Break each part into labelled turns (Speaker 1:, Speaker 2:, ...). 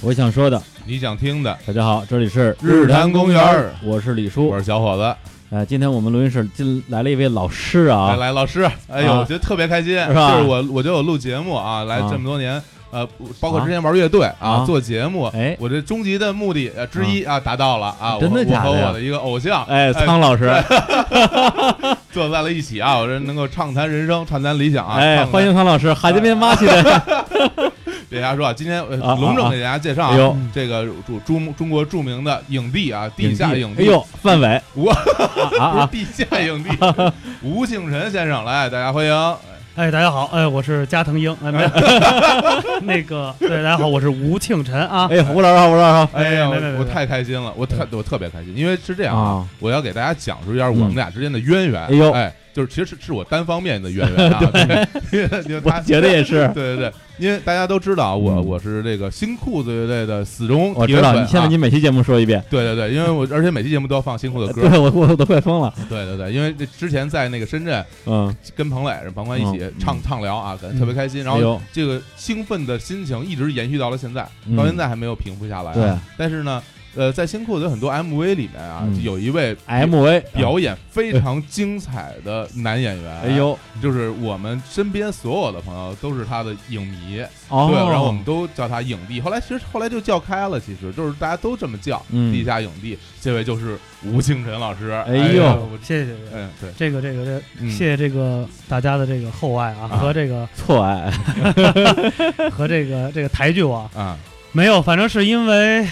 Speaker 1: 我想说的。
Speaker 2: 你想听的，
Speaker 1: 大家好，这里是
Speaker 2: 日坛公园儿，
Speaker 1: 我是李叔
Speaker 2: 我。是小伙子，
Speaker 1: 呃，今天我们录音室进来了一位老师
Speaker 2: 来
Speaker 1: 啊，
Speaker 2: 来老师，哎呦，
Speaker 1: 啊
Speaker 2: 我觉得特别开心，
Speaker 1: 是吧
Speaker 2: 就是我我觉得我录节目啊，来
Speaker 1: 啊
Speaker 2: 这么多年，呃，包括之前玩乐队啊，
Speaker 1: 啊
Speaker 2: 做节目，
Speaker 1: 哎
Speaker 2: 我这终极的目的呃之一啊达到了啊，我
Speaker 1: 真的
Speaker 2: 我
Speaker 1: 假的
Speaker 2: 和
Speaker 1: 呀
Speaker 2: 我的一个偶像
Speaker 1: 哎，苍老师，
Speaker 2: 啊坐在了一起啊，我这能够畅谈人生，畅谈理想啊，
Speaker 1: 哎，
Speaker 2: 畅谈
Speaker 1: 欢迎苍老师，海淀边妈起
Speaker 2: 哎
Speaker 1: 来，
Speaker 2: 别瞎说啊，今天呃
Speaker 1: 啊啊
Speaker 2: 隆重给大家介绍啊
Speaker 1: 哎呦
Speaker 2: 这个中中中国著名的影帝啊，地下影
Speaker 1: 哎
Speaker 2: 帝，
Speaker 1: 呦，啊范伟，
Speaker 2: 我
Speaker 1: 啊
Speaker 2: 不是
Speaker 1: 啊，
Speaker 2: 地下影帝吴庆辰先生，来，大家欢迎。
Speaker 3: 哎，大家好，哎，我是加藤鹰，哎，没有，那个，对，大家好，我是吴庆辰啊，
Speaker 1: 哎，吴老师好，吴老师好，
Speaker 2: 哎呀，我
Speaker 3: 没没没
Speaker 2: 我
Speaker 3: 没
Speaker 2: 太开心了，我特我特别开心，因为是这样
Speaker 1: 啊，
Speaker 2: 我要给大家讲述一下我们俩之间的渊源。
Speaker 1: 哎呦
Speaker 2: 哎，就是其实是是我单方面的渊源 啊，因为因为
Speaker 1: 我
Speaker 2: 他，
Speaker 1: 觉得也是，
Speaker 2: 对对对，因为大家都知道啊我
Speaker 1: 嗯
Speaker 2: 我是这个新裤子乐队的死忠
Speaker 1: 我
Speaker 2: 铁
Speaker 1: 知道，
Speaker 2: 粉
Speaker 1: 你现
Speaker 2: 啊
Speaker 1: 在你。每期节目说一遍，
Speaker 2: 对对对，因为我而且每期节目都要放新裤子的 歌，
Speaker 1: 对我我我都快疯了，
Speaker 2: 对对对，因为这之前在那个深圳
Speaker 1: 嗯，
Speaker 2: 跟彭磊、彭欢一起
Speaker 1: 嗯
Speaker 2: 畅畅聊啊，感觉特别开心，然
Speaker 1: 哎
Speaker 2: 后
Speaker 1: 呦
Speaker 2: 这个兴奋的心情一直延续到了现在，
Speaker 1: 嗯
Speaker 2: 到现在还没有平复下来、啊
Speaker 1: 对，
Speaker 2: 但是呢，呃，在新裤子有很多 MV 里面啊，
Speaker 1: 嗯
Speaker 2: 有一位
Speaker 1: ，MV
Speaker 2: 哎表演非常精彩的男演员，
Speaker 1: 啊哎，呦，
Speaker 2: 就是我们身边所有的朋友都是他的影迷，
Speaker 1: 哦，
Speaker 2: 对，然后我们都叫他影帝。后来其实后来就叫开了，其实就是大家都这么叫，
Speaker 1: 嗯
Speaker 2: 地下影帝。这位就是吴庆辰老师，哎
Speaker 1: 哎呦
Speaker 2: 呀，我
Speaker 3: 谢谢谢谢
Speaker 2: 嗯，对，
Speaker 3: 这个这个这，
Speaker 2: 嗯
Speaker 3: 谢谢这个大家的这个厚爱啊，
Speaker 2: 啊
Speaker 3: 和这个
Speaker 1: 错爱，
Speaker 3: 和这个这个抬举我啊，
Speaker 2: 啊，
Speaker 3: 没有，反正是因为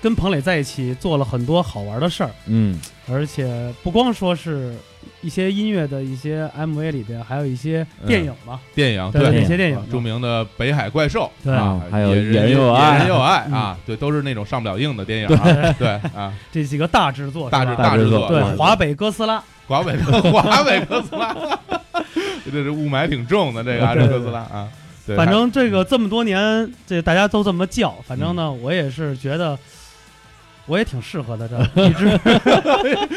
Speaker 3: 跟彭磊在一起做了很多好玩的事儿，
Speaker 1: 嗯，
Speaker 3: 而且不光说是一些音乐的一些 MV 里边，还有一些电影嘛，
Speaker 2: 电影
Speaker 3: 对，
Speaker 2: 对。
Speaker 3: 那些电
Speaker 2: 啊著
Speaker 3: 影，
Speaker 2: 名的《北海怪兽》
Speaker 3: 对
Speaker 2: 嗯啊，
Speaker 1: 还有
Speaker 2: 野
Speaker 1: 野
Speaker 2: 人
Speaker 1: 人有爱
Speaker 2: 野人有爱啊，对，都是那种上不了映的电影啊，
Speaker 3: 嗯对，
Speaker 2: 对啊，
Speaker 3: 这几个大制作是
Speaker 2: 大
Speaker 3: 吧，
Speaker 2: 制
Speaker 1: 大
Speaker 2: 制
Speaker 1: 制
Speaker 2: 作，啊
Speaker 1: 作
Speaker 3: 对
Speaker 1: 大，
Speaker 3: 华北哥斯拉，
Speaker 2: 华 为哥，华为哥斯拉，这这雾霾挺重的，这个啊这
Speaker 3: 对
Speaker 2: 哥斯拉啊，对，
Speaker 3: 反正这个这么多年，这大家都这么叫，反正呢，我也是觉得，我也挺适合的，这一直
Speaker 2: 还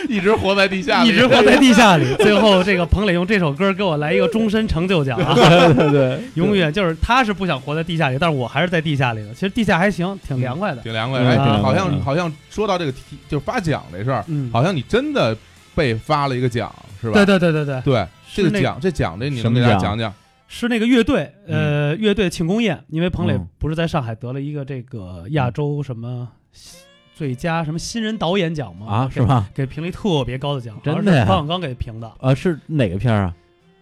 Speaker 2: 一直活在地下里，
Speaker 3: 一直活在地下里。最后这个彭磊用这首歌给我来一个终身成就奖啊！
Speaker 1: 对对对，
Speaker 3: 永远就是他是不想活在地下里，但是我还是在地下里的。其实地下还行，挺凉快的。
Speaker 2: 挺凉快。
Speaker 1: 嗯
Speaker 2: 哎，
Speaker 3: 啊
Speaker 2: 好像
Speaker 1: 嗯
Speaker 2: 好像说到这个题，就发奖这事儿，
Speaker 3: 嗯，
Speaker 2: 好像你真的被发了一个奖，是吧？
Speaker 3: 对对对对对，
Speaker 2: 对这
Speaker 3: 是
Speaker 2: 个
Speaker 3: 那
Speaker 2: 奖，这奖这你
Speaker 1: 什
Speaker 2: 能
Speaker 1: 么
Speaker 2: 给大家
Speaker 1: 奖
Speaker 2: 讲讲？
Speaker 3: 是那个乐队，呃，乐队庆功宴，因为彭磊
Speaker 1: 嗯
Speaker 3: 不是在上海得了一个这个亚洲什么最佳什么新人导演奖吗？
Speaker 1: 啊，
Speaker 3: 给
Speaker 1: 是？吧？
Speaker 3: 给评了一特别高的奖，
Speaker 1: 真
Speaker 3: 好像
Speaker 1: 的
Speaker 3: 是
Speaker 1: 呀
Speaker 3: 冯小刚给评的。
Speaker 1: 啊，是哪个片儿啊？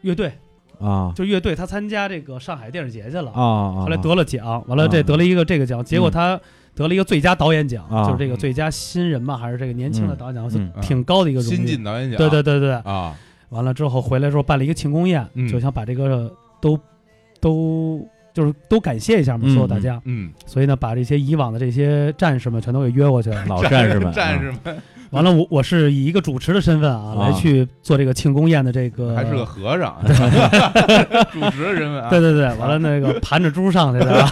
Speaker 3: 乐队，
Speaker 1: 啊
Speaker 3: 就乐队，他参加这个上海电视节去了，
Speaker 1: 啊啊，
Speaker 3: 后来得了奖，完了这
Speaker 1: 啊
Speaker 3: 得了一个这个奖，结果他得了一个最佳导演奖，
Speaker 1: 啊
Speaker 3: 就是这个最佳新人嘛，还是这个年轻的导演奖，
Speaker 1: 嗯
Speaker 3: 就挺高的一个荣誉。
Speaker 2: 新晋导演奖，
Speaker 3: 对对对对，
Speaker 2: 啊，
Speaker 3: 完了之后回来之后办了一个庆功宴，
Speaker 2: 嗯
Speaker 3: 就想把这个都都就是都感谢一下嘛，
Speaker 1: 嗯
Speaker 3: 所有大家。
Speaker 2: 嗯，
Speaker 3: 所以呢，把这些以往的这些战士们全都给约过去了。
Speaker 1: 老战士们，
Speaker 2: 战
Speaker 3: 啊
Speaker 2: 士们
Speaker 3: 完了，我我是以一个主持的身份啊，
Speaker 1: 啊
Speaker 3: 来去做这个庆功宴的这个，
Speaker 2: 还是个和 尚，主持人们啊
Speaker 3: 嗯对，对对，完了那个盘着猪上去的啊。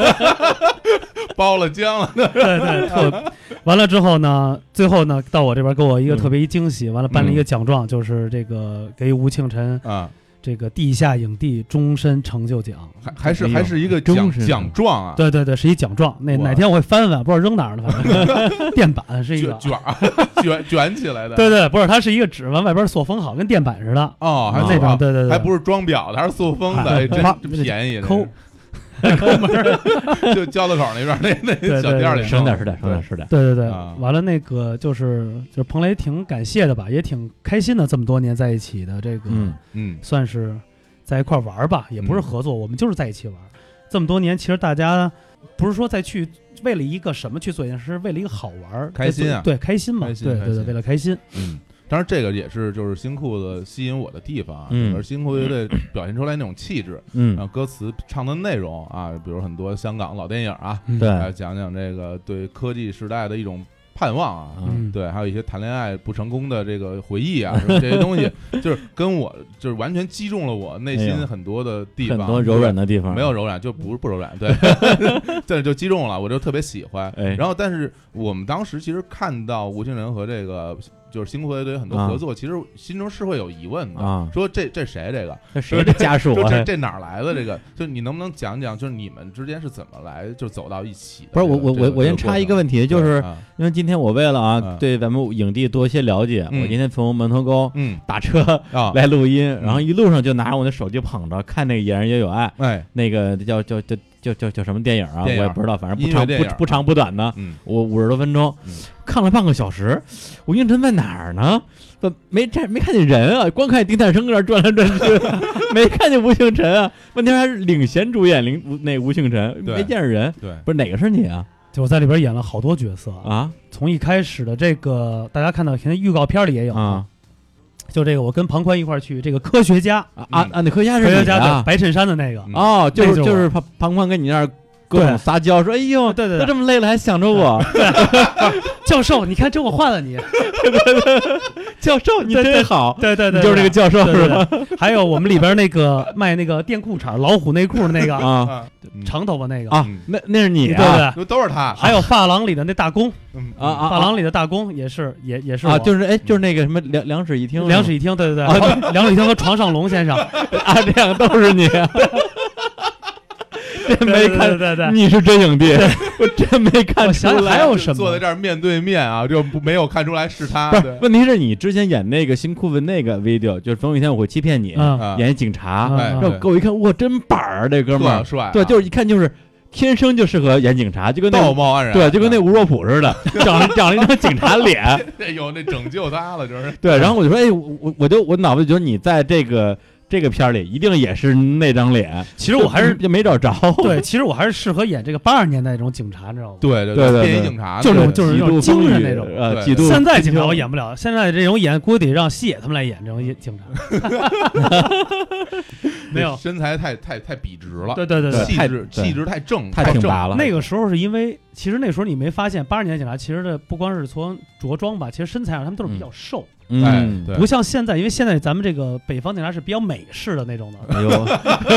Speaker 2: 包了浆了，
Speaker 3: 对
Speaker 2: 嗯
Speaker 3: 对，特 完了之后呢，最后呢，到我这边给我一个特别一惊喜，完了颁了一个奖状，就是这个给吴庆辰
Speaker 2: 啊，
Speaker 3: 这个地下影帝终身成就奖。
Speaker 2: 还还是
Speaker 1: 哎呦
Speaker 2: 还是一个
Speaker 1: 真
Speaker 2: 奖
Speaker 1: 是
Speaker 2: 奖状啊，
Speaker 3: 对对对，是一奖状，那
Speaker 2: 哇
Speaker 3: 哪天我会翻翻，不知道扔哪儿了，反 正垫板是一个
Speaker 2: 卷，卷儿卷卷起来的，
Speaker 3: 对对，不是，它是一个纸，完外边塑封好，跟垫板似的，
Speaker 2: 哦，还
Speaker 1: 啊
Speaker 3: 那
Speaker 2: 这
Speaker 3: 种，对对对，
Speaker 2: 还不是装裱的，还是塑封的，哎真
Speaker 3: 花
Speaker 2: 真便宜，
Speaker 3: 抠
Speaker 2: 抠门儿，就交道口那边儿那那
Speaker 3: 对
Speaker 2: 小店儿里弄的
Speaker 1: 省点儿，省点儿，省点
Speaker 2: 对
Speaker 1: 儿，省点儿。
Speaker 3: 对对对，
Speaker 2: 啊
Speaker 3: 完了那个就是就是彭雷挺感谢的吧，也挺开心的，这么多年在一起的这个，
Speaker 1: 嗯，
Speaker 2: 嗯
Speaker 3: 算是在一块儿玩儿吧，也不是
Speaker 2: 嗯
Speaker 3: 合作，我们就是在一起玩儿。这么多年，其实大家不是说再去为了一个什么去做一件事，是为了一个好玩儿、
Speaker 2: 开心啊
Speaker 3: 对，开心嘛，
Speaker 2: 开心
Speaker 3: 对
Speaker 2: 开
Speaker 3: 对对，
Speaker 2: 心
Speaker 3: 为了开心。
Speaker 2: 嗯。当然，这个也是就是新裤子吸引我的地方啊，
Speaker 1: 嗯
Speaker 2: 而新裤子乐队表现出来那种气质，然后
Speaker 1: 嗯，
Speaker 2: 歌词唱的内容啊，比如很多香港老电影啊，还有
Speaker 1: 对，
Speaker 2: 讲讲这个对科技时代的一种盼望啊，
Speaker 3: 嗯，
Speaker 2: 对，还有一些谈恋爱不成功的这个回忆啊，什么这些东西， 就是跟我就是完全击中了我内
Speaker 1: 哎
Speaker 2: 心
Speaker 1: 呀
Speaker 2: 很多的地
Speaker 1: 很
Speaker 2: 方，
Speaker 1: 多柔软的地方
Speaker 2: 没有柔软，就不是不柔软， 对，但是就击中了，我就特别喜欢。
Speaker 1: 哎
Speaker 2: 然后，但是我们当时其实看到吴清人和这个就是星空合乐队很多
Speaker 1: 啊
Speaker 2: 合作，其实心中是会有疑问的，
Speaker 1: 啊，
Speaker 2: 说这这谁这个，
Speaker 1: 这谁的家属
Speaker 2: 说
Speaker 1: 啊
Speaker 2: 这？ 这哪儿来的这
Speaker 1: 嗯
Speaker 2: 个，就你能不能讲讲，就是你们之间是怎么来就走到一起的
Speaker 1: 不
Speaker 2: 这
Speaker 1: 是
Speaker 2: 个？
Speaker 1: 我我
Speaker 2: 这个
Speaker 1: 我我先插一个问题，
Speaker 2: 这
Speaker 1: 就
Speaker 2: 个过程，
Speaker 1: 是
Speaker 2: 对啊
Speaker 1: 因为今天我为了啊
Speaker 2: 嗯
Speaker 1: 对咱们影帝多一些了解，
Speaker 2: 嗯
Speaker 1: 我今天从门头沟
Speaker 2: 嗯
Speaker 1: 打车
Speaker 2: 啊，
Speaker 1: 来录音，然后一路上就拿着我的手机捧着看那个《野人也有爱》，
Speaker 2: 哎，
Speaker 1: 那个叫叫叫叫叫叫什么电影啊？
Speaker 2: 电影
Speaker 1: 我也不知道，反正不
Speaker 2: 音乐
Speaker 1: 长
Speaker 2: 电
Speaker 1: 不
Speaker 2: 影
Speaker 1: 不长不短的，
Speaker 2: 嗯
Speaker 1: 我五十多分钟
Speaker 2: 嗯，
Speaker 1: 看了半个小时，我晕沉在哪儿呢？怎没看没看见人啊？光看见丁太升搁那儿转来转去， 没看见吴庆辰啊？问题还是领衔主演领吴那吴庆辰，
Speaker 2: 对
Speaker 1: 没见着人。
Speaker 2: 对，
Speaker 1: 不是哪个是你啊？
Speaker 3: 就我在里边演了好多角色，
Speaker 1: 啊
Speaker 3: 从一开始的这个大家看到，现在预告片里也有，
Speaker 1: 啊
Speaker 3: 就这个我跟庞宽一块儿去这个科学家，
Speaker 1: 啊啊
Speaker 2: 嗯！
Speaker 1: 啊那科学家
Speaker 3: 科
Speaker 1: 是
Speaker 3: 学
Speaker 1: 你
Speaker 3: 家对
Speaker 1: 啊？
Speaker 3: 白衬衫的那个，
Speaker 2: 嗯
Speaker 1: 哦，就是
Speaker 3: 那是我
Speaker 1: 就是庞庞宽跟你那儿各种
Speaker 3: 对
Speaker 1: 撒娇，说哎呦，
Speaker 3: 哦对对
Speaker 1: 都
Speaker 3: 对
Speaker 1: 这么累了还想着我，
Speaker 3: 教授，你看这我换了你，
Speaker 1: 教授你
Speaker 3: 对对
Speaker 1: 真好，
Speaker 3: 对对对，
Speaker 1: 你就是这个教授
Speaker 3: 对
Speaker 1: 是
Speaker 3: 对
Speaker 1: 吧？
Speaker 3: 对还有我们里边那个卖那个电裤衩、老虎内裤的那个
Speaker 1: 啊。
Speaker 2: 啊，嗯
Speaker 3: 长头发那个，
Speaker 1: 啊
Speaker 2: 嗯，
Speaker 1: 那那是你
Speaker 3: 对
Speaker 1: 啊
Speaker 3: 对对，
Speaker 2: 都都是他，
Speaker 3: 还有发廊里的那大公，
Speaker 2: 嗯
Speaker 1: 啊啊
Speaker 3: 发廊里的大公也是也也是
Speaker 1: 啊，
Speaker 3: 我
Speaker 1: 就是哎，就是那个什么两两室一厅，
Speaker 3: 两室一厅，对对
Speaker 1: 啊
Speaker 3: 对，两室一厅和床上龙先生，
Speaker 1: 啊，两个都是你， 真 没
Speaker 3: 对对
Speaker 1: 看，
Speaker 3: 对对，
Speaker 1: 你是真影帝，我真 没看
Speaker 3: 我
Speaker 1: 出
Speaker 3: 想想
Speaker 1: 来。
Speaker 3: 还有什
Speaker 2: 坐在
Speaker 3: 么？
Speaker 2: 这儿面对面啊，就不没有看出来是他，
Speaker 1: 不是
Speaker 2: 对，
Speaker 1: 问题是你之前演那个新裤子那个 video，就是总有一天我会欺骗你，
Speaker 3: 嗯，
Speaker 2: 啊，
Speaker 1: 演警察，
Speaker 2: 哎
Speaker 1: 然后给我一看，哇，真板儿，这哥
Speaker 2: 对特
Speaker 1: 们儿，
Speaker 2: 帅啊，
Speaker 1: 对，就是一看就是天生就适合演警察，就跟
Speaker 2: 道
Speaker 1: 那
Speaker 2: 貌岸然，啊
Speaker 1: 对，就跟那吴若甫似的，长了长了一张警察脸，
Speaker 2: 那有哎那拯救他了，就是
Speaker 1: 对，然后我就说，哎，我我我就我脑子里觉得你在这个这个片儿里一定也是那张脸，
Speaker 3: 其实我 还是
Speaker 1: 就没找着，
Speaker 3: 对，其实我还是适合演这个八二年代那种警察，你知道吗？
Speaker 2: 对对
Speaker 1: 对对
Speaker 2: 便衣
Speaker 1: 啊对
Speaker 2: 警察
Speaker 3: 就是
Speaker 2: 那种
Speaker 3: 就是那种
Speaker 1: 极度
Speaker 3: 精神
Speaker 1: 风雨
Speaker 3: 那种
Speaker 1: 呃，
Speaker 2: 对
Speaker 1: 几度
Speaker 3: 现在警察我演不了，现在这种演估计得让西野他们来演这种演 警察。 没有，
Speaker 2: 身材太太太笔直了，
Speaker 3: 对对对对
Speaker 1: 对，
Speaker 2: 气
Speaker 1: 太
Speaker 2: 质
Speaker 1: 对
Speaker 2: 气质太正，
Speaker 1: 太挺
Speaker 2: 正
Speaker 1: 拔了，
Speaker 3: 那个时候是因为其实那时候你没发现，八十年代警察其实的不光是从着装吧，其实身材啊上他们都是比较瘦，
Speaker 2: 哎
Speaker 1: 嗯，，
Speaker 2: 对
Speaker 3: 不像现在，因为现在咱们这个北方警察是比较美式的那种的。
Speaker 1: 哎呦，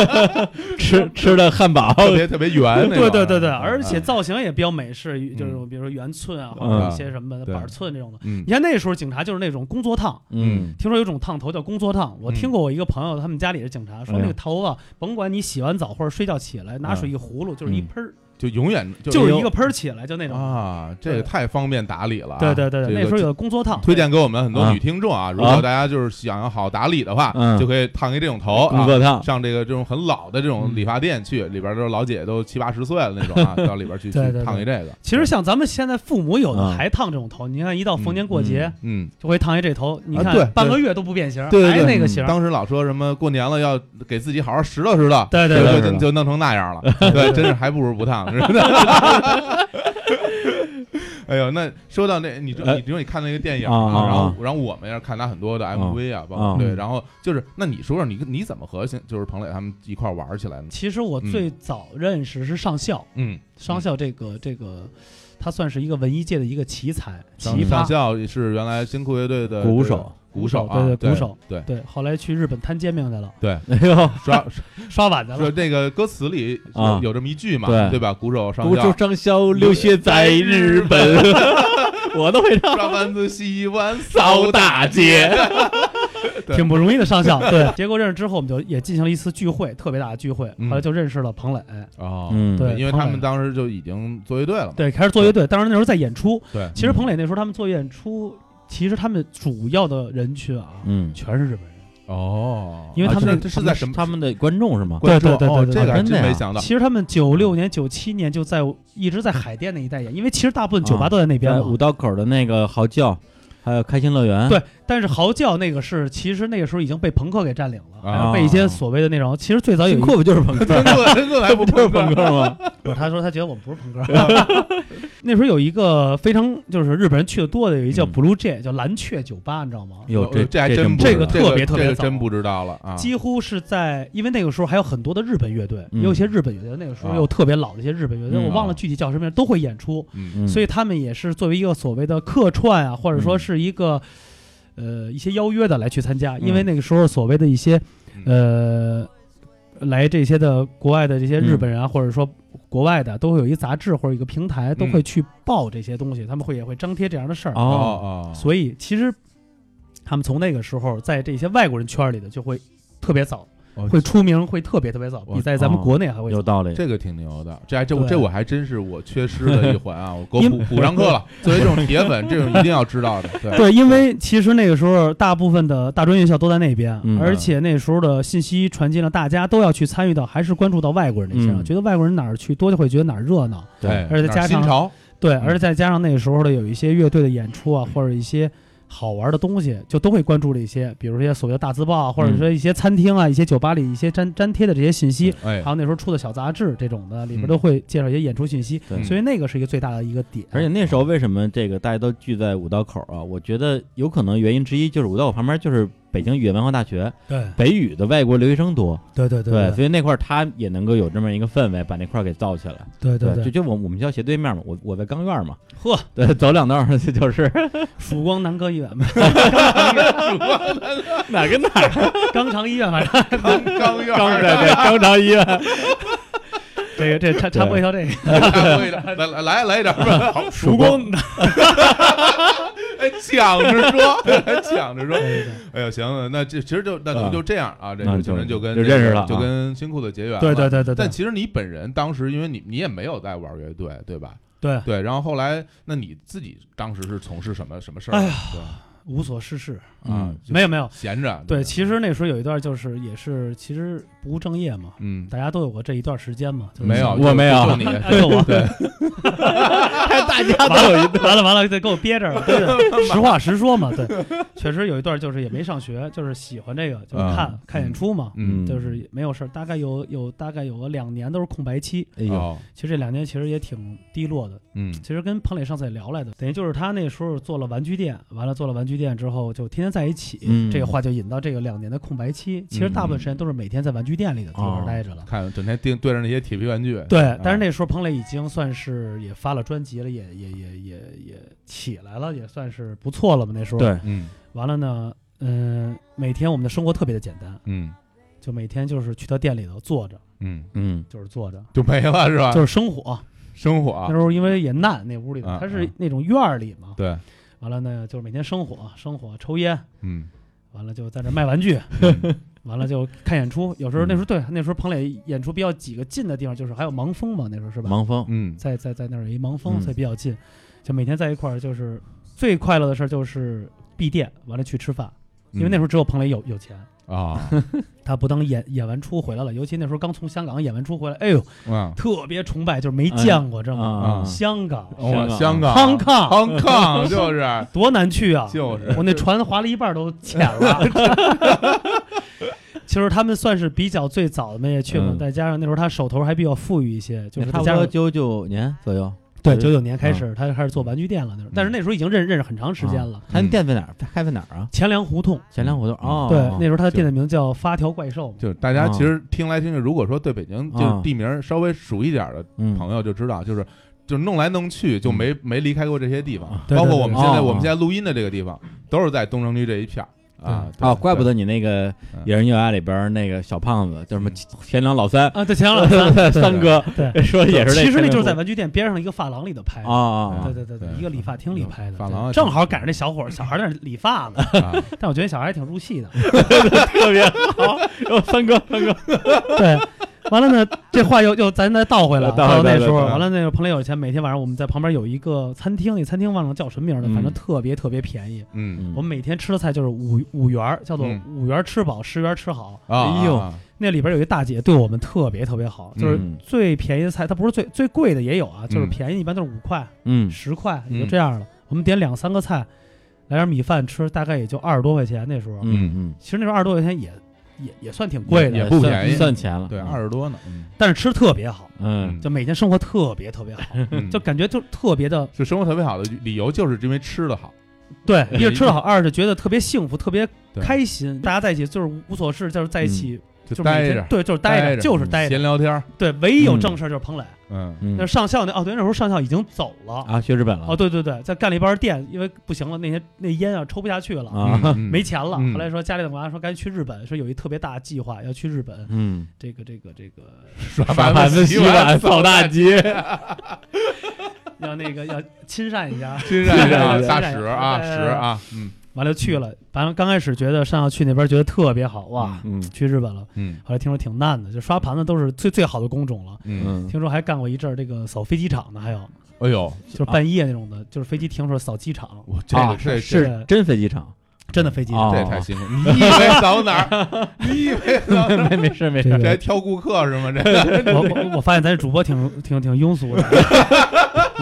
Speaker 1: 吃吃的汉 堡，
Speaker 2: 特 别特别圆，那
Speaker 3: 对
Speaker 2: 种
Speaker 3: 对对对，
Speaker 2: 啊
Speaker 3: 而且造型也比较美式，就是比如说圆寸啊，或者一些什么的
Speaker 2: 嗯对
Speaker 3: 板寸这种的。
Speaker 2: 嗯
Speaker 3: 你看那时候警察就是那种工作烫，
Speaker 1: 嗯，
Speaker 3: 听说有种烫头叫工作烫，我
Speaker 2: 嗯
Speaker 3: 听过我一个朋友，他们家里是警察，说
Speaker 1: 哎呀
Speaker 3: 那个头发甭管你洗完澡或者睡觉起来，拿水一葫芦就是一喷儿，
Speaker 2: 就永远嗯就
Speaker 3: 就是一个喷儿起来，就那种。
Speaker 2: 啊，这个
Speaker 3: 对
Speaker 2: 太方便打理了啊，
Speaker 3: 对对对
Speaker 2: 这
Speaker 3: 对，
Speaker 2: 个
Speaker 3: 那时候有工作烫，
Speaker 2: 推荐给我们很多
Speaker 1: 啊
Speaker 2: 女听众啊，如
Speaker 1: 啊
Speaker 2: 果大家就是想要好打理的话，
Speaker 1: 嗯
Speaker 2: 就可以烫一这种头
Speaker 1: 工
Speaker 2: 啊。
Speaker 1: 作烫，
Speaker 2: 上这个这种很老的这
Speaker 3: 嗯
Speaker 2: 种理发店去，里边都是老姐都七八十岁了那种 啊，到里边去去
Speaker 3: 对对对
Speaker 2: 烫一这个。
Speaker 3: 其实像咱们现在父母有的
Speaker 1: 啊
Speaker 3: 还烫这种头，你看一到逢年过节
Speaker 2: 嗯，啊
Speaker 3: 就会烫一这头，你看
Speaker 2: 对
Speaker 3: 半个月都不变形，
Speaker 2: 对对
Speaker 3: 还
Speaker 2: 对嗯
Speaker 3: 那个型。
Speaker 2: 当时老说什么过年了要给自己好好拾掇拾掇，
Speaker 3: 对对
Speaker 2: 结果
Speaker 1: 对
Speaker 2: 就
Speaker 1: 对
Speaker 2: 就弄成那 样了。对，真是还不如不烫，真的。哎呦，那说到那，你知
Speaker 1: 哎
Speaker 2: 你比如你看那个电影
Speaker 1: 啊啊
Speaker 2: 然后
Speaker 1: 啊
Speaker 2: 然后我们也是看他很多的 MV 啊，包括
Speaker 1: 啊
Speaker 2: 对，然后就是那你说说你你怎么和现就是彭磊他们一块玩起来呢？
Speaker 3: 其实我最早认识是上校，
Speaker 2: 嗯，
Speaker 3: 上校这个这个，他算是一个文艺界的一个奇才，
Speaker 2: 上
Speaker 3: 奇
Speaker 2: 上
Speaker 3: 葩
Speaker 2: 校是原来新裤乐队的
Speaker 1: 鼓
Speaker 2: 这个
Speaker 1: 手，
Speaker 2: 鼓手啊，
Speaker 3: 对
Speaker 2: 对
Speaker 3: 鼓手，
Speaker 2: 对
Speaker 3: 对，后来去日本摊煎饼去了，
Speaker 2: 对，
Speaker 1: 哎呦，
Speaker 2: 刷
Speaker 3: 刷碗去了
Speaker 2: 说。那个歌词里
Speaker 1: 啊
Speaker 2: 有这么一句嘛，
Speaker 1: 对
Speaker 2: 对吧？鼓手上
Speaker 1: 孤舟
Speaker 2: 校
Speaker 1: 张箫留学在日本， 我都会唱
Speaker 2: 上班自习 完
Speaker 1: 扫
Speaker 2: 扫
Speaker 1: 大
Speaker 2: 大
Speaker 1: 街
Speaker 2: 街，，对
Speaker 3: 挺不容易的 上校，对。结果认识之后，我们就也进行了一次聚会，特别大的聚会。
Speaker 2: 嗯
Speaker 3: 后来就认识了彭磊，
Speaker 2: 哦，
Speaker 1: 嗯
Speaker 3: 对
Speaker 2: 因为他们当时就已经做乐队了嘛，
Speaker 3: 对，开始做乐队。当时那时候在演出，
Speaker 2: 对，
Speaker 3: 其实彭磊那时候他们做演出，其实他们主要的人群啊，
Speaker 1: 嗯，
Speaker 3: 全是日本人。
Speaker 2: 哦，
Speaker 3: 因为他们
Speaker 2: 啊
Speaker 3: 那
Speaker 2: 这是在什么？
Speaker 1: 他们的观众是吗？
Speaker 2: 观众
Speaker 3: 对对对
Speaker 2: 哦
Speaker 3: 对对
Speaker 2: 这个还
Speaker 1: 真的
Speaker 2: 真
Speaker 1: 呀
Speaker 2: 没想到，
Speaker 3: 其实他们九
Speaker 2: 嗯
Speaker 3: 六年、九七年就在一直在海淀那一带演，因为其实大部分酒吧
Speaker 1: 啊
Speaker 3: 都在那边
Speaker 1: 在
Speaker 3: 嘛
Speaker 1: 五。道口的那个嚎叫，还有开心乐园，
Speaker 3: 对，但是嚎叫那个是，其实那个时候已经被朋克给占领了，
Speaker 2: 啊
Speaker 3: 然后 被一些所谓的那种，其实最早有
Speaker 1: 新
Speaker 3: 一
Speaker 1: 裤不就是朋 克？
Speaker 2: 真乐真乐还不
Speaker 1: 不就是
Speaker 2: 碰
Speaker 1: 朋克 吗？
Speaker 3: 不是，他说他觉得我们不是朋克。 那时候有一个非常就是日本人去的多的，有一叫
Speaker 1: 嗯
Speaker 3: Blue Jay，、叫蓝雀酒吧，你知道吗？
Speaker 1: 哟，这
Speaker 2: 哦这还真
Speaker 1: 不
Speaker 2: 不
Speaker 3: 这
Speaker 2: 知
Speaker 3: 个
Speaker 2: 道
Speaker 1: 知道
Speaker 3: 特别特别
Speaker 2: 这个
Speaker 3: 早
Speaker 2: 真不知道了啊，
Speaker 3: 几乎是在，因为那个时候还有很多的日本乐队，
Speaker 1: 嗯
Speaker 3: 也有一些日本乐队，那个时候
Speaker 2: 啊
Speaker 3: 有特别老的一些日本乐队，
Speaker 1: 嗯
Speaker 3: 我忘了具体叫什么名，都会演出，
Speaker 2: 嗯
Speaker 1: 嗯
Speaker 3: 所以他们也是作为一个所谓的客串啊，或者说是一个。呃，一些邀约的来去参加，因为
Speaker 1: 嗯
Speaker 3: 那个时候所谓
Speaker 2: 嗯
Speaker 3: 的呃
Speaker 1: 嗯
Speaker 3: 一些呃，来这些的国外的这些日本人啊，或者说国外的都会有一杂志或者一个平台都
Speaker 2: 嗯
Speaker 3: 会去报这些东西，他们会也会张贴这样的事儿。
Speaker 1: 哦，
Speaker 2: 哦，
Speaker 3: 所以其实他们从那个时候在这些外国人圈里的就会特别早，
Speaker 2: 哦
Speaker 3: 会出名，会特别特别早，
Speaker 2: 我
Speaker 3: 比在咱们国内还会
Speaker 1: 有
Speaker 3: 早。
Speaker 1: 道理。
Speaker 2: 这个挺牛的，这还这
Speaker 3: 对
Speaker 2: 这我还真是我缺失的一环啊！我给我
Speaker 3: 因
Speaker 2: 补补上课 了。作为这种铁粉，这种一定要知道的。对，哎
Speaker 3: 对，因为其实那个时候大部分的大专院校都在那边，
Speaker 1: 嗯
Speaker 3: 而且那时候的信息传进了，大家都要去参与到，还是关注到外国人那身上，
Speaker 1: 嗯
Speaker 3: 觉得外国人哪儿去多就会觉得哪儿热闹。
Speaker 2: 哎
Speaker 3: 而且
Speaker 2: 哪儿
Speaker 3: 加上
Speaker 2: 新潮，
Speaker 3: 对，而且再加上那个时候的有一些乐队的演出啊，或者一些好玩的东西，就都会关注了一些，比如说一些所谓的大字报啊，或者说一些餐厅啊、一些酒吧里一些粘粘贴的这些信息，
Speaker 2: 哎
Speaker 3: 还，有那时候出的小杂志这种的，里边
Speaker 2: 嗯
Speaker 3: 都会介绍一些演出信息，
Speaker 1: 对
Speaker 3: 所以那个是一个最大的一个点。
Speaker 1: 而且那时候为什么这个大家都聚在五道口啊？我觉得有可能原因之一就是五道口旁边就是北京语言文化大学，
Speaker 3: 对
Speaker 1: 北语的外国留学生多，
Speaker 3: 对对对
Speaker 1: 所以那块儿他也能够有这么一个氛围，把那块儿给造起来。
Speaker 3: 对对
Speaker 1: 就
Speaker 3: 对，
Speaker 1: 就我我们校斜对面嘛，我我在钢院嘛，
Speaker 3: 呵，
Speaker 1: 对，走两道儿 就是
Speaker 3: 曙光南歌医院 吧，
Speaker 1: 哪跟哪儿
Speaker 3: 肛肠医院反 正
Speaker 2: 刚刚要
Speaker 1: 钢对对肛肠医 院，嗯
Speaker 3: 这个这插插播一条这个
Speaker 2: 来来来来一点， 好，
Speaker 1: 曙光
Speaker 2: 哎抢着 说，哎抢着说，
Speaker 3: 对
Speaker 2: 哎呀，行，那这其实就那咱们就这样啊，这
Speaker 1: 嗯那就
Speaker 2: 就就跟
Speaker 1: 就认识了啊
Speaker 2: 就跟新裤子结缘了，
Speaker 3: 对对对对对
Speaker 2: 但其实你本人当时，因为你你也没有在玩乐队，对吧？
Speaker 3: 对，
Speaker 2: 对，然后后来，那你自己当时是从事什么什么事儿？
Speaker 3: 哎
Speaker 2: 呀，
Speaker 3: 无所事事，
Speaker 2: 啊
Speaker 1: 嗯，
Speaker 2: 就
Speaker 3: 没有没有。
Speaker 2: 闲着。
Speaker 3: 对，其实那时候有一段就是也是其实不务正业嘛，
Speaker 2: 嗯，
Speaker 3: 大家都有过这一段时间嘛，就是
Speaker 2: 没有，
Speaker 1: 我
Speaker 2: 就
Speaker 1: 没有
Speaker 2: 就你
Speaker 3: 哎呦我
Speaker 2: 对，
Speaker 1: 大家
Speaker 3: 完了，完了，完了，对，给我憋着了，对 对，实话实说嘛，对，确实有一段就是也没上学，就是喜欢这个，就是看、
Speaker 2: 嗯
Speaker 3: 看演出嘛，
Speaker 2: 嗯，
Speaker 3: 就是也没有事儿，大概有有大概有个两年都是空白期，
Speaker 1: 哎呦，
Speaker 2: 哦，
Speaker 3: 其实这两年其实也挺低落的，
Speaker 2: 嗯，
Speaker 3: 其实跟彭磊上次也聊来的，等于就是他那时候做了玩具店，完了做了玩具店之后就天天在一起，
Speaker 1: 嗯
Speaker 3: 这个话就引到这个两年的空白期，其实大部分时间都是每天在玩具店里的坐
Speaker 1: 哦
Speaker 3: 着待着了。
Speaker 2: 看整天盯对着那些铁皮玩具。啊
Speaker 3: 对，但是那时候彭磊已经算是也发了专辑了，也也也也也起来了，也算是不错了吧。那时候，
Speaker 1: 对，
Speaker 2: 嗯
Speaker 3: 完了呢，嗯、每天我们的生活特别的简单，
Speaker 2: 嗯
Speaker 3: 就每天就是去他店里头坐着，
Speaker 2: 嗯，
Speaker 1: 嗯
Speaker 3: 就是坐着，
Speaker 2: 就没了是吧？
Speaker 3: 就是生火。
Speaker 2: 生
Speaker 3: 那
Speaker 2: 火
Speaker 3: 时。候因为也难，那屋里头
Speaker 2: 啊
Speaker 3: 它
Speaker 2: 啊
Speaker 3: 是那种院儿里嘛，
Speaker 2: 对，
Speaker 3: 完了呢就是每天生火，生火抽烟，
Speaker 2: 嗯，
Speaker 3: 完了就在这卖玩具。完了就看演出，有时候那时
Speaker 2: 嗯
Speaker 3: 候对那时候彭磊演出比较几个近的地方，就是还有盲峰嘛，那时候是吧？
Speaker 1: 盲峰，
Speaker 2: 嗯
Speaker 3: 在在在那儿有一盲
Speaker 1: 嗯
Speaker 3: 峰，所以比较近，就每天在一块儿，就是最快乐的事儿就是闭店，完了去吃饭，因为那时
Speaker 1: 嗯
Speaker 3: 候只有彭磊有有钱，
Speaker 2: 候嗯 啊，
Speaker 3: 他不当演演完出回来了，尤其那时候刚从香港演完出回来，哎呦，
Speaker 2: 嗯，
Speaker 3: 特别崇拜，就是没见过这么、
Speaker 1: 哎啊
Speaker 2: 嗯，
Speaker 3: 香港
Speaker 2: 哇香
Speaker 1: 香
Speaker 2: 港
Speaker 3: Hong Kong
Speaker 2: Hong Kong 就是
Speaker 3: 多难去啊！
Speaker 2: 就是
Speaker 3: 我那船划了一半都浅了。 其实他们算是比较最早的那些去嘛，
Speaker 1: 嗯
Speaker 3: 再加上那时候他手头还比较富裕一些，就是
Speaker 1: 哎差
Speaker 3: 再
Speaker 1: 不
Speaker 3: 加
Speaker 1: 多
Speaker 3: 上
Speaker 1: 九九年左右，
Speaker 3: 对，
Speaker 1: 嗯嗯
Speaker 3: 九九年开始，他就开始做玩具店了。那时候，但是那时候已经认认识很长时间了。
Speaker 1: 啊他那店在哪儿？开在哪儿啊？
Speaker 3: 钱粮胡同，
Speaker 1: 前两胡同哦，
Speaker 3: 对，
Speaker 1: 哦
Speaker 3: 那时候他的店的名叫发条怪兽嘛。
Speaker 2: 就是大家
Speaker 1: 啊
Speaker 3: 嗯
Speaker 2: 其实听来听去，如果说对北京就
Speaker 1: 啊
Speaker 2: 是地名稍微熟一点的
Speaker 1: 嗯
Speaker 2: 朋友就知道，就是就弄来弄去就没没离开过这些地方，
Speaker 3: 嗯对
Speaker 2: 包括
Speaker 3: 对对
Speaker 2: 我们现在
Speaker 1: 哦
Speaker 2: 我们现在录音的这个地方，都是在东城区这一片儿啊
Speaker 1: 啊，
Speaker 3: 哦
Speaker 1: 怪不
Speaker 2: 得
Speaker 1: 得你那个《
Speaker 3: 嗯
Speaker 1: 野人有爱》里边儿那个小胖子叫什么钱粮老 三，
Speaker 3: 啊，对，钱粮老三
Speaker 1: 三哥
Speaker 3: 嗯对，
Speaker 1: 说的也是那
Speaker 3: 其
Speaker 1: 前
Speaker 3: 实那
Speaker 1: 两
Speaker 3: 就是在
Speaker 1: 胡
Speaker 3: 玩具店边上一个发廊里头拍的。
Speaker 1: 啊啊
Speaker 3: 对对对对
Speaker 2: 对，
Speaker 3: 一个理发厅
Speaker 1: 嗯
Speaker 3: 里拍的，
Speaker 2: 发廊啊
Speaker 3: 对正好赶上那小伙儿，小孩儿在那理发 呢。
Speaker 2: 啊
Speaker 3: 但我觉得小孩儿还挺入戏的。
Speaker 1: 啊，特别好，哦三哥三哥，
Speaker 3: 对，完了呢，这话又又咱再倒回来，啊
Speaker 1: 倒回
Speaker 3: 到
Speaker 1: 来
Speaker 3: 那
Speaker 1: 倒
Speaker 3: 时
Speaker 1: 回
Speaker 3: 候，
Speaker 1: 来
Speaker 3: 完了那个彭磊有钱，每天晚上我们在旁边有一个餐厅，那餐厅忘了叫什么名了，反正
Speaker 1: 嗯
Speaker 3: 特别特别便宜。
Speaker 2: 嗯
Speaker 3: 我们每天吃的菜就是五五元儿，叫做
Speaker 2: 嗯
Speaker 3: 五元儿吃饱，十元儿吃好。
Speaker 2: 啊，
Speaker 1: 哎呦
Speaker 2: 啊
Speaker 3: 那里边有一大姐对我们特别特别好，就是
Speaker 1: 嗯
Speaker 3: 最便宜的菜，它不是最最贵的也有啊，就是
Speaker 2: 嗯
Speaker 3: 便宜一般都是五块、
Speaker 1: 嗯
Speaker 3: 十块
Speaker 2: 嗯
Speaker 3: 也就这样了。我们点两三个菜，来点米饭吃，大概也就二十多块钱。那时候，
Speaker 1: 嗯
Speaker 3: 其实那时候二十多块钱也也也算挺贵
Speaker 1: 嗯，
Speaker 3: 的，
Speaker 2: 也不
Speaker 1: 算
Speaker 2: 便宜
Speaker 1: 算钱了，
Speaker 2: 对
Speaker 1: 嗯
Speaker 2: 二十多呢，嗯
Speaker 3: 但是吃特别好，
Speaker 1: 嗯
Speaker 3: 就每天生活特别 特别好，
Speaker 2: 嗯
Speaker 3: 就感觉就特别的
Speaker 2: 就生活特别好的理由就是因为吃的好，
Speaker 3: 对， 一是吃的好，二是觉得特别幸福，特别
Speaker 2: 对嗯
Speaker 3: 开心，大家在一起就是无所事，就是在一起
Speaker 2: 就
Speaker 3: 就每
Speaker 2: 待
Speaker 3: 天
Speaker 2: 着，
Speaker 3: 对，就是
Speaker 2: 待
Speaker 3: 着，就是待
Speaker 2: 闲
Speaker 3: 着。
Speaker 2: 聊天儿，
Speaker 3: 对，唯一有正事儿就是彭磊。
Speaker 2: 嗯，
Speaker 1: 嗯
Speaker 3: 那上校那哦，对，那时候上校已经走了。
Speaker 1: 啊，去日本
Speaker 3: 哦，
Speaker 1: 了
Speaker 3: 对对对，在干了一班店，因为不行了，那些那烟啊抽不下去了，
Speaker 1: 啊，
Speaker 2: 嗯
Speaker 3: 没，钱了。
Speaker 2: 嗯
Speaker 3: 后来说家里的娃说赶紧去日本，说有一特别大的计划要去日本，
Speaker 1: 嗯，
Speaker 3: 这个这个这个
Speaker 2: 刷
Speaker 1: 刷
Speaker 2: 碗
Speaker 1: 盘子、洗碗、扫大街，
Speaker 3: 要那个要亲善一下。
Speaker 2: 亲善啊，
Speaker 1: 亲
Speaker 2: 大
Speaker 3: 善
Speaker 2: 使啊，
Speaker 3: 对
Speaker 2: 使
Speaker 3: 对对
Speaker 2: 啊，嗯
Speaker 3: 完了就去了，反正刚开始觉得上校去那边觉得特别好哇，
Speaker 1: 嗯
Speaker 3: 去日本了。
Speaker 2: 嗯
Speaker 3: 后来听说挺难的，就刷盘子都是最最好的工种了。
Speaker 2: 嗯，
Speaker 1: 嗯，
Speaker 3: 听说还干过一阵儿这个扫飞机场的，还有
Speaker 2: 哎呦，
Speaker 3: 就是半夜那种的，就是飞机停的时候扫机场，
Speaker 2: 我这
Speaker 1: 啊
Speaker 2: 个，这这
Speaker 1: 是真飞机 场，
Speaker 3: 真的飞机
Speaker 1: 哦
Speaker 2: 这也太辛苦，你以为扫哪儿？你以为扫哪儿？
Speaker 1: 没没事没
Speaker 3: 这
Speaker 1: 事，
Speaker 2: 这还
Speaker 3: 个
Speaker 2: 挑顾客是吗？这
Speaker 3: 我我我发现咱这主播挺挺挺庸俗的，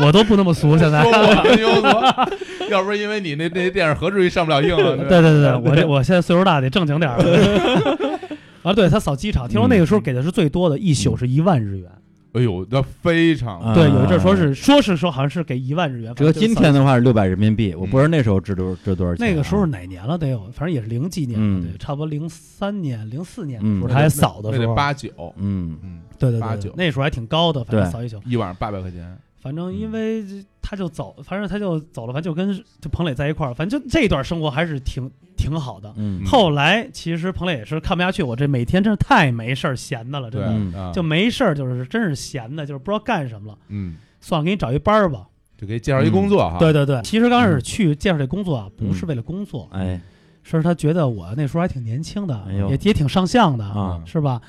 Speaker 3: 我都不那么俗现在
Speaker 2: 说。我们庸俗，要不是因为你那那电影，何至于上不了映啊？
Speaker 3: 对
Speaker 2: 吧
Speaker 3: 对对，我这我现在岁数大，得正经点儿。 啊，对他扫机场，听说那个时候
Speaker 2: 嗯
Speaker 3: 给的是最多的，一宿是一万日元。
Speaker 2: 哎呦，那非常
Speaker 1: 啊
Speaker 3: 嗯对，有一阵儿说是说是说好像是给一万日元，
Speaker 1: 折
Speaker 3: 反正就是
Speaker 1: 今
Speaker 3: 扫
Speaker 1: 天的话是六百人民币，我不知道那时候值多值多少钱啊。
Speaker 3: 嗯那个时
Speaker 2: 嗯
Speaker 3: 候哪年了得有，反正也是零几年
Speaker 1: 嗯
Speaker 3: 了，对，差不多零三年、零四年的
Speaker 1: 嗯
Speaker 3: 时候，他还扫的
Speaker 2: 那
Speaker 3: 时
Speaker 2: 得
Speaker 3: 候，
Speaker 2: 八九，
Speaker 1: 嗯，
Speaker 2: 嗯，
Speaker 3: 对对
Speaker 2: 八
Speaker 3: 对
Speaker 2: 九
Speaker 3: 对，那时候还挺高的，反
Speaker 1: 对
Speaker 3: 正扫一宿，
Speaker 2: 一晚上八百块钱，
Speaker 3: 反正
Speaker 2: 嗯
Speaker 3: 因为他就走，反正他就走了，反正就跟就彭磊在一块儿，反正就这段生活还是挺挺好的。
Speaker 1: 嗯
Speaker 3: 后来其实彭磊也是看不下去，我这每天真是太没事儿闲的了，真
Speaker 2: 对
Speaker 3: 的
Speaker 1: 嗯
Speaker 2: 啊，
Speaker 3: 就没事儿，就是真是闲的，就是不知道干什么了。
Speaker 2: 嗯，
Speaker 3: 算了，给你找一班儿吧。
Speaker 2: 就给介绍一工作哈，
Speaker 3: 嗯对对对，其实刚开始
Speaker 1: 嗯
Speaker 3: 去介绍这工作啊，不是
Speaker 1: 嗯
Speaker 3: 为了工作，
Speaker 1: 哎
Speaker 3: 是他觉得我那时候还挺年轻的，
Speaker 1: 哎呦
Speaker 3: 也也挺上相的，
Speaker 1: 啊
Speaker 3: 是吧？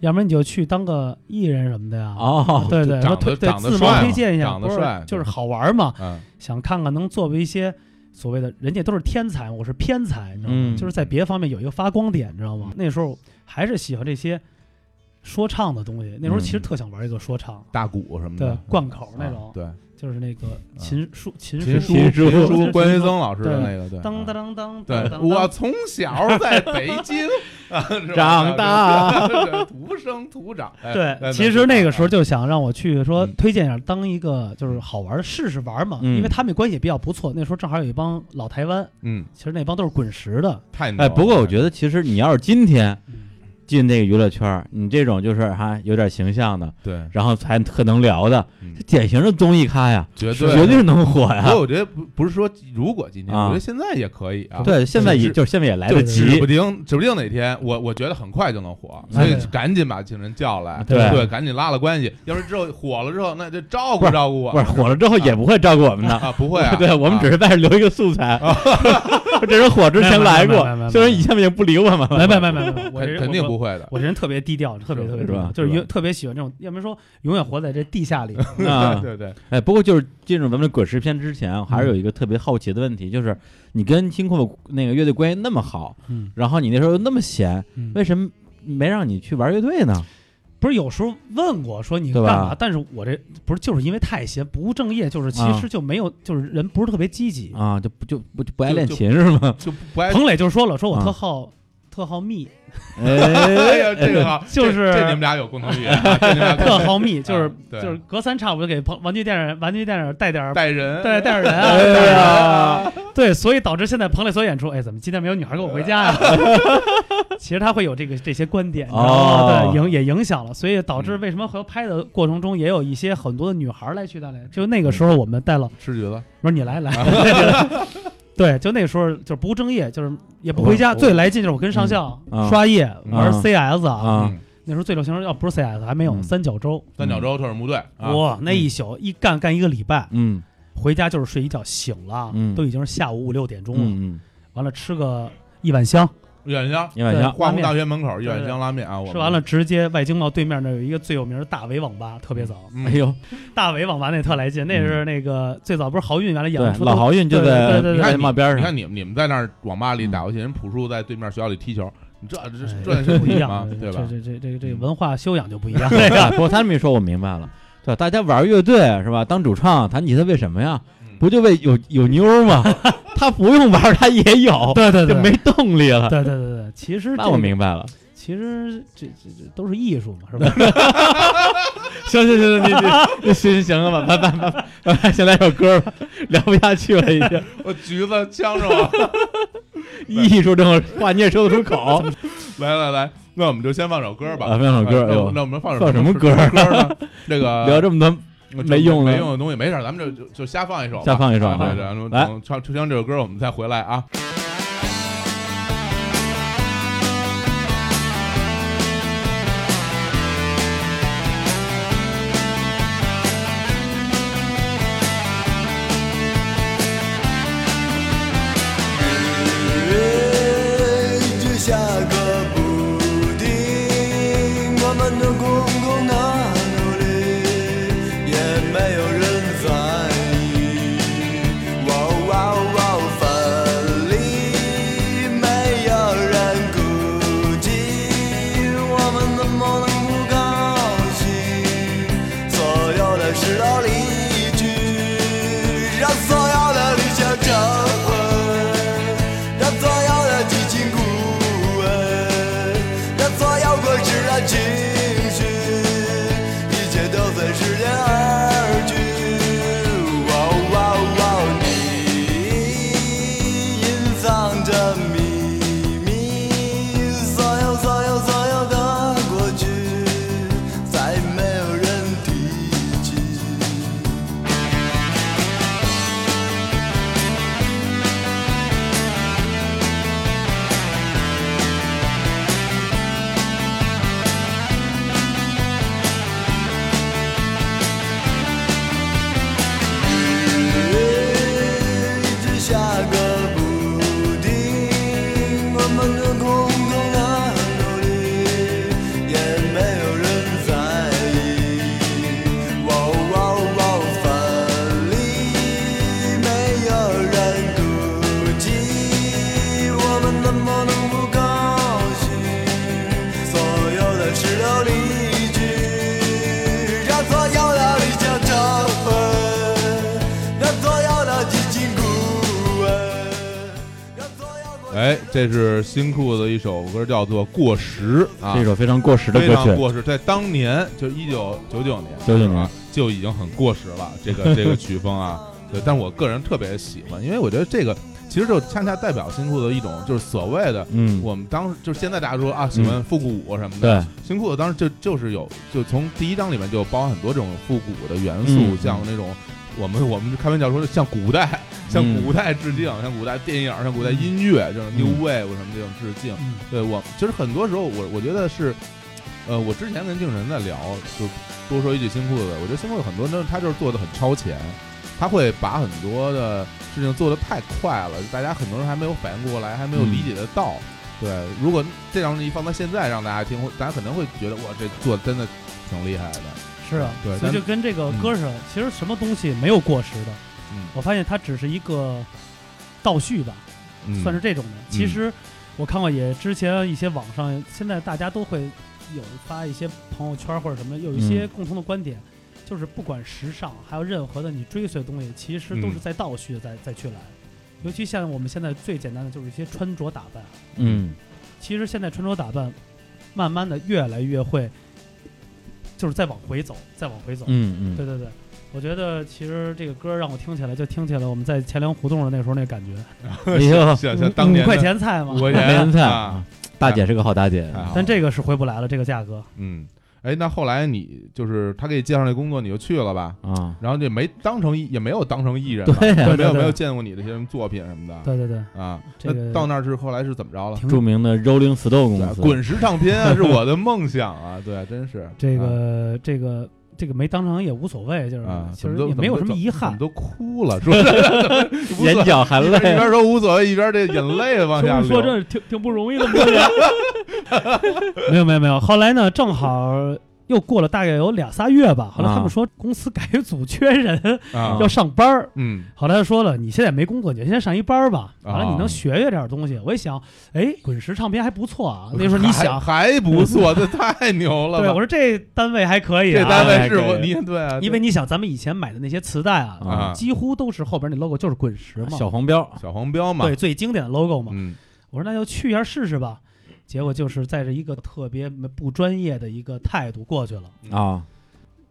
Speaker 3: 要不然你就去当个艺人什么的呀。
Speaker 1: 哦，
Speaker 3: 对对，
Speaker 2: 长得
Speaker 3: 说推对
Speaker 2: 长得
Speaker 3: 自
Speaker 2: 帅嘛
Speaker 3: 我推荐一下，
Speaker 2: 长得
Speaker 3: 不是
Speaker 2: 帅
Speaker 3: 就是好玩嘛，
Speaker 2: 嗯，
Speaker 3: 想看看能作为一些所谓的人家都是天才，我是偏才，你知道吗？
Speaker 1: 嗯
Speaker 3: 就是在别的方面有一个发光点，你知道吗？
Speaker 2: 嗯
Speaker 3: 那时候还是喜欢这些说唱的东西，那时候其实特想玩一个说唱，
Speaker 2: 大鼓什么
Speaker 3: 对
Speaker 2: 的，，
Speaker 3: 贯口那种，
Speaker 2: 嗯啊对，
Speaker 3: 就是那个琴书琴
Speaker 2: 琴
Speaker 3: 书，
Speaker 1: 琴
Speaker 2: 书
Speaker 1: 书
Speaker 2: 书，关云增老师的
Speaker 3: 对
Speaker 2: 那个，对，
Speaker 3: 当
Speaker 2: 啊
Speaker 3: 当当当
Speaker 2: 对
Speaker 3: 当，当，
Speaker 2: 我从小在北京 啊是吧
Speaker 1: 长大
Speaker 2: 对土生土长。哎
Speaker 3: 对，其实那个时候，就想让我去说
Speaker 2: 嗯
Speaker 3: 推荐一下，当一个就是好玩儿试试玩儿嘛，
Speaker 1: 嗯
Speaker 3: 因为他们关系也比较不错。那时候正好有一帮老台湾，
Speaker 2: 嗯，
Speaker 3: 其实那帮都是滚 石的，
Speaker 2: 太牛了
Speaker 1: 哎，不过我觉得其实你要是今天
Speaker 3: 嗯
Speaker 1: 进那个娱乐圈儿，你这种就是哈有点形象的，
Speaker 2: 对，
Speaker 1: 然后还特能聊的
Speaker 2: 嗯，
Speaker 1: 这典型的综艺咖呀，
Speaker 2: 绝对
Speaker 1: 绝对是能火呀
Speaker 2: 不。过我觉得不不是说如果今天，
Speaker 1: 啊
Speaker 2: 我觉得现在也可以啊。
Speaker 1: 对，现在也
Speaker 2: 指
Speaker 1: 就是现在也来
Speaker 2: 就
Speaker 1: 得
Speaker 2: 指
Speaker 1: 及
Speaker 2: 不，定，指不定哪天，我我觉得很快就能火，所
Speaker 3: 哎
Speaker 2: 以
Speaker 3: 对
Speaker 2: 赶紧把情人叫来，
Speaker 1: 对
Speaker 2: 对，赶紧拉拉关系，要不然之后火了之后，那就照
Speaker 1: 不
Speaker 2: 顾
Speaker 1: 是
Speaker 2: 照顾我
Speaker 1: 不是火了之后也不会照顾我们的。
Speaker 2: 啊，不会啊，
Speaker 1: 对我们只是在这留一个素材，这人火之前来
Speaker 3: 没有没有没
Speaker 1: 过，
Speaker 3: 有没有
Speaker 1: 虽然以前已经不理我们
Speaker 3: 没
Speaker 1: 了，
Speaker 3: 没没没没，我
Speaker 2: 啊
Speaker 3: 这人
Speaker 2: 肯肯定
Speaker 3: 我
Speaker 2: 不会的，
Speaker 3: 我这人特别低调，特别特别
Speaker 1: 是
Speaker 3: 低
Speaker 1: 吧
Speaker 3: 调，就是
Speaker 1: 是吧
Speaker 3: 永特别喜欢这种，要不然说永远活在这地 下里。
Speaker 1: 啊，
Speaker 2: 对对，
Speaker 1: 哎，不过就是进入咱们的滚石篇之前，我还是有一个特别好奇的问题，就是你跟新裤子那个乐队关系那么好，
Speaker 3: 嗯，
Speaker 1: 然后你那时候又那么闲，
Speaker 3: 嗯
Speaker 1: 为什么没让你去玩乐队呢？
Speaker 3: 不是有时候问我说你
Speaker 1: 对
Speaker 3: 干
Speaker 1: 吧
Speaker 3: 嘛？但是我这不是就是因为太闲不务正业，就是其
Speaker 1: 啊
Speaker 3: 实就没有，就是人不是特别积极。
Speaker 1: 啊，就不就不就不爱
Speaker 2: 就
Speaker 1: 练
Speaker 2: 就
Speaker 1: 琴是吗？
Speaker 2: 就不不爱
Speaker 3: 彭磊就说了，说我
Speaker 1: 啊
Speaker 3: 特好特好密，
Speaker 1: 哎，
Speaker 2: 哎呀，这个好
Speaker 3: 就
Speaker 2: 这
Speaker 3: 是
Speaker 2: 这你们俩有共同语言 啊，这你们俩有共
Speaker 3: 特
Speaker 2: 同语言
Speaker 3: 好密，就是
Speaker 2: 啊对
Speaker 3: 就是隔三差五就给朋玩具店儿玩具店儿带点儿
Speaker 2: 带人，
Speaker 3: 带带点儿人啊，带
Speaker 1: 哎
Speaker 3: 点儿人
Speaker 1: 呀，
Speaker 3: 对，所以导致现在彭磊所演出，哎，怎么今天没有女孩跟我回家呀、 其实他会有这个这些观点，你知道吗
Speaker 1: 哦嗯
Speaker 3: 对，影也影响了，所以导致为什么和拍的过程中也有一些很多的女孩来去带来，就那个时候我们带了，
Speaker 2: 吃橘子，
Speaker 3: 我说你来来。 对，就那时候就是不务正业，就是也不回
Speaker 2: 我
Speaker 3: 家。
Speaker 2: 我
Speaker 3: 最来劲就是我跟上校
Speaker 1: 嗯啊
Speaker 3: 刷夜玩
Speaker 1: 嗯
Speaker 3: CS 啊，
Speaker 1: 啊
Speaker 2: 嗯，
Speaker 3: 那时候最流行要不是 CS 还没有
Speaker 1: 嗯
Speaker 3: 三角洲，
Speaker 2: 三角洲特种部队啊，
Speaker 3: 哇，那一宿一干干一个礼拜，
Speaker 1: 嗯
Speaker 3: 回家就是睡一觉，醒了
Speaker 1: 嗯
Speaker 3: 都已经是下午五六点钟了，
Speaker 1: 嗯嗯，
Speaker 3: 完了吃个一碗香，
Speaker 2: 远香，
Speaker 1: 你晚上
Speaker 2: 化
Speaker 3: 拉
Speaker 2: 工
Speaker 3: 面
Speaker 2: 大学门口一碗
Speaker 3: 对
Speaker 2: 香拉面啊，我们
Speaker 3: 吃完了，直接外经贸对面那有一个最有名的大伟网吧，特别早，
Speaker 2: 嗯
Speaker 1: 哎呦，
Speaker 3: 大伟网吧那特来劲，那是那个最早不是豪运原来
Speaker 1: 对
Speaker 3: 演出，
Speaker 1: 老豪运就
Speaker 3: 对
Speaker 1: 在
Speaker 3: 对对对
Speaker 2: 你
Speaker 1: 外
Speaker 2: 看你
Speaker 1: 贸边儿
Speaker 2: 你
Speaker 1: 上，
Speaker 2: 看你们你们在那儿网吧里
Speaker 1: 嗯
Speaker 2: 打游戏，人朴树在对面学校里踢球，你这这这
Speaker 3: 哎
Speaker 2: 这
Speaker 3: 不一样
Speaker 2: 吗？
Speaker 3: 了，
Speaker 2: 对
Speaker 3: 这
Speaker 2: 吧？
Speaker 3: 这这这这文化修养就不一样，这
Speaker 1: 啊
Speaker 3: 个
Speaker 1: 不过他这么一说，我明白了。对，大家玩乐队是吧？当主唱弹吉他为什么呀？
Speaker 2: 嗯
Speaker 1: 不就为有有妞儿 吗？他不用玩，他也有，
Speaker 3: 对对
Speaker 1: 就
Speaker 3: 对，
Speaker 1: 没动力了。
Speaker 3: 对对对对，其实
Speaker 1: 那我
Speaker 3: 明，
Speaker 1: 明白了。
Speaker 3: 其实这这这都是艺术嘛，是吧？
Speaker 1: 行行行， 你你你行行行了吧，拜拜拜拜拜，先来首歌吧，聊不下去了已 经。
Speaker 2: 我橘子呛着我，
Speaker 1: 艺术这种话你也说得出口，
Speaker 2: 来来来，那我们就先放首歌吧，
Speaker 1: 啊放首歌
Speaker 2: 哎那
Speaker 1: 哎呦
Speaker 2: 我那我呃们放首
Speaker 1: 放什么歌
Speaker 2: 歌呢？这个
Speaker 1: 聊这么多，
Speaker 2: 这
Speaker 1: 没用了
Speaker 2: 没用的东西，没事儿，咱们就就就瞎放一首吧，
Speaker 1: 瞎放一首
Speaker 2: 啊
Speaker 1: 好
Speaker 2: 对，然后
Speaker 1: 来
Speaker 2: 等唱唱完这首歌，我们再回来啊。
Speaker 4: 一直下个不停，我们的共同的努力，也没有人在意。哇哦哇哦哇哦，分离，没有人顾忌，我们怎么能不高兴？所有的事都离去，让所有的理想成灰。让所有的激情枯萎，让所有过时的情绪，一切都随时间而去。哦哦哦，你隐藏着秘密，所有所有所有的过去，再没有人提起。一直下个不停，我们的共同的努力，也没有人在意。哇哦哇哦哇哦，分离，没有人顾忌，我们怎么能不高兴？所有的事都离去，让所有的理想成灰，让所有的激情枯萎，让所有过去
Speaker 2: 哎，这是新裤子一首歌，叫做《过时》啊，
Speaker 1: 这首非常过时的
Speaker 2: 非
Speaker 1: 歌
Speaker 2: 常
Speaker 1: 曲，
Speaker 2: 过时，在当年就一九九九年，
Speaker 1: 99年
Speaker 2: 啊就已经很过时了。这个这个曲风啊，对，但我个人特别喜欢，因为我觉得这个其实就恰恰代表新裤子一种就是所谓的。
Speaker 1: 嗯，
Speaker 2: 我们当时就是现在大家说啊，喜欢复古舞什么的，
Speaker 1: 对，
Speaker 2: 新裤子当时就就是有，就从第一章里面就包含很多这种复古的元素，
Speaker 1: 嗯
Speaker 2: 像那种我们我们开玩笑说像古代，向
Speaker 1: 嗯
Speaker 2: 古代致敬，像古代电影，像古代音乐，就是 New Wave 什么这种致敬。
Speaker 3: 嗯
Speaker 2: 对我其实很多时候我我觉得是，呃，我之前跟静晨在聊，就多说一句新裤子，我觉得新裤子很多呢，他就是做的很超前，他会把很多的事情做得太快了，大家很多人还没有反应过来，还没有
Speaker 1: 嗯
Speaker 2: 理解得到。对，如果这张一放到现在让大家听，大家可能会觉得哇，这做的真的挺厉害的。
Speaker 3: 是啊，
Speaker 2: 对
Speaker 3: 所
Speaker 2: 咱
Speaker 3: 以就跟这个歌似的，其实什么东西没有过时的，
Speaker 2: 嗯
Speaker 3: 我发现它只是一个倒叙吧，
Speaker 2: 嗯，
Speaker 3: 算是这种的。其实我看过也之前一些网上，现在大家都会有发一些朋友圈或者什么，有一些
Speaker 1: 嗯
Speaker 3: 共同的观点，就是不管时尚，还有任何的你追随的东西，其实都是
Speaker 2: 嗯
Speaker 3: 在倒叙的再再去来。尤其像我们现在最简单的就是一些穿着打扮，
Speaker 1: 嗯，
Speaker 3: 其实现在穿着打扮，慢慢的越来越会，就是再往回走，再往回走。
Speaker 1: 嗯
Speaker 3: 对
Speaker 1: 嗯，
Speaker 3: 对对，我觉得其实这个歌让我听起来就听起来我们在钱粮胡同的那时候那感觉，
Speaker 1: 哎呦，
Speaker 2: 像
Speaker 3: 五
Speaker 2: 像当年
Speaker 3: 五块
Speaker 2: 的
Speaker 3: 钱菜嘛
Speaker 2: 五。块
Speaker 1: 梅
Speaker 2: 钱
Speaker 1: 恩菜
Speaker 2: 啊
Speaker 1: 啊，，大姐是个好大姐，
Speaker 2: 太好了
Speaker 3: 但这个是回不来了，这个价格。
Speaker 2: 嗯，哎，那后来你就是他给你介绍这工作，你就去了吧？
Speaker 1: 啊，
Speaker 2: 然后就没当成也没有当成艺人吧，
Speaker 1: 对呀
Speaker 2: 没有
Speaker 3: 对对
Speaker 2: 没有见过你的一些什么作品什么的
Speaker 3: 对对对，
Speaker 2: 啊。
Speaker 3: 这
Speaker 2: 那
Speaker 3: 个
Speaker 2: 到那儿是后来是怎么着了？
Speaker 3: 挺
Speaker 1: 著名的 Rolling Stone 公
Speaker 2: 对
Speaker 1: 司，
Speaker 2: 滚石唱片啊，是我的梦想啊！ 对，真是
Speaker 3: 这
Speaker 2: 啊
Speaker 3: 个、这个这个没当成也无所谓，就是、
Speaker 2: 啊，
Speaker 3: 其
Speaker 2: 怎
Speaker 3: 实
Speaker 2: 都
Speaker 3: 也没有什么遗憾
Speaker 2: 怎。都哭 了，说无所
Speaker 1: 眼角含
Speaker 2: 一边一
Speaker 1: 泪，
Speaker 2: 边说无所谓，一边这眼泪往下流。
Speaker 3: 是挺挺不容易的， 没有没有没有。后来呢，正好又过了大概有俩仨月吧，后来他
Speaker 1: 啊
Speaker 3: 们说公司改组缺人，
Speaker 2: 啊
Speaker 3: 要，上班儿。
Speaker 2: 嗯
Speaker 3: 后来他说了，你现在没工作，你就先上一班儿吧，完了
Speaker 2: 啊
Speaker 3: 你能学学点儿东西。我一想，哎，滚石唱片还不错啊。那时候你
Speaker 2: 还
Speaker 3: 想，
Speaker 2: 还不错，这太牛了吧！
Speaker 3: 对我说这单位还可以、啊，
Speaker 2: 这单位是
Speaker 1: 哎
Speaker 2: 我
Speaker 1: 对
Speaker 2: 你对啊，
Speaker 3: 因为你想，咱们以前买的那些磁带啊，
Speaker 2: 啊
Speaker 3: 几乎都是后边那 logo 就是滚石嘛，
Speaker 1: 小黄标，
Speaker 2: 小黄标嘛，
Speaker 3: 对，最经典的 logo 嘛。
Speaker 2: 嗯
Speaker 3: 我说那就去一下试试吧。结果就是在这一个特别不专业的一个态度过去了，
Speaker 2: 嗯
Speaker 1: 啊，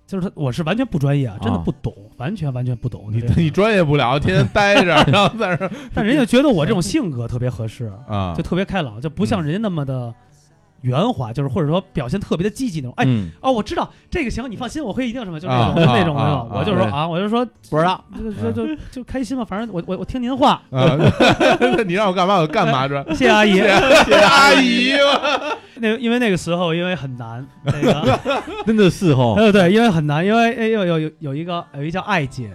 Speaker 3: 就是他我是完全不专业啊，真的
Speaker 1: 啊
Speaker 3: 不懂，完全完全不懂。
Speaker 2: 你
Speaker 3: 对
Speaker 2: 你专业不了，天天待 着，然后在那儿
Speaker 3: 但人家觉得我这种性格特别合适，
Speaker 2: 啊
Speaker 3: 就特别开朗，就不像人家那么的圆滑，就是或者说表现特别的积极那种。哎，
Speaker 1: 嗯
Speaker 3: 哦，我知道这个行，你放心，我会一定什么，就那
Speaker 2: 啊
Speaker 3: 种、那种
Speaker 2: 啊
Speaker 3: 那
Speaker 2: 啊
Speaker 3: 种，我就说
Speaker 1: 对
Speaker 3: 啊，我就说
Speaker 1: 不知道，
Speaker 3: 就就就就开心嘛，反正我我我听您话，
Speaker 2: 啊， 你让我干嘛我干嘛哎这，
Speaker 3: 谢谢阿姨。
Speaker 2: 谢谢阿姨，
Speaker 3: 那因为那个时候因为很难，那个
Speaker 1: 真的是哦，
Speaker 3: 呃对，因为很难，因为哎有有有有一个有一个叫艾姐，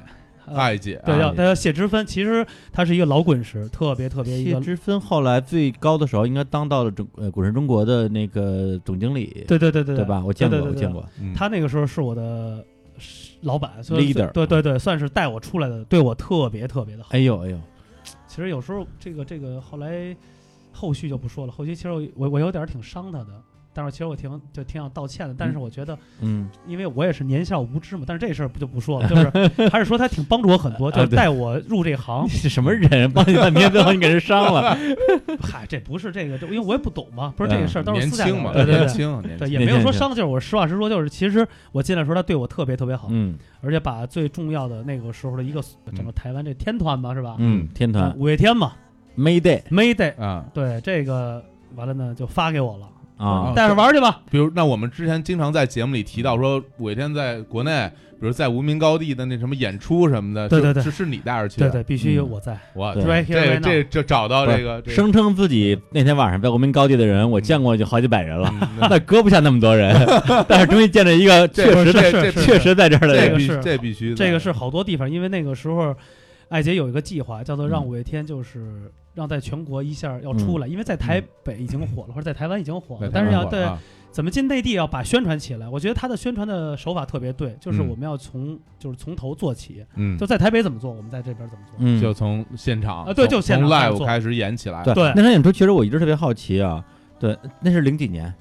Speaker 3: 呃
Speaker 2: 爱姐，
Speaker 3: 对，
Speaker 2: 啊
Speaker 3: 叫叫谢之芬，其实她是一个老滚石，特别特别一
Speaker 1: 谢
Speaker 3: 个，
Speaker 1: 之芬后来最高的时候应该当到了中呃股神中国的那个总经理，
Speaker 3: 对对对对
Speaker 1: 对吧？我见过，
Speaker 3: 对对
Speaker 1: 我
Speaker 3: 对对
Speaker 1: 见过，
Speaker 2: 嗯
Speaker 3: 他那个时候是我的老板所以
Speaker 1: Leader
Speaker 3: 对对对，算是带我出来的，对我特别特别的好。
Speaker 1: 哎呦哎呦，
Speaker 3: 其实有时候这个这个后来后续就不说了，后期其实我我我有点挺伤他的，但是其实我挺就挺想道歉的，但是我觉得
Speaker 1: 嗯，
Speaker 3: 因为我也是年少无知嘛，但是这事儿不就不说了，就是还是 说他挺帮助我很多，
Speaker 2: 啊
Speaker 3: 就是带我入这 行
Speaker 1: 你。是什么人？ 帮你半天，最后你给人伤了，
Speaker 3: 嗨，这不是这个，这因为我也不懂嘛，不是这个事儿，都是
Speaker 2: 嗯年
Speaker 3: 私下聊
Speaker 2: 轻嘛，
Speaker 3: 对对
Speaker 2: 年
Speaker 3: 对。
Speaker 2: 轻，年
Speaker 3: 对，
Speaker 2: 轻，
Speaker 3: 也没有说伤，就是我实话实说，就是其实我进来的时候，他对我特别特别好，
Speaker 1: 嗯
Speaker 3: 而且把最重要的那个时候的一个
Speaker 2: 嗯
Speaker 3: 整个台湾这天团嘛，是吧？
Speaker 1: 嗯，天
Speaker 3: 啊
Speaker 1: 团
Speaker 3: 五月天嘛
Speaker 1: Mayday
Speaker 3: ，Mayday，
Speaker 2: 啊。
Speaker 3: 对这个完了呢就发给我了，
Speaker 1: 啊
Speaker 2: 啊，
Speaker 3: 带着玩去吧。
Speaker 2: 比如，那我们之前经常在节目里提到说，五月天在国内，比如在无名高地的那什么演出什么的，
Speaker 3: 对
Speaker 2: 是
Speaker 3: 对对
Speaker 2: 是是你带着去
Speaker 3: 对
Speaker 2: 的，
Speaker 3: 对，必须
Speaker 1: 嗯
Speaker 3: 我在。
Speaker 2: 哇，
Speaker 1: 对
Speaker 2: 这
Speaker 3: Right here,
Speaker 2: 这
Speaker 3: right now
Speaker 2: 这这找到
Speaker 1: 不是
Speaker 2: 这个这个
Speaker 1: 声称自己那天晚上在国民高地的人，我见过就好几百人了，
Speaker 2: 嗯
Speaker 1: 那搁不下那么多 人，但是终于见着一个
Speaker 2: 这
Speaker 1: 确实
Speaker 2: 这
Speaker 1: 的、
Speaker 2: 这
Speaker 3: 是
Speaker 1: 确实在这儿的
Speaker 2: 这
Speaker 1: 人，
Speaker 2: 必
Speaker 3: 这个是
Speaker 2: 这必须的，
Speaker 3: 这个是好多地方，因为那个时候，艾杰有一个计划，叫做让
Speaker 1: 嗯
Speaker 3: 五月天就是让在全国一下要出来，因为在
Speaker 1: 嗯
Speaker 3: 台北已经火了，或者在台湾已经火
Speaker 2: 对
Speaker 3: 了，
Speaker 2: 太
Speaker 3: 但是要
Speaker 2: 火
Speaker 3: 对
Speaker 2: 了啊
Speaker 3: 怎么进内地要把宣传起来。我觉得他的宣传的手法特别对，就是
Speaker 2: 嗯
Speaker 3: 我们要从就是从头做起，
Speaker 2: 嗯
Speaker 3: 就，在台北怎么做，我们在这边怎么做。
Speaker 1: 嗯，
Speaker 2: 就从现场
Speaker 3: 啊对
Speaker 2: 从
Speaker 3: 就现场
Speaker 2: 从
Speaker 3: 开始
Speaker 2: live
Speaker 3: 做
Speaker 2: 开始演起来，
Speaker 1: 对
Speaker 3: 对
Speaker 1: 那场演出其实我一直特别好奇啊，对，那是零几年？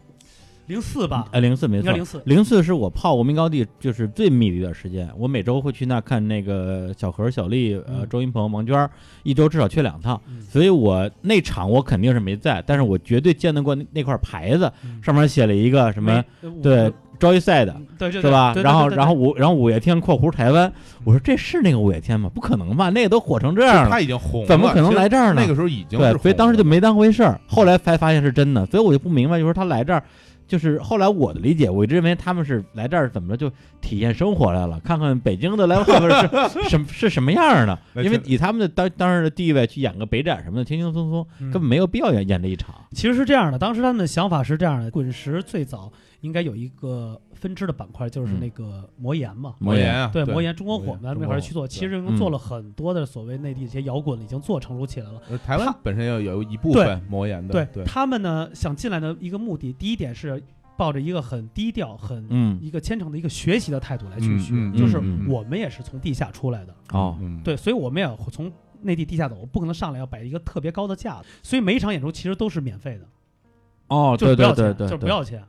Speaker 3: 零四吧，
Speaker 1: 呃，零四没
Speaker 3: 应
Speaker 1: 错
Speaker 3: 该，零四，
Speaker 1: 零四是我泡无名高地就是最密的一段时间，我每周会去那看那个小何、小丽、呃
Speaker 3: 嗯
Speaker 1: 周云鹏、王娟儿，一周至少去两趟，
Speaker 3: 嗯
Speaker 1: 所以我那场我肯定是没在，但是我绝对见得过那那块牌子，
Speaker 3: 嗯
Speaker 1: 上面写了一个什么
Speaker 3: 没我
Speaker 1: 对 Joy Side
Speaker 3: 嗯对对
Speaker 1: 是吧？
Speaker 3: 对对
Speaker 1: 然后
Speaker 3: 对对
Speaker 1: 然后五然后五月天（括弧台湾），我说这是那个五月天吗？不可能吧，那个都火成这样
Speaker 2: 他
Speaker 1: 了，
Speaker 2: 已经红了，
Speaker 1: 怎么可能来这儿
Speaker 2: 其
Speaker 1: 呢
Speaker 2: 实那？个时候已经
Speaker 1: 对
Speaker 2: 是，
Speaker 1: 所
Speaker 2: 红
Speaker 1: 以
Speaker 2: 嗯
Speaker 1: 当时就
Speaker 2: 了
Speaker 1: 没当回事儿，后来才发现是真的，所以我就不明白，就是他来这儿，就是后来我的理解，我一直认为他们是来这儿怎么着就体验生活来了，看看北京的来往 是什么是什么样儿的，
Speaker 2: 那
Speaker 1: 因为
Speaker 2: 确
Speaker 1: 以他们的当当时的地位去演个北展什么的，轻轻松松，
Speaker 3: 嗯
Speaker 1: 根本没有必要演演这一场。
Speaker 3: 其实是这样的，当时他们的想法是这样的：滚石最早应该有一个分支的板块，就是那个魔岩嘛。
Speaker 1: 魔
Speaker 2: 魔
Speaker 1: 岩
Speaker 2: 岩啊，
Speaker 3: 对
Speaker 2: 对
Speaker 3: 魔岩中国火
Speaker 2: 魔
Speaker 3: 咱
Speaker 2: 岩
Speaker 3: 们那块儿去做，其
Speaker 2: 中
Speaker 3: 实已
Speaker 1: 嗯
Speaker 3: 经做了很多的所谓内地这些摇滚了，已经做成熟起来了。
Speaker 2: 国火呃台湾
Speaker 3: 他
Speaker 2: 本身要有一部分魔岩的，对
Speaker 3: 他们呢想进来的一个目的，第一点是抱着一个很低调、很
Speaker 1: 嗯，
Speaker 3: 一个虔诚的一个学习的态度来去
Speaker 2: 嗯
Speaker 3: 学
Speaker 2: 嗯，
Speaker 3: 就是
Speaker 1: 嗯嗯
Speaker 3: 我们也是从地下出来的，
Speaker 1: 哦，
Speaker 2: 嗯，
Speaker 3: 对，所以我们也从内地地下走，不可能上来要摆一个特别高的架子，所以每一场演出其实都是免费的，
Speaker 1: 哦，
Speaker 3: 嗯就是
Speaker 1: 对
Speaker 3: 不
Speaker 1: 对对
Speaker 3: 要钱，
Speaker 1: 对，
Speaker 3: 就是不
Speaker 1: 对，
Speaker 3: 要钱。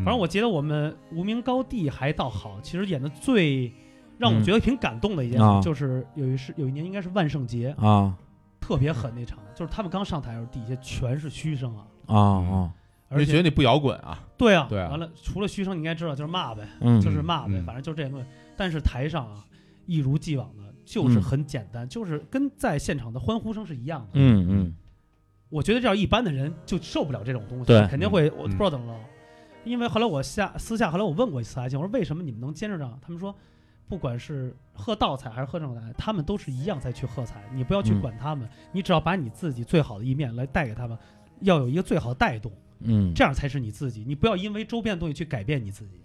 Speaker 2: 嗯，
Speaker 3: 反正我觉得我们无名高地还倒好，其实演的最让我觉得挺感动的一件事，
Speaker 1: 嗯啊
Speaker 3: 就是有一是有一年应该是万圣节，
Speaker 1: 啊
Speaker 3: 特别狠那场，就是他们刚上台的时候，底下全是嘘声啊，
Speaker 1: 啊啊，
Speaker 2: 你
Speaker 3: 而
Speaker 2: 觉得
Speaker 3: 且
Speaker 2: 你不摇滚啊？
Speaker 3: 对啊，
Speaker 2: 对啊
Speaker 3: 完了除了嘘声，你应该知道就是骂呗，
Speaker 1: 嗯，
Speaker 3: 就是骂呗，
Speaker 2: 嗯
Speaker 3: 反正就是这些东西。但是台上啊，一如既往的，就是很简单，就是跟在现场的欢呼声是一样的。
Speaker 1: 嗯嗯
Speaker 3: 我觉得这要一般的人就受不了这种东西，
Speaker 1: 对
Speaker 3: 肯定会我
Speaker 2: 嗯
Speaker 3: 不知道怎么了。因为后来我下私下后来我问过一次阿庆，我说为什么你们能坚持这样？他们说，不管是喝倒彩还是喝正彩，他们都是一样在去喝彩，你不要去
Speaker 1: 嗯
Speaker 3: 管他们，你只要把你自己最好的一面来带给他们，要有一个最好的带动，
Speaker 1: 嗯，
Speaker 3: 这样才是你自己，你不要因为周边的东西去改变你自己。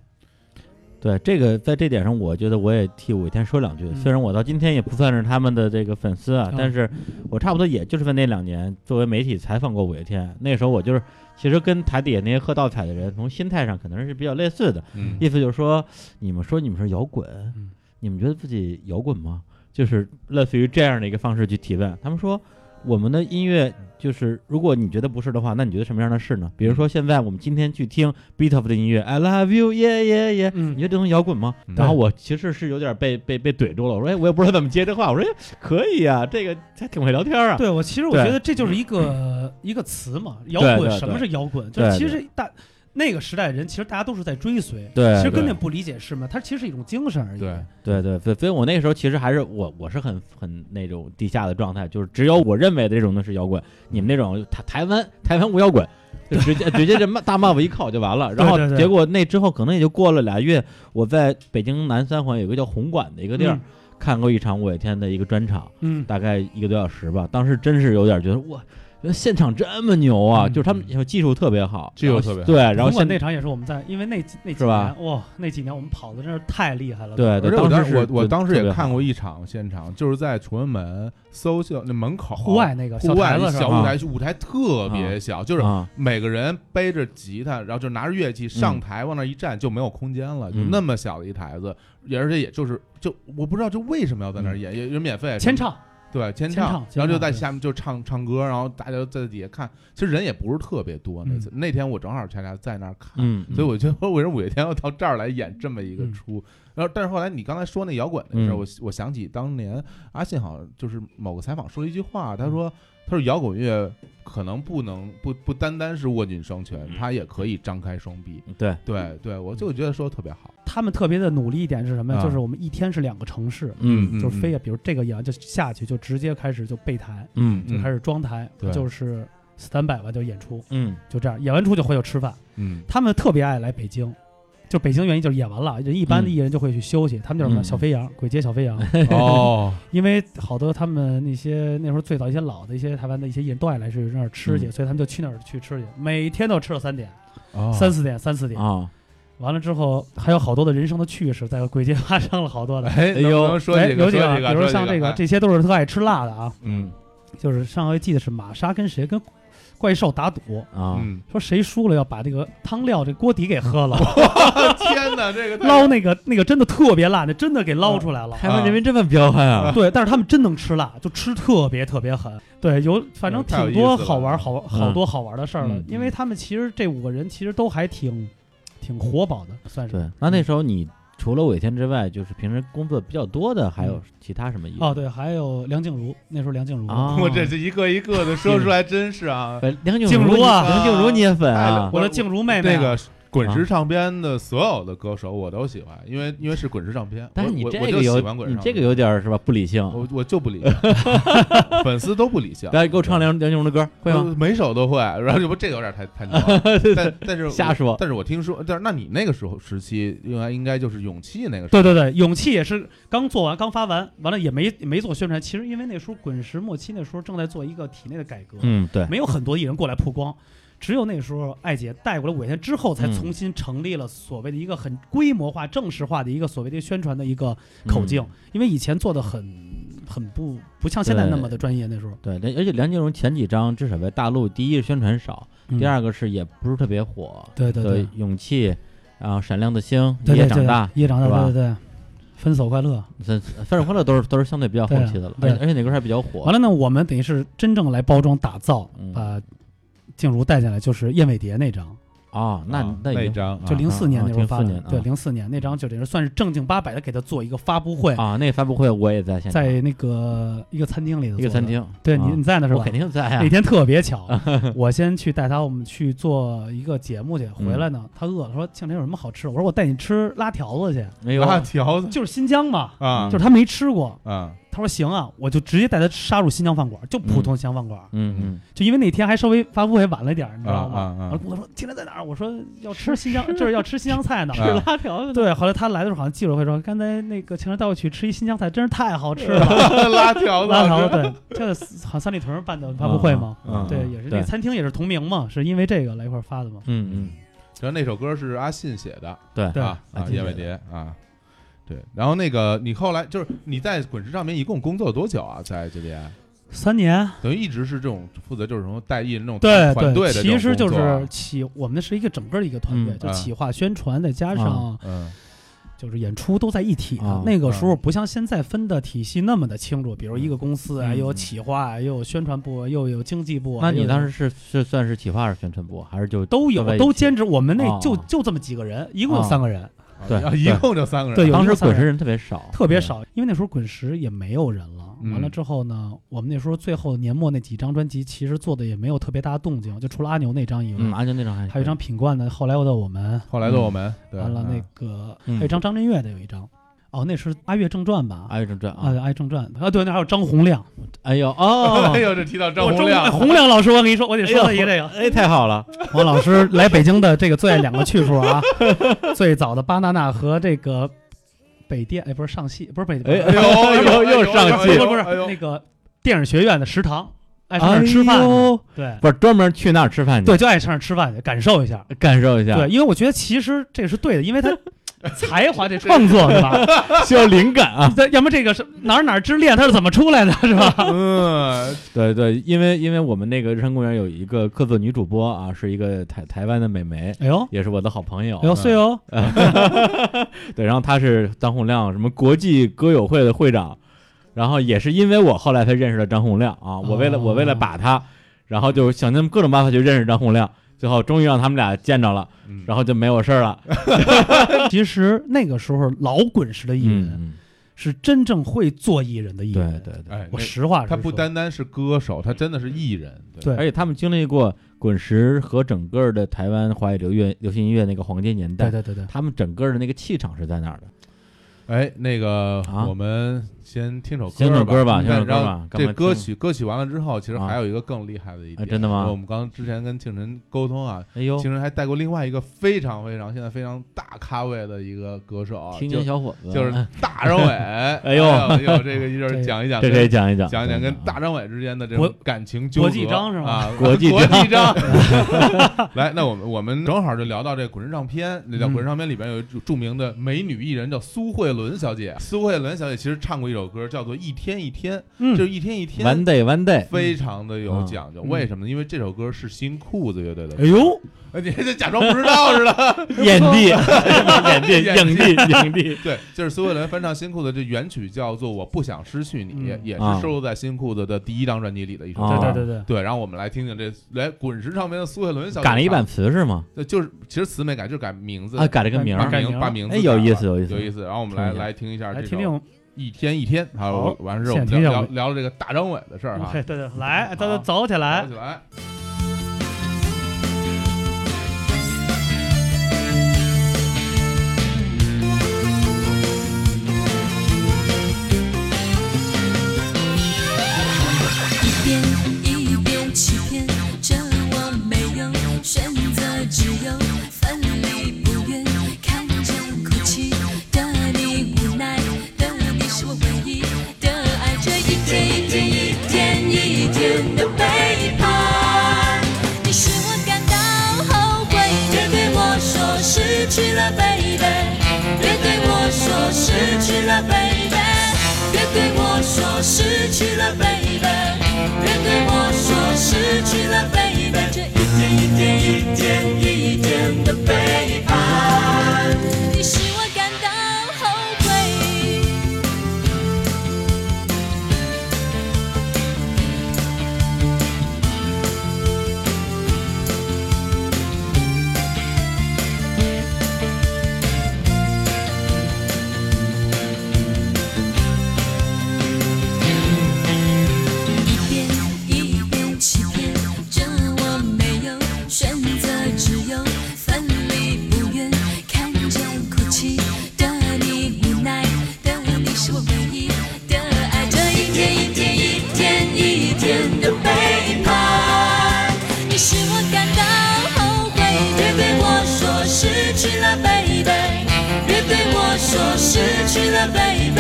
Speaker 1: 对这个，在这点上，我觉得我也替五月天说两句。
Speaker 3: 嗯
Speaker 1: 虽然我到今天也不算是他们的这个粉丝啊，
Speaker 3: 嗯
Speaker 1: 但是我差不多也就是在那两年，作为媒体采访过五月天，那时候我就是其实跟台底下那些喝倒彩的人，从心态上可能是比较类似的。
Speaker 2: 嗯
Speaker 1: 意思就是说，你们说你们是摇滚，
Speaker 3: 嗯
Speaker 1: 你们觉得自己摇滚吗？就是类似于这样的一个方式去提问。他们说，我们的音乐就是，如果你觉得不是的话，那你觉得什么样的是呢？比如说，现在我们今天去听 Beat of 的音乐，I love you, yeah yeah yeah，、
Speaker 3: 嗯
Speaker 1: 你觉得这东西摇滚吗？
Speaker 2: 嗯
Speaker 1: 然后我其实是有点被被被怼住了，我说，哎，我也不知道怎么接这话。我说，哎，可以啊，这个还挺会聊天啊。
Speaker 3: 对我其实我
Speaker 1: 对嗯
Speaker 3: 觉得这就是一个一个词嘛，摇
Speaker 1: 对
Speaker 3: 滚
Speaker 1: 对
Speaker 3: 什么是摇滚？就
Speaker 1: 对
Speaker 3: 是其实大那个时代人其实大家都是在追随，
Speaker 1: 对
Speaker 3: 其实根
Speaker 2: 对
Speaker 3: 本不理解是吗？它其实是一种精神而已。
Speaker 2: 对，
Speaker 1: 对对对，所以我那时候其实还是我我是很很那种地下的状态，就是只有我认为的这种的是摇滚，你们那种台台湾台湾无摇滚，就直接直接这大帽子一扣就完 了。然后
Speaker 3: 对对对
Speaker 1: 结果那之后可能也就过了俩月，我在北京南三环有个叫红馆的一个地儿、
Speaker 3: 嗯
Speaker 1: 看过一场五月天的一个专场，
Speaker 3: 嗯，
Speaker 1: 大概一个多小时吧。当时真是有点觉得哇，觉得现场这么牛啊！
Speaker 3: 嗯
Speaker 1: 就是他们技术特别好，
Speaker 2: 技术特别好
Speaker 1: 对，然后
Speaker 3: 红
Speaker 1: 现
Speaker 3: 馆嗯那场也是我们在，因为那几那几
Speaker 1: 是吧
Speaker 3: 年哇，那几年我们跑的真是太厉害了。
Speaker 1: 对
Speaker 2: 嗯而
Speaker 1: 对，
Speaker 2: 且我
Speaker 1: 当
Speaker 2: 当
Speaker 1: 时
Speaker 2: 我我当时也看
Speaker 1: 过。
Speaker 2: 过一场现场，就是在崇文门搜秀那门口啊
Speaker 3: 户外那个
Speaker 2: 户
Speaker 3: 小
Speaker 2: 外
Speaker 3: 台
Speaker 2: 一
Speaker 3: 子是
Speaker 2: 小
Speaker 3: 吧？
Speaker 2: 舞台，舞台特别小，就是
Speaker 1: 啊，
Speaker 2: 每个人背着吉他，然后就拿着乐器上台往那一站就没有空间了，就
Speaker 1: 嗯
Speaker 2: 那么小的一台子，也而且也就是就我不知道就为什么要在那
Speaker 1: 嗯
Speaker 2: 儿演，也也免费
Speaker 3: 前唱，
Speaker 2: 对前
Speaker 3: 前唱
Speaker 2: 然后就
Speaker 3: 前唱
Speaker 2: 在
Speaker 3: 对
Speaker 2: 下面就唱唱歌，然后大家在底下看，其实人也不是特别多。
Speaker 3: 嗯
Speaker 2: 那次那天我正好恰恰在那儿看，
Speaker 1: 嗯，嗯
Speaker 2: 所以我觉得为什么五月天要到这儿来演这么一
Speaker 3: 嗯
Speaker 2: 个出？然后，但是后来你刚才说那摇滚的事儿，
Speaker 1: 嗯
Speaker 2: 我我想起当年阿信好像就是某个采访说了一句话，
Speaker 3: 嗯
Speaker 2: 他说他说摇滚乐可能不能不不单单是握紧双拳，
Speaker 1: 嗯
Speaker 2: 他也可以张开双臂。
Speaker 1: 对，
Speaker 2: 对对，我就觉得说得特别好。
Speaker 3: 他们特别的努力一点是什么呀？
Speaker 2: 啊
Speaker 3: 就是我们一天是两个城市，
Speaker 1: 嗯
Speaker 3: 就是飞呀，比如这个演完就下去，就直接开始就备台，
Speaker 1: 嗯
Speaker 2: 嗯
Speaker 3: 就开始装台，
Speaker 2: 对
Speaker 3: 就是三百完就演出，
Speaker 1: 嗯
Speaker 3: 就这样，演完出就回去吃饭。
Speaker 2: 嗯
Speaker 3: 他们特别爱来北京，就北京原因就是演完了，人一般的
Speaker 1: 嗯
Speaker 3: 艺人就会去休息，他们叫什么
Speaker 1: 嗯
Speaker 3: 小飞羊，鬼街小飞羊，
Speaker 2: 嗯哦，
Speaker 3: 因为好多他们那些那时候最早一些老的一些台湾的一些艺人都爱来去那儿吃去，
Speaker 1: 嗯
Speaker 3: 所以他们就去那儿去吃去，每天都吃到三点、
Speaker 2: 哦
Speaker 3: 三四点、三四点。
Speaker 1: 啊，
Speaker 3: 完了之后，还有好多的人生的趣事，在鬼街发生了好多的。
Speaker 2: 哎，能不能说
Speaker 3: 哎
Speaker 2: 几
Speaker 3: 有
Speaker 2: 个？
Speaker 3: 几
Speaker 2: 说
Speaker 3: 个，
Speaker 2: 几
Speaker 3: 比如
Speaker 2: 说
Speaker 3: 像
Speaker 2: 这
Speaker 3: 这个，
Speaker 2: 哎
Speaker 3: 这些都是特爱吃辣的啊。
Speaker 1: 嗯
Speaker 3: 就是上回记得是玛莎跟谁跟怪兽打赌，
Speaker 1: 啊，
Speaker 2: 嗯，
Speaker 3: 说谁输了要把这个汤料这锅底给喝了，
Speaker 2: 天哪，这个太
Speaker 3: 捞那个那个真的特别辣，那真的给捞出来了。
Speaker 1: 台湾人民这么彪悍啊！
Speaker 3: 对，但是他们真能吃辣，就吃特别特别狠。对，有反正
Speaker 2: 嗯 太有
Speaker 3: 挺
Speaker 2: 意
Speaker 3: 多
Speaker 2: 思了
Speaker 3: 好玩好玩好多好玩的事儿了
Speaker 1: 嗯，
Speaker 3: 因为他们其实这五个人其实都还挺挺活宝的，算
Speaker 2: 嗯
Speaker 3: 是。
Speaker 1: 对，啊那那时候你除了伟天之外，就是平时工作比较多的，还有其他什么艺人？
Speaker 3: 哦，对，还有梁静茹，那时候梁静茹，
Speaker 1: 啊，
Speaker 2: 我这是一个一个的说出来，真是啊。哎
Speaker 1: 哎梁静
Speaker 3: 静茹啊
Speaker 1: 梁静茹你也粉啊？
Speaker 3: 我的静茹妹
Speaker 2: 那
Speaker 3: 妹啊，
Speaker 2: 个滚石唱片的所有的歌手我都喜欢，因为因为是滚石唱片，
Speaker 1: 但是你
Speaker 2: 我
Speaker 1: 这
Speaker 2: 我
Speaker 1: 个
Speaker 2: 就
Speaker 1: 有
Speaker 2: 喜欢滚石
Speaker 1: 你
Speaker 2: 唱
Speaker 1: 这
Speaker 2: 片
Speaker 1: 个有点儿是吧不理性。
Speaker 2: 我我就不理解， 粉丝都不理性。
Speaker 1: 来，给我唱梁梁静茹的歌，会吗？
Speaker 2: 呃每首都会，然后就不这个有点太太牛 了，嗯但但是我
Speaker 1: 瞎说
Speaker 2: 但是我听说，但是那你那个时候时期应该应该就是勇气那个时候，
Speaker 3: 对对对，勇气也是刚做完，刚发完，完了也没也没做宣传。其实因为那时候滚石末期那时候正在做一个体内的改革，
Speaker 1: 嗯，对，
Speaker 3: 没有很多艺人过来曝光，只有那时候艾姐带过来五月天之后，才
Speaker 1: 嗯
Speaker 3: 重新成立了所谓的一个很规模化、正式化的一个所谓的宣传的一个
Speaker 1: 嗯
Speaker 3: 口径。因为以前做的很很不不像现在那么的专业，那时候。
Speaker 1: 对，而且梁静茹前几张至少在大陆，第一是宣传少，第二个是也不是特别火。
Speaker 3: 对嗯对对，
Speaker 1: 勇气，然后闪亮的星，
Speaker 3: 对
Speaker 1: 也
Speaker 3: 对
Speaker 1: 长大，，
Speaker 3: 对也长大，
Speaker 1: 是吧
Speaker 3: 对对对，分手快乐。
Speaker 1: 三三十欢乐都是都是相对比较后期的了，而
Speaker 3: 对
Speaker 1: 且而且哪歌还比较火
Speaker 3: 完。了呢，我们等于是真正来包装打造
Speaker 1: 嗯，
Speaker 3: 把静茹带进来，就是《燕尾蝶》那张，
Speaker 1: 哦，那
Speaker 2: 啊
Speaker 1: 那已
Speaker 2: 一
Speaker 1: 经
Speaker 2: 张
Speaker 3: 就
Speaker 2: 啊
Speaker 3: 零四年
Speaker 1: 啊
Speaker 3: 那时候发
Speaker 1: 04年啊，
Speaker 3: 的对，零四年那张就等于算是正经八百的给他做一个发布会，
Speaker 1: 啊，那发布会我也在现场，
Speaker 3: 在那个一个餐厅里头，
Speaker 1: 一个餐，厅，
Speaker 3: 对
Speaker 1: 啊
Speaker 3: 你你在那是
Speaker 1: 我
Speaker 3: 吧
Speaker 1: 肯？定在
Speaker 3: 那
Speaker 1: 啊。
Speaker 3: 天特别 巧，我先去带他，我们去做一个节目去，回来
Speaker 1: 嗯
Speaker 3: 呢，他饿了，说庆晨有什么好吃？我说我带你吃拉条子去，
Speaker 1: 没有
Speaker 2: 辣条
Speaker 1: 嗯
Speaker 2: 子
Speaker 3: 就是新疆嘛，
Speaker 2: 啊
Speaker 3: 就是他没吃过，
Speaker 2: 啊，
Speaker 3: 他说行啊，我就直接带他杀入新疆饭馆，就普通新疆饭馆，
Speaker 1: 嗯嗯，
Speaker 3: 就因为那天还稍微发布会晚了一点儿，你知道
Speaker 2: 啊
Speaker 3: 吗
Speaker 2: 啊啊？
Speaker 3: 然后我说今天在哪儿？我说要吃新疆，就是要 吃新疆菜 呢。
Speaker 2: 吃啊
Speaker 3: 拉条对，后来他来的时候好像记者会说，刚才那个情人带我去吃一新疆菜，真是太好吃了。
Speaker 2: 辣条子啊
Speaker 3: 拉条
Speaker 2: 好吃，
Speaker 3: 对，这好像三里屯办的 发布会嘛，
Speaker 1: 嗯嗯
Speaker 3: 对，
Speaker 1: 嗯
Speaker 3: 也是
Speaker 1: 对
Speaker 3: 那餐厅也是同名嘛，是因为这个来一块儿发的嘛。
Speaker 1: 嗯嗯，
Speaker 2: 然后那首歌是阿信写的，
Speaker 1: 对
Speaker 3: 对
Speaker 2: 啊
Speaker 1: 阿
Speaker 2: 啊，
Speaker 1: 信
Speaker 2: 叶
Speaker 1: 写
Speaker 2: 伟
Speaker 1: 的
Speaker 2: 蝶啊。对，然后那个你后来就是你在滚石唱片一共工作多久啊？在这边
Speaker 3: 三年，
Speaker 1: 啊
Speaker 2: 等于一直是这种负责就是什么带艺那种
Speaker 3: 对
Speaker 2: 团队的这种
Speaker 3: 其实就
Speaker 2: 工作啊
Speaker 3: 是企我们那是一个整个的一个团队，
Speaker 1: 嗯
Speaker 3: 就
Speaker 2: 啊
Speaker 3: 企划、宣传，再加
Speaker 1: 啊
Speaker 3: 上
Speaker 2: 嗯
Speaker 3: 就是演出都在一体的。
Speaker 1: 啊
Speaker 3: 那个时候不像现在分的体系那么的清楚，比如一个公司啊，
Speaker 1: 嗯
Speaker 3: 又有企划，又有宣传部，又有经济部啊。
Speaker 1: 那你
Speaker 3: 又有
Speaker 1: 当时是是算是企划还是宣传部，啊还是就
Speaker 3: 都
Speaker 1: 都在
Speaker 3: 有
Speaker 1: 一
Speaker 3: 都
Speaker 1: 起
Speaker 3: 兼职，我们那就
Speaker 1: 哦
Speaker 3: 就这么几个人，一共有三个人，
Speaker 2: 啊
Speaker 1: 对
Speaker 2: 一共就三个人，
Speaker 3: 对有
Speaker 1: 当
Speaker 3: 一
Speaker 1: 时
Speaker 3: 个三
Speaker 1: 滚
Speaker 3: 人
Speaker 1: 石人特别少，
Speaker 3: 特别少，因为那时候滚石也没有人了，
Speaker 2: 嗯
Speaker 3: 完了之后呢，我们那时候最后年末那几张专辑，其实做的也没有特别大的动静，就除了阿牛那张以外，
Speaker 1: 嗯，阿牛那张还
Speaker 3: 还有一张品冠的，后来又到我们，
Speaker 2: 后来的我们，对，
Speaker 3: 完了那
Speaker 2: 嗯
Speaker 3: 个、
Speaker 1: 嗯
Speaker 3: 还有一张张震岳的有一张，哦，那是《阿岳正传》吧？
Speaker 1: 阿牛正传
Speaker 3: 啊，
Speaker 1: 啊，
Speaker 3: 《阿岳正传》啊，对，那还有张洪亮，
Speaker 1: 哎呦 哦
Speaker 2: ，哎呦，这提到张
Speaker 3: 我
Speaker 2: 洪
Speaker 3: 张
Speaker 2: 亮，
Speaker 3: 洪亮老师，我跟你说，我得
Speaker 1: 哎
Speaker 3: 说
Speaker 1: 呦，
Speaker 3: 他一个这个，
Speaker 1: 哎，太好了，
Speaker 3: 王老师来北京的这个最爱两个去处啊， 最早的巴娜娜和这个北电，哎，不是上戏，不是北，
Speaker 1: 哎
Speaker 3: 不
Speaker 2: 哎
Speaker 3: 是
Speaker 2: 呦哎呦，
Speaker 1: 又上
Speaker 2: 哎呦
Speaker 1: 哎呦
Speaker 3: 不是不是
Speaker 2: 哎呦
Speaker 3: 那个电影学院的食堂，爱上那儿吃饭
Speaker 1: 哎
Speaker 3: 去，
Speaker 1: 呦
Speaker 3: 对
Speaker 1: 不是专门去那儿吃饭去，
Speaker 3: 对，就爱上那儿吃饭去，感受一下。
Speaker 1: 感受一下，
Speaker 3: 对，因为我觉得其实这是对的，因 为他才华 这创作是吧？
Speaker 1: 需要灵感啊，
Speaker 3: 这要么这个是哪儿哪儿之恋，他是怎么出来的，是吧？
Speaker 2: 嗯，
Speaker 1: 对对，因为因为我们那个日坛公园有一个客座女主播啊，是一个台台湾的美眉，
Speaker 3: 哎呦，
Speaker 1: 也是我嗯的好朋友
Speaker 3: 哎，呦，碎哦，
Speaker 1: 对，然后她是张洪亮什么国际歌友会的会长，然后也是因为我后来才认识了张洪亮啊，我为了、我为了把她，然后就想尽各种办法去认识张洪亮，最后终于让他们俩见着了，
Speaker 2: 嗯
Speaker 1: 然后就没我事儿了。
Speaker 3: 哎其实那个时候老滚石的艺人
Speaker 1: 嗯，
Speaker 3: 是真正会做艺人的艺
Speaker 1: 对
Speaker 3: 人，
Speaker 1: 对对，
Speaker 2: 哎，那
Speaker 3: 我实话实
Speaker 2: 他不
Speaker 3: 说
Speaker 2: 单单是歌手，他真的是艺人，
Speaker 3: 对
Speaker 1: 而且他们经历过滚石和整个的台湾华语流乐流行音乐那个黄金年代，
Speaker 3: 对对对对，
Speaker 1: 他们整个的那个气场是在那儿的。
Speaker 2: 哎，那个，
Speaker 1: 啊
Speaker 2: 我们先听首歌吧，
Speaker 1: 先首歌吧
Speaker 2: 嗯
Speaker 1: 先首歌吧
Speaker 2: 然后
Speaker 1: 干嘛
Speaker 2: 这
Speaker 1: 听
Speaker 2: 歌曲歌曲完了之后，其实
Speaker 1: 啊
Speaker 2: 还有一个更厉害的一点，
Speaker 1: 啊真的吗
Speaker 2: 我们刚之前跟庆晨沟通啊，
Speaker 1: 哎呦
Speaker 2: 庆，晨还带过另外一个非常非常现在非常大咖位的一个歌手啊，
Speaker 1: 青
Speaker 2: 就
Speaker 1: 年小伙子
Speaker 2: 就是大张伟。 哎
Speaker 1: 呦
Speaker 2: 哎呦，这个一会儿讲一讲
Speaker 1: 这
Speaker 2: 跟，
Speaker 1: 谁讲一讲？
Speaker 2: 讲一讲跟大张伟之间的这
Speaker 3: 国
Speaker 2: 种感情纠葛，
Speaker 3: 国际章是吗
Speaker 2: 啊，
Speaker 1: 国际
Speaker 2: 国
Speaker 1: 章
Speaker 2: 际章。来，那我们我们正好就聊到这《滚石唱片》，那叫《
Speaker 1: 嗯
Speaker 2: 滚石唱片》里边有一著著名的美女艺人叫苏慧伦小姐。苏慧伦小姐其实唱过一首歌叫做《一天一天》，
Speaker 3: 嗯
Speaker 2: 就是一天一天。
Speaker 1: One Day One Day，
Speaker 2: 非常的有讲究，
Speaker 3: 嗯
Speaker 2: 为什么呢？因为这首歌是新裤子乐队的歌
Speaker 3: 哎，呦，
Speaker 2: 哎你这假装不知道似的。
Speaker 1: 眼帝，眼帝，影帝，影帝。
Speaker 2: 对，就是苏慧伦翻唱新裤子，这原曲叫做《我不想失去你》，
Speaker 3: 嗯
Speaker 2: 也
Speaker 1: 啊
Speaker 2: 是收录在新裤子的第一张专辑里的一首
Speaker 1: 啊
Speaker 2: 歌。
Speaker 3: 对对对对，
Speaker 2: 对，然后我们来听听这来滚石唱片的苏慧伦小姐
Speaker 1: 改了一版，词是吗？
Speaker 2: 对，就是其实词没改，就是改名字
Speaker 1: 啊，改了个名
Speaker 2: 把
Speaker 1: 儿。
Speaker 3: 改
Speaker 2: 名
Speaker 3: 名
Speaker 2: 把名字
Speaker 1: 哎有
Speaker 2: 改了
Speaker 1: 意思有意思
Speaker 2: 有意思。然后我们
Speaker 1: 听一
Speaker 2: 来
Speaker 1: 下
Speaker 2: 来听一下这
Speaker 3: 来听
Speaker 2: 首
Speaker 3: 听我们，
Speaker 2: 一天一天》，好
Speaker 3: 好，
Speaker 2: 完事儿我
Speaker 3: 先
Speaker 2: 们
Speaker 3: 听
Speaker 2: 聊
Speaker 3: 一
Speaker 2: 聊
Speaker 3: 下我
Speaker 2: 聊了这个大张伟的事儿哈
Speaker 3: 对，对对，来，咱
Speaker 2: 好
Speaker 3: 就走起
Speaker 2: 聊
Speaker 3: 来
Speaker 2: 起，来。
Speaker 5: 一遍一遍欺骗着我，没有选择，只有分离不愿。看着哭泣的你，无奈的你是我唯一的爱。这一天一天一天一天的背叛，你使我感到后悔。别对我说失去了 baby，别对我说失去了 baby。别对我说失去了 baby，别对我说失去了 baby，这一天一天一天一天的背叛，你使我感到后悔。一遍一遍欺骗着我，没有选择，只有分离不愿。看着哭泣的你，无奈的你是我唯一的爱。这一天一天一天一天的背叛，你使我感到后悔。别对我说失去了 baby，别对我说失去了 baby。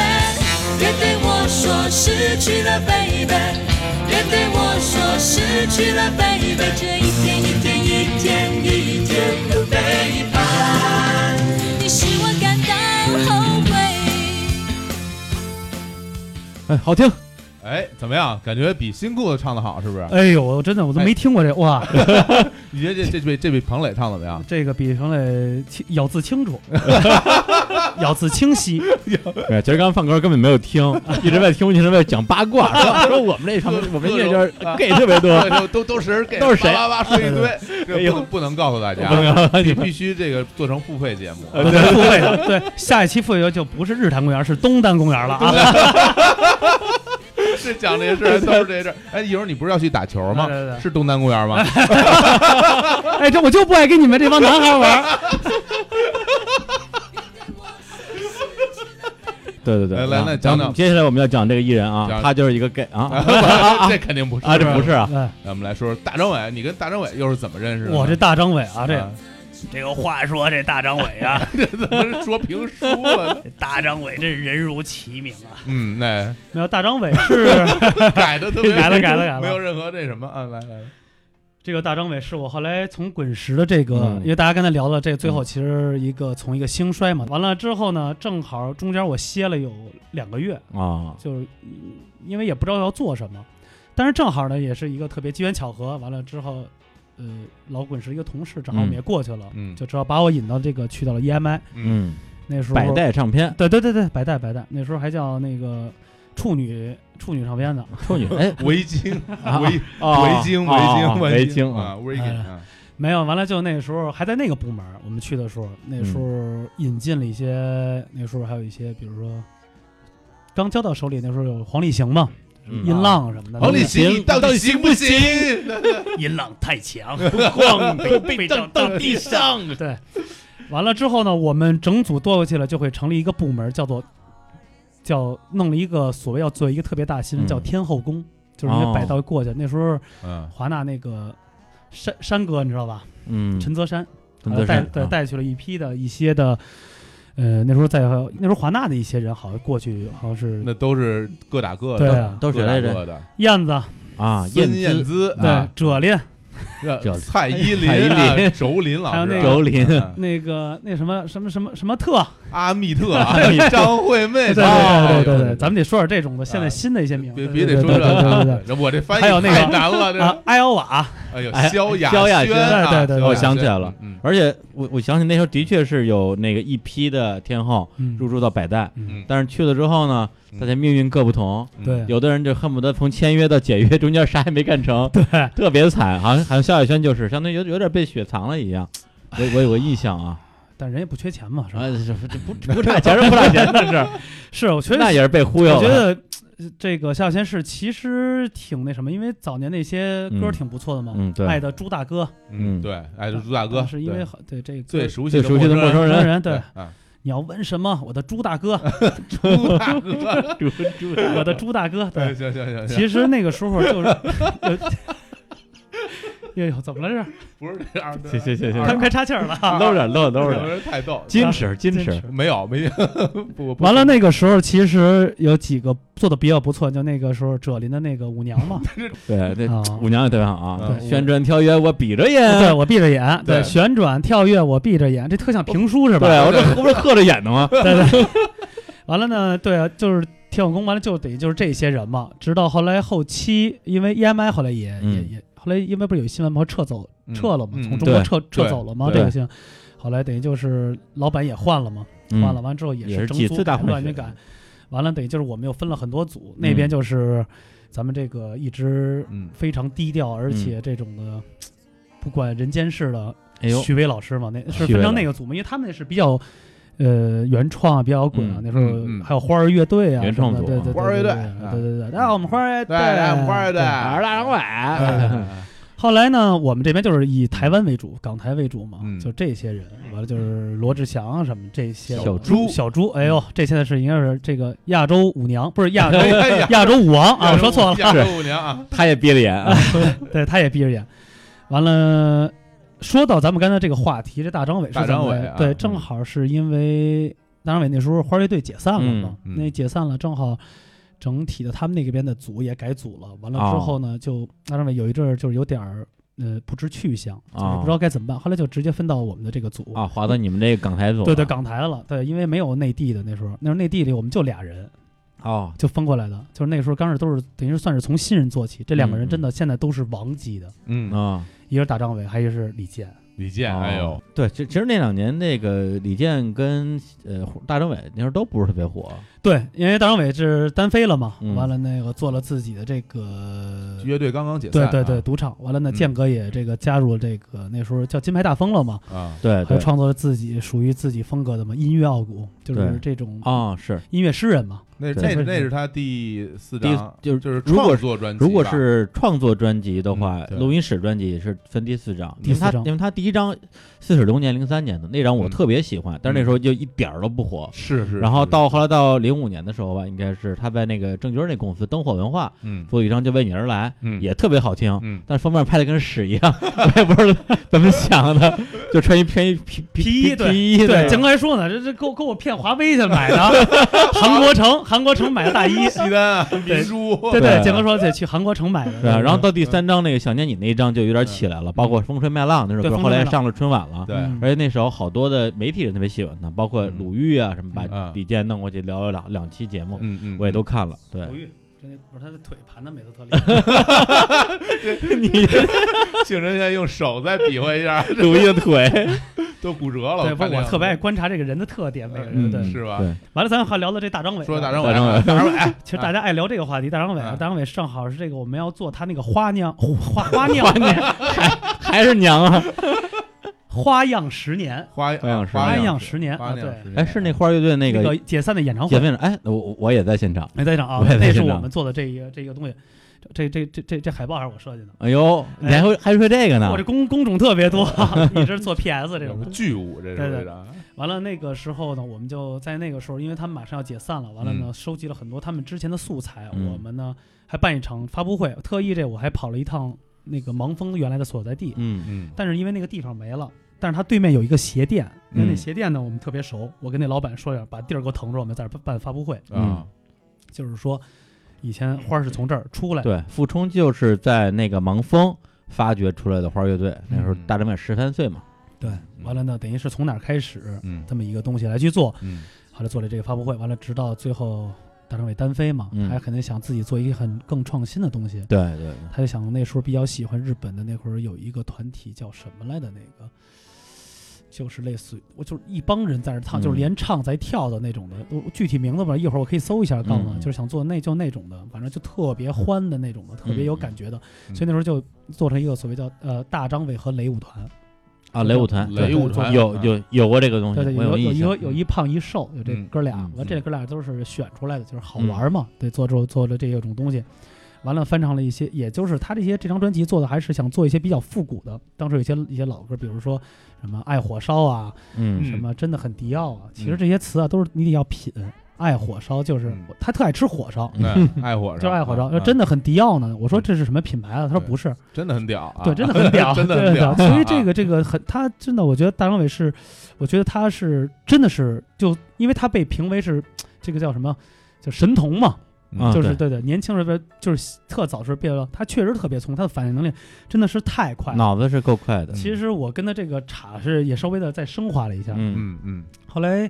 Speaker 5: 别对我说失去了 baby，别对我说失去了 baby，这一天一天一天一天的背叛，你使我感到后悔。
Speaker 1: 哎，好听，
Speaker 2: 哎，怎么样？感觉比新裤子唱的好，是不是？
Speaker 3: 哎呦，我真的我都没听过这哇，
Speaker 2: 你觉得这这比这比彭磊唱得怎么 样？
Speaker 3: 这个比成磊清咬字清楚，咬字清晰，
Speaker 1: 对，今儿刚放歌根本没有听，一直在听一直在讲八卦， 说说我们这唱我们这圈
Speaker 2: 啊
Speaker 1: gay 特别多，
Speaker 2: 都都都是给
Speaker 1: 都是谁
Speaker 2: 叭叭叭说一堆，
Speaker 1: 哎
Speaker 2: 这
Speaker 1: 呦
Speaker 2: 不能不能告诉大
Speaker 1: 不能告诉
Speaker 2: 家，
Speaker 1: 大家
Speaker 2: 你必须这个做成付费节 目。
Speaker 3: 对付费啊的，对，下一期付费就不是日坛公园，是东单公园了啊。
Speaker 2: 是讲这些事儿，都是这些事儿。哎，一会儿你不是要去打球吗
Speaker 3: 对对？对
Speaker 2: 是东单公园吗？
Speaker 3: 哎，这我就不爱跟你们这帮男孩玩儿。
Speaker 1: 对对对，
Speaker 2: 来来
Speaker 1: 啊
Speaker 2: 来讲讲
Speaker 1: 接下来我们要讲这个艺人啊
Speaker 2: 讲，
Speaker 1: 他就是一个 gay 啊
Speaker 2: 这肯定不是
Speaker 1: 啊，这不是啊，
Speaker 3: 哎，
Speaker 2: 那我们来说说大张伟，你跟大张伟又是怎么认识的呢？
Speaker 3: 我这大张伟啊，这
Speaker 2: 啊
Speaker 6: 这个话说这大张伟啊，
Speaker 2: 这 怎么是说评书了呢？
Speaker 6: 这大张伟真是人如其名啊。
Speaker 2: 嗯，那
Speaker 3: 没有大张伟是
Speaker 2: 改的特别
Speaker 3: 改了 改了改了
Speaker 2: 没有任何这什么啊，来来，
Speaker 3: 这个大张伟是我后来从滚石的这个，
Speaker 1: 嗯
Speaker 3: 因为大家刚才聊了这个最后其实一个从一个兴衰嘛，完了之后呢，正好中间我歇了有两个月，
Speaker 1: 啊，
Speaker 3: 就是嗯因为也不知道要做什么，但是正好呢也是一个特别机缘巧合，完了之后，呃，老滚石一个同事正好我们也过去了，
Speaker 2: 嗯
Speaker 3: 就知道把我引到这个去到了 EMI，
Speaker 1: 嗯，
Speaker 3: 那时候
Speaker 1: 百代唱片
Speaker 3: 对对对对百代百代，那时候还叫那个处女处女唱 片呢，
Speaker 1: 处女，哎，
Speaker 2: 围巾，
Speaker 1: 啊
Speaker 2: 围
Speaker 3: 哦
Speaker 1: 啊
Speaker 2: 围巾，围
Speaker 1: 啊
Speaker 2: 巾，
Speaker 1: 围
Speaker 2: 巾
Speaker 1: 巾
Speaker 2: 啊，围巾啊，
Speaker 3: 没有，完了就那时候还在那个部门儿，我们去的时候，那时
Speaker 2: 嗯
Speaker 3: 候引进了一些，那时候还有一些，比如说刚交到手里，那时候有黄立行嘛，
Speaker 1: 嗯
Speaker 3: 音浪什么的。
Speaker 2: 黄立
Speaker 3: 那
Speaker 2: 行，你到底行不行？
Speaker 6: 音浪太 强， 咣被被撞到地上。
Speaker 3: 对，完了之后呢，我们整组剁过去了，就会成立一个部门儿，叫做叫弄了一个所谓要做一个特别大新闻，
Speaker 1: 嗯
Speaker 3: 叫天后宫，就是因
Speaker 1: 哦
Speaker 3: 为百道过去，那时候
Speaker 2: 嗯，
Speaker 3: 华纳那个山山哥你知道吧，
Speaker 1: 嗯，
Speaker 3: 陈泽山。
Speaker 1: 陈泽山
Speaker 3: 带带
Speaker 1: 啊
Speaker 3: 带去了一批的一些的，呃，那时候在那时候华纳的一些人好像过去，好像是
Speaker 2: 那都是各打各
Speaker 3: 对
Speaker 2: 的，
Speaker 3: 啊，
Speaker 1: 都是谁
Speaker 2: 各打
Speaker 1: 来着
Speaker 2: 各的。
Speaker 3: 燕子
Speaker 1: 啊，
Speaker 2: 孙
Speaker 1: 燕
Speaker 2: 燕
Speaker 1: 姿、
Speaker 2: 姿，
Speaker 3: 对
Speaker 2: 啊，
Speaker 3: 褶链
Speaker 1: 这
Speaker 2: 呃蔡依林
Speaker 1: 蔡依
Speaker 2: 啊，
Speaker 1: 林
Speaker 2: 轴林老师
Speaker 3: 还
Speaker 2: 啊，
Speaker 3: 有那个
Speaker 1: 周林，
Speaker 2: 啊
Speaker 3: 那个那什么什么什么什么特，
Speaker 2: 阿密特 啊
Speaker 1: 阿密，特
Speaker 2: 张惠妹，
Speaker 3: 对
Speaker 2: 哎
Speaker 3: 对对
Speaker 2: 呦
Speaker 3: 对对，咱们得说点这种的，现在
Speaker 2: 啊
Speaker 3: 新的一些名
Speaker 2: 别
Speaker 3: 字，
Speaker 2: 别得
Speaker 3: 对
Speaker 2: 说
Speaker 3: 对对对对
Speaker 2: 这 个，我啊这翻译
Speaker 3: 还有那个
Speaker 2: 太难了，
Speaker 3: 对
Speaker 2: 这
Speaker 3: 啊，艾奥瓦
Speaker 2: 哎呦，
Speaker 1: 哎
Speaker 2: 萧亚
Speaker 1: 萧亚
Speaker 2: 轩
Speaker 1: 轩
Speaker 2: 啊，
Speaker 3: 对对对
Speaker 2: 萧亚
Speaker 1: 我想起来
Speaker 2: 轩
Speaker 1: 了，
Speaker 2: 嗯
Speaker 1: 而且我我想起那时候的确是有那个一批的天后
Speaker 3: 嗯
Speaker 1: 入驻到百代，
Speaker 2: 嗯，
Speaker 1: 但是去了之后呢，
Speaker 2: 嗯
Speaker 1: 大家命运各不同，
Speaker 2: 嗯
Speaker 3: 对
Speaker 1: 有的人就恨不得从签约到解约中间啥也没干成，对，特别惨，好像好像萧亚轩就是相当于有有点被雪藏了一样。我我有个印象啊，
Speaker 3: 但人也不缺钱嘛，哎是吧？
Speaker 2: 哎
Speaker 1: 啊，这这不不差钱是不差钱，但 是
Speaker 3: 是，我觉得
Speaker 1: 那也是被忽悠
Speaker 3: 我
Speaker 1: 了。
Speaker 3: 觉得呃这个夏仙是其实挺那什么，因为早年那些
Speaker 1: 嗯
Speaker 3: 歌挺不错的嘛，
Speaker 1: 嗯对
Speaker 3: 爱的朱大哥，啊
Speaker 2: 嗯，
Speaker 1: 嗯
Speaker 2: 对，哎，就朱大哥
Speaker 3: 是因
Speaker 2: 对
Speaker 3: 为好对这个
Speaker 2: 最
Speaker 3: 歌
Speaker 2: 熟悉
Speaker 1: 最熟悉的陌生
Speaker 3: 陌生
Speaker 1: 人，
Speaker 3: 人
Speaker 2: 对
Speaker 3: 对。
Speaker 2: 啊，
Speaker 3: 你要问什么？我的猪大哥，
Speaker 2: 朱大哥，
Speaker 1: 猪猪
Speaker 3: 我的猪大哥。
Speaker 2: 对，
Speaker 3: 对，
Speaker 2: 行行行行，
Speaker 3: 其实那个时候就是， 哎呦，怎么 了这是？
Speaker 2: 不是这样的，
Speaker 1: 行行行行
Speaker 3: 他们快岔气儿了。
Speaker 1: 搂着搂着搂
Speaker 2: 有
Speaker 1: 着，
Speaker 2: 人太逗了，
Speaker 1: 矜持矜
Speaker 3: 矜
Speaker 1: 持
Speaker 3: 持，
Speaker 2: 没有没不不
Speaker 3: 完了，那个时候其实有几个做的比较不错，就那个时候哲林的那个舞娘嘛，
Speaker 1: 对，这
Speaker 3: 啊
Speaker 1: 舞娘也特别好啊，
Speaker 2: 对
Speaker 1: 旋转跳跃我闭着眼，
Speaker 3: 对我闭着眼，
Speaker 2: 对
Speaker 3: 对旋转跳跃我闭着眼，这特像评书是吧？
Speaker 1: 对我这不是合着眼的 吗？
Speaker 3: 对对。完了呢，对啊，就是天后宫，完了就等于就是这些人嘛。直到后来后期，因为 EMI 后来也、也
Speaker 1: 嗯
Speaker 3: 也后来因为不是有新闻吗？撤走
Speaker 2: 嗯
Speaker 3: 撤了嘛，
Speaker 2: 嗯
Speaker 3: 从中国
Speaker 1: 对
Speaker 3: 撤撤走了嘛，
Speaker 2: 对
Speaker 3: 这个新闻。后来等于就是老板也换了嘛，换了完之后
Speaker 1: 嗯也是
Speaker 3: 整
Speaker 1: 几
Speaker 3: 组
Speaker 1: 次大
Speaker 3: 改
Speaker 1: 换
Speaker 3: 不完
Speaker 1: 血
Speaker 3: 全改，完了等于就是我们又分了很多组，那边
Speaker 1: 嗯
Speaker 3: 就是咱们这个一直
Speaker 2: 嗯
Speaker 3: 非常低调，而
Speaker 1: 嗯
Speaker 3: 且这种的。不管人间世的
Speaker 1: 哎呦，
Speaker 3: 许巍老师嘛，那是
Speaker 1: 许巍
Speaker 3: 分成
Speaker 1: 老
Speaker 3: 那个组嘛，因为他们那是比较呃原创啊，比较摇滚啊，
Speaker 1: 嗯
Speaker 3: 那时候
Speaker 2: 嗯嗯
Speaker 3: 还有花儿乐队啊
Speaker 1: 原
Speaker 3: 什么
Speaker 1: 创
Speaker 3: 的，
Speaker 1: 组
Speaker 3: 对
Speaker 1: 啊
Speaker 3: 对对
Speaker 2: 花儿乐队
Speaker 3: 对
Speaker 2: 啊
Speaker 3: 对对对对，那我们花儿乐队，
Speaker 2: 来来花儿乐队
Speaker 1: 哪是大张伟？
Speaker 2: 哎
Speaker 3: 后来呢，我们这边就是以台湾为主，港台为主嘛，
Speaker 2: 嗯
Speaker 3: 就这些人，完了就是罗志祥啊什么这些
Speaker 1: 小
Speaker 2: 猪嗯
Speaker 3: 小猪，哎呦，这现在是应该是这个亚洲舞娘，不是亚 洲
Speaker 2: 哎呀
Speaker 3: 亚洲舞王啊，我说错了，
Speaker 2: 亚洲舞娘啊，
Speaker 1: 他也闭着眼啊，
Speaker 3: 对，他也闭着眼。完了，说到咱们刚才这个话题，这大张伟是
Speaker 2: 大张
Speaker 3: 怎么
Speaker 2: 伟
Speaker 3: 来
Speaker 2: 啊
Speaker 3: 对，
Speaker 2: 嗯
Speaker 3: 正好是因为大张伟那时候花儿乐队解散了嘛，
Speaker 2: 嗯嗯
Speaker 3: 那解散了，正好整体的他们那个边的组也改组了。完了
Speaker 2: 哦
Speaker 3: 之后呢，就大张伟有一阵儿就是有点儿呃不知去向，就是
Speaker 1: 哦
Speaker 3: 不知道该怎么办。后来就直接分到我们的这个组
Speaker 2: 哦
Speaker 1: 啊，划到你们这个港台组了，啊
Speaker 3: 对对，港台了，对，因为没有内地的那时候，那时候内地里我们就俩人，
Speaker 1: 哦，
Speaker 3: 就分过来的，就是那时候刚是都是等于是算是从新人做起，这两
Speaker 1: 嗯
Speaker 3: 个人真的现在都是王级的，
Speaker 2: 嗯，
Speaker 1: 啊，
Speaker 3: 一个是大张伟，还一个是李健。
Speaker 2: 李健，哎呦
Speaker 1: 哦，，对，其其实那两年那个李健跟呃大张伟那时候都不是特别火，
Speaker 3: 对，因为大张伟是单飞了嘛，
Speaker 1: 嗯
Speaker 3: 完了那个做了自己的这个
Speaker 2: 乐队刚刚解散
Speaker 3: 对
Speaker 2: 啊，
Speaker 3: 对对赌场，完了呢，
Speaker 2: 嗯
Speaker 3: 建哥也这个加入了这个那时候叫金牌大风了嘛，
Speaker 2: 啊，
Speaker 1: 对
Speaker 3: 还
Speaker 1: 对，
Speaker 3: 创作了自己属于自己风格的嘛音乐傲骨，就是
Speaker 1: 对
Speaker 3: 这种
Speaker 1: 啊是，
Speaker 3: 音乐诗人嘛。
Speaker 2: 那
Speaker 1: 对
Speaker 2: 那那是他第四
Speaker 1: 第
Speaker 2: 张，
Speaker 1: 就是
Speaker 2: 就是
Speaker 1: 如
Speaker 2: 创
Speaker 1: 果是
Speaker 2: 作专辑吧，
Speaker 1: 如果是创作专辑的话
Speaker 2: 嗯，对
Speaker 1: 录音室专辑也是分第四张，
Speaker 3: 第
Speaker 1: 因为
Speaker 3: 四
Speaker 1: 他
Speaker 3: 张
Speaker 1: 因为他第一张四十周年零三年的那张
Speaker 2: 嗯
Speaker 1: 我特别喜欢，但是那时候就一点儿都不火。
Speaker 2: 是是，
Speaker 1: 然后
Speaker 2: 是
Speaker 1: 到后来到零五年的时候吧，应该是他在那个郑钧那公司灯火文化
Speaker 2: 嗯
Speaker 1: 做一张叫《为你而来》，
Speaker 2: 嗯
Speaker 1: 也特别好听，
Speaker 2: 嗯
Speaker 1: 但是封面拍的跟屎一样， 我也不知道怎么想的，就穿一偏一皮
Speaker 6: 皮衣
Speaker 1: 皮
Speaker 6: 对
Speaker 1: 皮衣
Speaker 3: 对，
Speaker 1: 的
Speaker 3: 江哥还说呢，这这给我给我骗华为去买的， 韩国城韩国城买的大衣，
Speaker 2: 西单啊，
Speaker 3: 对
Speaker 2: 民书，
Speaker 3: 对
Speaker 1: 对
Speaker 3: 江哥说得去韩国城买的。
Speaker 1: 对啊，然后到第三章那个想念你那一章就有点起来了，包括《风吹麦浪》那首
Speaker 3: 对
Speaker 1: 歌，
Speaker 3: 风
Speaker 1: 后
Speaker 3: 吹
Speaker 1: 来
Speaker 3: 麦浪
Speaker 1: 上了春晚了。
Speaker 2: 对
Speaker 3: 嗯
Speaker 1: 而且那时候好多的媒体人特别喜欢他，包括鲁豫啊什么，把
Speaker 2: 嗯
Speaker 1: 李健弄过去聊了两两期节目，
Speaker 2: 嗯嗯，
Speaker 1: 我也都看了。对，
Speaker 3: 豫，真的不是他的腿盘的每次特厉害，
Speaker 1: 你
Speaker 2: 庆人现在用手再比划一下，
Speaker 1: 鲁豫的腿，
Speaker 2: 都骨折了。
Speaker 3: 对，不
Speaker 2: 看
Speaker 3: 是
Speaker 2: 这
Speaker 3: 我
Speaker 2: 样
Speaker 3: 特别爱观察这个人的特点，每个人
Speaker 2: 嗯
Speaker 3: 对。
Speaker 2: 是吧
Speaker 1: 对，
Speaker 3: 完了，咱还聊到这大张伟，
Speaker 2: 说大张
Speaker 1: 伟大张伟
Speaker 2: 伟， 大张伟，哎
Speaker 3: 其实大家爱聊这个话题，大张伟，
Speaker 2: 啊
Speaker 3: 大张伟正好是这个我们要做他那个花酿 花花酿花
Speaker 1: 还是娘啊！
Speaker 3: 花样十年，
Speaker 2: 花
Speaker 1: 花样
Speaker 2: 样
Speaker 1: 十
Speaker 3: 花
Speaker 1: 年
Speaker 3: 样十年
Speaker 2: 花
Speaker 3: 啊，
Speaker 2: 样
Speaker 3: 对
Speaker 2: 十，年，
Speaker 1: 哎，是那花儿乐队 那
Speaker 3: 那
Speaker 1: 个
Speaker 3: 个解散的演唱
Speaker 1: 姐
Speaker 3: 会，
Speaker 1: 妹，哎，我我也在现场。
Speaker 3: 没在场啊
Speaker 1: 我也，在
Speaker 3: 那是
Speaker 1: 现
Speaker 3: 我
Speaker 1: 场
Speaker 3: 们做的这一个这个东西，这这这这这海报还是我设计的，
Speaker 1: 哎呦，你还会还会这个呢
Speaker 3: 我这？工工种特 别多，
Speaker 1: 啊
Speaker 3: 你是做 PS 这
Speaker 2: 什
Speaker 3: 种
Speaker 2: 么。巨舞，这
Speaker 3: 对
Speaker 2: 是啊
Speaker 3: 对
Speaker 2: 为啥？
Speaker 3: 完了那个时候呢，我们就在那个时候，因为他们马上要解散了，完了呢，收集了很多他们之前的素材，
Speaker 1: 嗯
Speaker 3: 我们呢还办一场发布会，特意这我还跑了一趟那个盲峰原来的所在地，
Speaker 1: 嗯
Speaker 2: 嗯
Speaker 3: 但是因为那个地方没了，但是它对面有一个鞋店，因为那
Speaker 1: 嗯
Speaker 3: 鞋店呢我们特别熟，我跟那老板说一下，把地儿给我腾出，我们在这儿办发布会，
Speaker 2: 啊，
Speaker 3: 就是说以前花儿是从这儿出来的，
Speaker 1: 对，傅冲就是在那个盲峰发掘出来的花儿乐队，那时候
Speaker 2: 嗯
Speaker 1: 大张伟十三岁嘛。
Speaker 3: 对，完了呢，等于是从哪儿开始
Speaker 2: 嗯
Speaker 3: 这么一个东西来去做，
Speaker 2: 嗯
Speaker 3: 后来做了这个发布会，完了直到最后大张伟单飞嘛，
Speaker 1: 嗯
Speaker 3: 他肯定想自己做一个很更创新的东西。
Speaker 1: 对对对，
Speaker 3: 他就想那时候比较喜欢日本的那会儿有一个团体叫什么来的那个，就是类似于我就是一帮人在那儿
Speaker 1: 嗯
Speaker 3: 唱，就是连唱带跳的那种的，我具体名字吧，一会儿我可以搜一下告诉
Speaker 1: 嗯
Speaker 3: 你，
Speaker 1: 嗯
Speaker 3: 就是想做那就那种的，反正就特别欢的那种的，特别有感觉的，
Speaker 2: 嗯
Speaker 3: 所以那时候就做成一个所谓叫呃大张伟和雷舞团，
Speaker 1: 啊，雷舞团，
Speaker 2: 雷
Speaker 1: 对
Speaker 2: 舞
Speaker 1: 对
Speaker 2: 团
Speaker 1: 有
Speaker 2: 啊
Speaker 1: 有嗯有过这个东西，
Speaker 3: 对对，
Speaker 1: 我
Speaker 3: 有有
Speaker 1: 印
Speaker 3: 一个
Speaker 1: 象。
Speaker 3: 有一胖一瘦，有这
Speaker 2: 嗯
Speaker 3: 哥俩
Speaker 1: 嗯，
Speaker 3: 完、这哥俩都是选出来的，就是好
Speaker 1: 嗯
Speaker 3: 玩嘛。对，做做做了这一种东西，完了翻唱了一些，也就是他这些这张专辑做的还是想做一些比较复古的。当时有一些一些老歌，比如说什么爱火烧啊，
Speaker 1: 嗯
Speaker 3: 什么真的很迪奥啊，其实
Speaker 2: 嗯
Speaker 3: 这些词啊都是你得要品。爱火烧就是、
Speaker 2: 嗯
Speaker 3: 我他特爱吃火烧。
Speaker 1: 嗯
Speaker 2: 对，爱火烧，
Speaker 3: 就是爱火烧，
Speaker 2: 啊
Speaker 3: 真的很迪奥呢。我说这是什么品牌啊？他说不是，
Speaker 2: 真的很屌啊，
Speaker 3: 对，真的很 屌，
Speaker 2: 真的
Speaker 3: 很
Speaker 2: 很屌。啊
Speaker 3: 所以这个这个很，他真的，我觉得大张伟是，我觉得他是真的是，就因为他被评为是这个叫什么，就神童嘛，
Speaker 1: 啊
Speaker 3: 就是
Speaker 1: 对
Speaker 3: 对对，年轻人就是特早时变了，他确实特别聪，他的反应能力真的是太快了。
Speaker 1: 脑子是够快嗯的。
Speaker 3: 其实我跟他这个差是也稍微的再升华了一下，
Speaker 1: 嗯
Speaker 2: 嗯嗯
Speaker 3: 后来。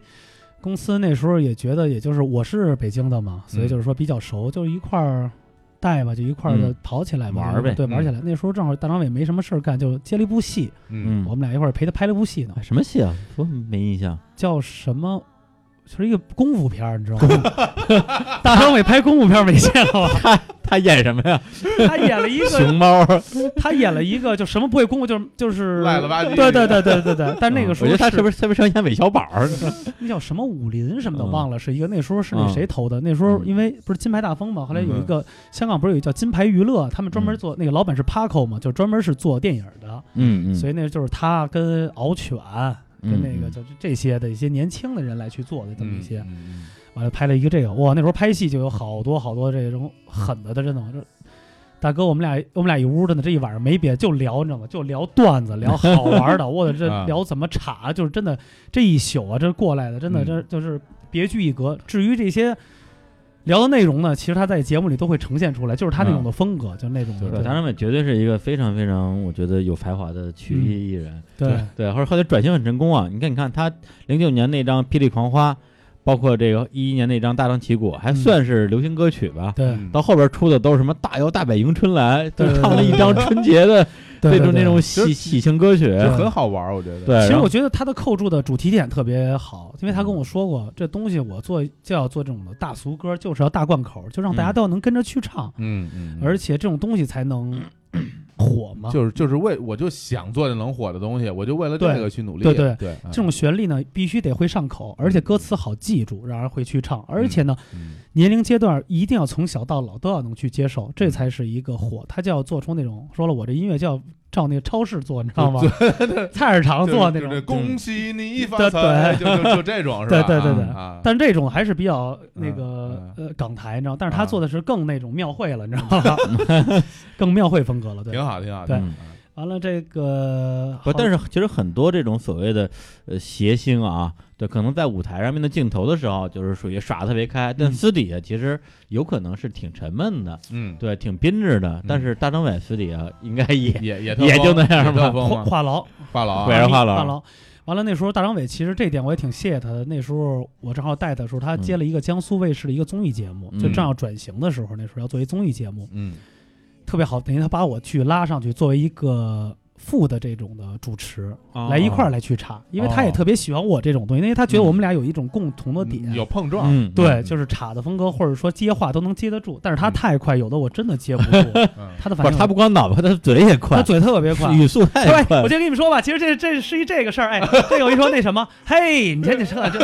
Speaker 3: 公司那时候也觉得，也就是我是北京的嘛，所以
Speaker 2: 嗯
Speaker 3: 就是说比较熟，就是一块儿带吧，就一块儿的
Speaker 1: 嗯
Speaker 3: 跑起来嘛，
Speaker 1: 玩儿呗
Speaker 3: 对，玩
Speaker 2: 嗯
Speaker 3: 起来。那时候正好大张伟没什么事儿干，就接了一部戏，
Speaker 2: 嗯
Speaker 1: 嗯，
Speaker 3: 我们俩一块儿陪他拍了部戏呢
Speaker 1: 哎，什么戏啊？我没印象。
Speaker 3: 叫什么？就是一个功夫片儿，你知道吗？ 大张伟拍功夫片儿没见过吧，
Speaker 1: 他演什么呀？
Speaker 3: 他演了一个，
Speaker 1: 熊猫。
Speaker 3: 他演了一个就什么不会功夫，就是就是
Speaker 2: 赖了吧唧
Speaker 3: 对对对对对对。但那个
Speaker 1: 嗯
Speaker 3: 时
Speaker 1: 我
Speaker 3: 候
Speaker 1: 觉得他是不
Speaker 3: 是
Speaker 1: 是特别像演韦小宝儿？
Speaker 3: 那叫什么武林什么的，
Speaker 1: 嗯
Speaker 3: 忘了是一个那时候是那
Speaker 1: 嗯
Speaker 3: 谁投的？那时候
Speaker 1: 嗯
Speaker 3: 因为不是金牌大风嘛，后来有一
Speaker 2: 嗯
Speaker 3: 个香港不是有一个叫金牌娱乐，他们专门
Speaker 1: 嗯
Speaker 3: 做那个老板是 Paco 嘛，就专门是做电影的，
Speaker 1: 嗯嗯，
Speaker 3: 所以那就是他跟敖犬跟那个
Speaker 1: 嗯嗯
Speaker 3: 就是这些的一些年轻的人来去做的这么一些。
Speaker 2: 嗯
Speaker 3: 完了拍了一个这个，哇，那时候拍戏就有好多好多这种狠的，他真的，这大哥，我们俩我们俩一屋的呢，这一晚上没别就聊，你知道吗？就聊段子，聊好玩的，我这
Speaker 2: 啊
Speaker 3: 聊怎么查，就是真的这一宿啊，这过来的，真
Speaker 2: 嗯
Speaker 3: 的这就是别具一格。至于这些聊的内容呢，其实他在节目里都会呈现出来，就是他那种的风格，就是那种的，
Speaker 1: 对，大张伟绝对是一个非常非常，我觉得有才华的曲艺艺人。
Speaker 3: 对
Speaker 1: 对，或者后来转型很成功啊！你看，你看他零九年那张《霹雳狂花》，包括这个一一年那张《大张旗鼓》，还算是流行歌曲吧。
Speaker 3: 嗯对
Speaker 2: 嗯
Speaker 1: 到后边出的都是什么大摇大摆迎春来，就
Speaker 3: 对对
Speaker 1: 唱了一张春节的
Speaker 3: 对
Speaker 1: 那种
Speaker 3: 对
Speaker 1: 那种
Speaker 2: 就
Speaker 1: 喜喜庆歌曲。
Speaker 2: 就很好玩儿，我觉得。
Speaker 1: 对，
Speaker 3: 其实
Speaker 1: 然后
Speaker 3: 我觉得他的扣住的主题点特别好，因为他跟我说过，这东西我做就要做这种的大俗歌，就是要大贯口，就让大家
Speaker 1: 嗯
Speaker 3: 都能跟着去唱，
Speaker 2: 嗯嗯，
Speaker 3: 而且这种东西 才能火嘛。
Speaker 2: 就是就是为我就想做这能火的东西，我就为了这
Speaker 3: 对
Speaker 2: 个去努力。
Speaker 3: 对
Speaker 2: 对嗯
Speaker 3: 对
Speaker 2: 对，
Speaker 3: 这种旋律呢，必须得会上口，而且歌词好记住，让人会去唱。而且呢，
Speaker 2: 嗯
Speaker 3: 年龄阶段一定要从小到老都要能去接受，这才是一个火。他就要做出那种，说了我这音乐就要照那个超市做，你知 道吗？菜市场
Speaker 2: 就
Speaker 3: 做那
Speaker 2: 就
Speaker 3: 种嗯
Speaker 2: 是。恭喜你发
Speaker 3: 对
Speaker 2: 财，就就就这 种是吧？
Speaker 3: 对对对对
Speaker 2: 啊，啊
Speaker 3: 但这种还是比较那
Speaker 2: 嗯
Speaker 3: 个呃港台，你知道，但是他
Speaker 2: 啊
Speaker 3: 做的是更那种庙会了，你知道吗？
Speaker 1: 嗯
Speaker 3: 更庙会风格了，对
Speaker 2: 挺。好挺好。嗯
Speaker 3: 对
Speaker 2: 挺好
Speaker 3: 完了这个，
Speaker 1: 不，
Speaker 3: 好
Speaker 1: 但是其实很多这种所谓的呃谐星啊，对，可能在舞台上面的镜头的时候，就是属于耍得特别开，但
Speaker 3: 嗯
Speaker 1: 私底下其实有可能是挺沉闷的，
Speaker 2: 嗯，
Speaker 1: 对，挺宾着的。但
Speaker 2: 嗯
Speaker 1: 是大张伟私底下应该也
Speaker 2: 也也
Speaker 1: 也就那样吧
Speaker 3: 话
Speaker 2: 吧。
Speaker 3: 话痨，
Speaker 2: 话痨
Speaker 1: 对
Speaker 2: 啊，
Speaker 1: 然后话
Speaker 3: 话
Speaker 1: 痨
Speaker 3: 痨。完了那时候大张伟其实这点我也挺谢谢他的，那时候我正好带他的时候，他接了一个江苏卫视的一个综艺节目，
Speaker 1: 嗯
Speaker 3: 就正好转型的时候，那时候要做一综艺节目，
Speaker 2: 嗯
Speaker 3: 特别好，等于他把我去拉上去作为一个。副的这种的主持、
Speaker 1: 哦
Speaker 3: 来一块儿来去查，因为他也特别喜欢我这种东西，因为他觉得我们俩有一种共同的点，
Speaker 2: 有碰撞，
Speaker 1: 嗯，
Speaker 3: 啊对，
Speaker 2: 嗯
Speaker 3: 就是岔的风格，或者说接话都能接得住，但是他
Speaker 2: 嗯
Speaker 3: 太快，有的我真的 接不住。
Speaker 2: 嗯
Speaker 3: 他的
Speaker 1: 不
Speaker 3: 反
Speaker 1: 是
Speaker 3: 应，
Speaker 1: 他不光脑袋，他嘴也快，
Speaker 3: 他嘴特别快。
Speaker 1: 语速太
Speaker 3: 对，
Speaker 1: 快
Speaker 3: 我
Speaker 1: 了。
Speaker 3: 先跟你们说吧，其实这这是一这个 事儿，哎，这有一说那什么，嘿，你这这这这，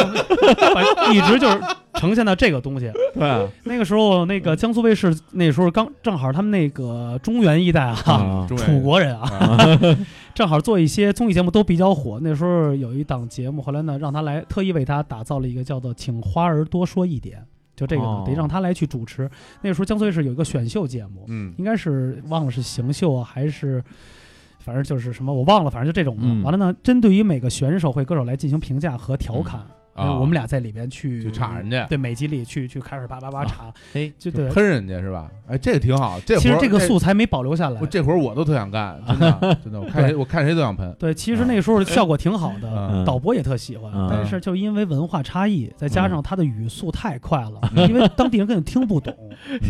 Speaker 3: 反正一直就是呈现到这个东西。
Speaker 1: 对
Speaker 3: 那个时候，那个江苏卫视那时候刚正好他们那个中原一带啊，
Speaker 1: 啊
Speaker 2: 中国
Speaker 3: 楚
Speaker 2: 人
Speaker 3: 国人啊，
Speaker 2: 啊
Speaker 3: 正好做一些综艺节目都比较火。那时候有一档节目，后来呢，让他来特意为他打造了一个叫做“请花儿多说一点”，就这个呢
Speaker 1: 哦
Speaker 3: 得让他来去主持。那时候江苏卫视有一个选秀节目，
Speaker 2: 嗯
Speaker 3: 应该是忘了是行秀啊还是。反正就是什么我忘了，反正就这种嘛。
Speaker 1: 嗯
Speaker 3: 完了呢，针对于每个选手会歌手来进行评价和调侃，然
Speaker 2: 啊，
Speaker 3: 后我们俩在里边去
Speaker 2: 去查人家啊
Speaker 3: 对每集里去去开始叭叭叭查，
Speaker 1: 嘿，
Speaker 3: 就
Speaker 2: 就
Speaker 3: 对。
Speaker 2: 喷人家是吧？哎，这个挺好，这活
Speaker 3: 其实
Speaker 2: 儿哎
Speaker 3: 这个素材没保留下来
Speaker 2: 我，这活儿我都特想干，真 的真的，我看谁我看谁都想喷。
Speaker 3: 对，其实那时候效果挺好的，
Speaker 2: 嗯
Speaker 1: 嗯
Speaker 3: 导播也特喜欢，
Speaker 1: 嗯
Speaker 3: 但是就因为文化差异，再加上他的语速太快了，
Speaker 1: 嗯
Speaker 3: 因为当地人根本听不懂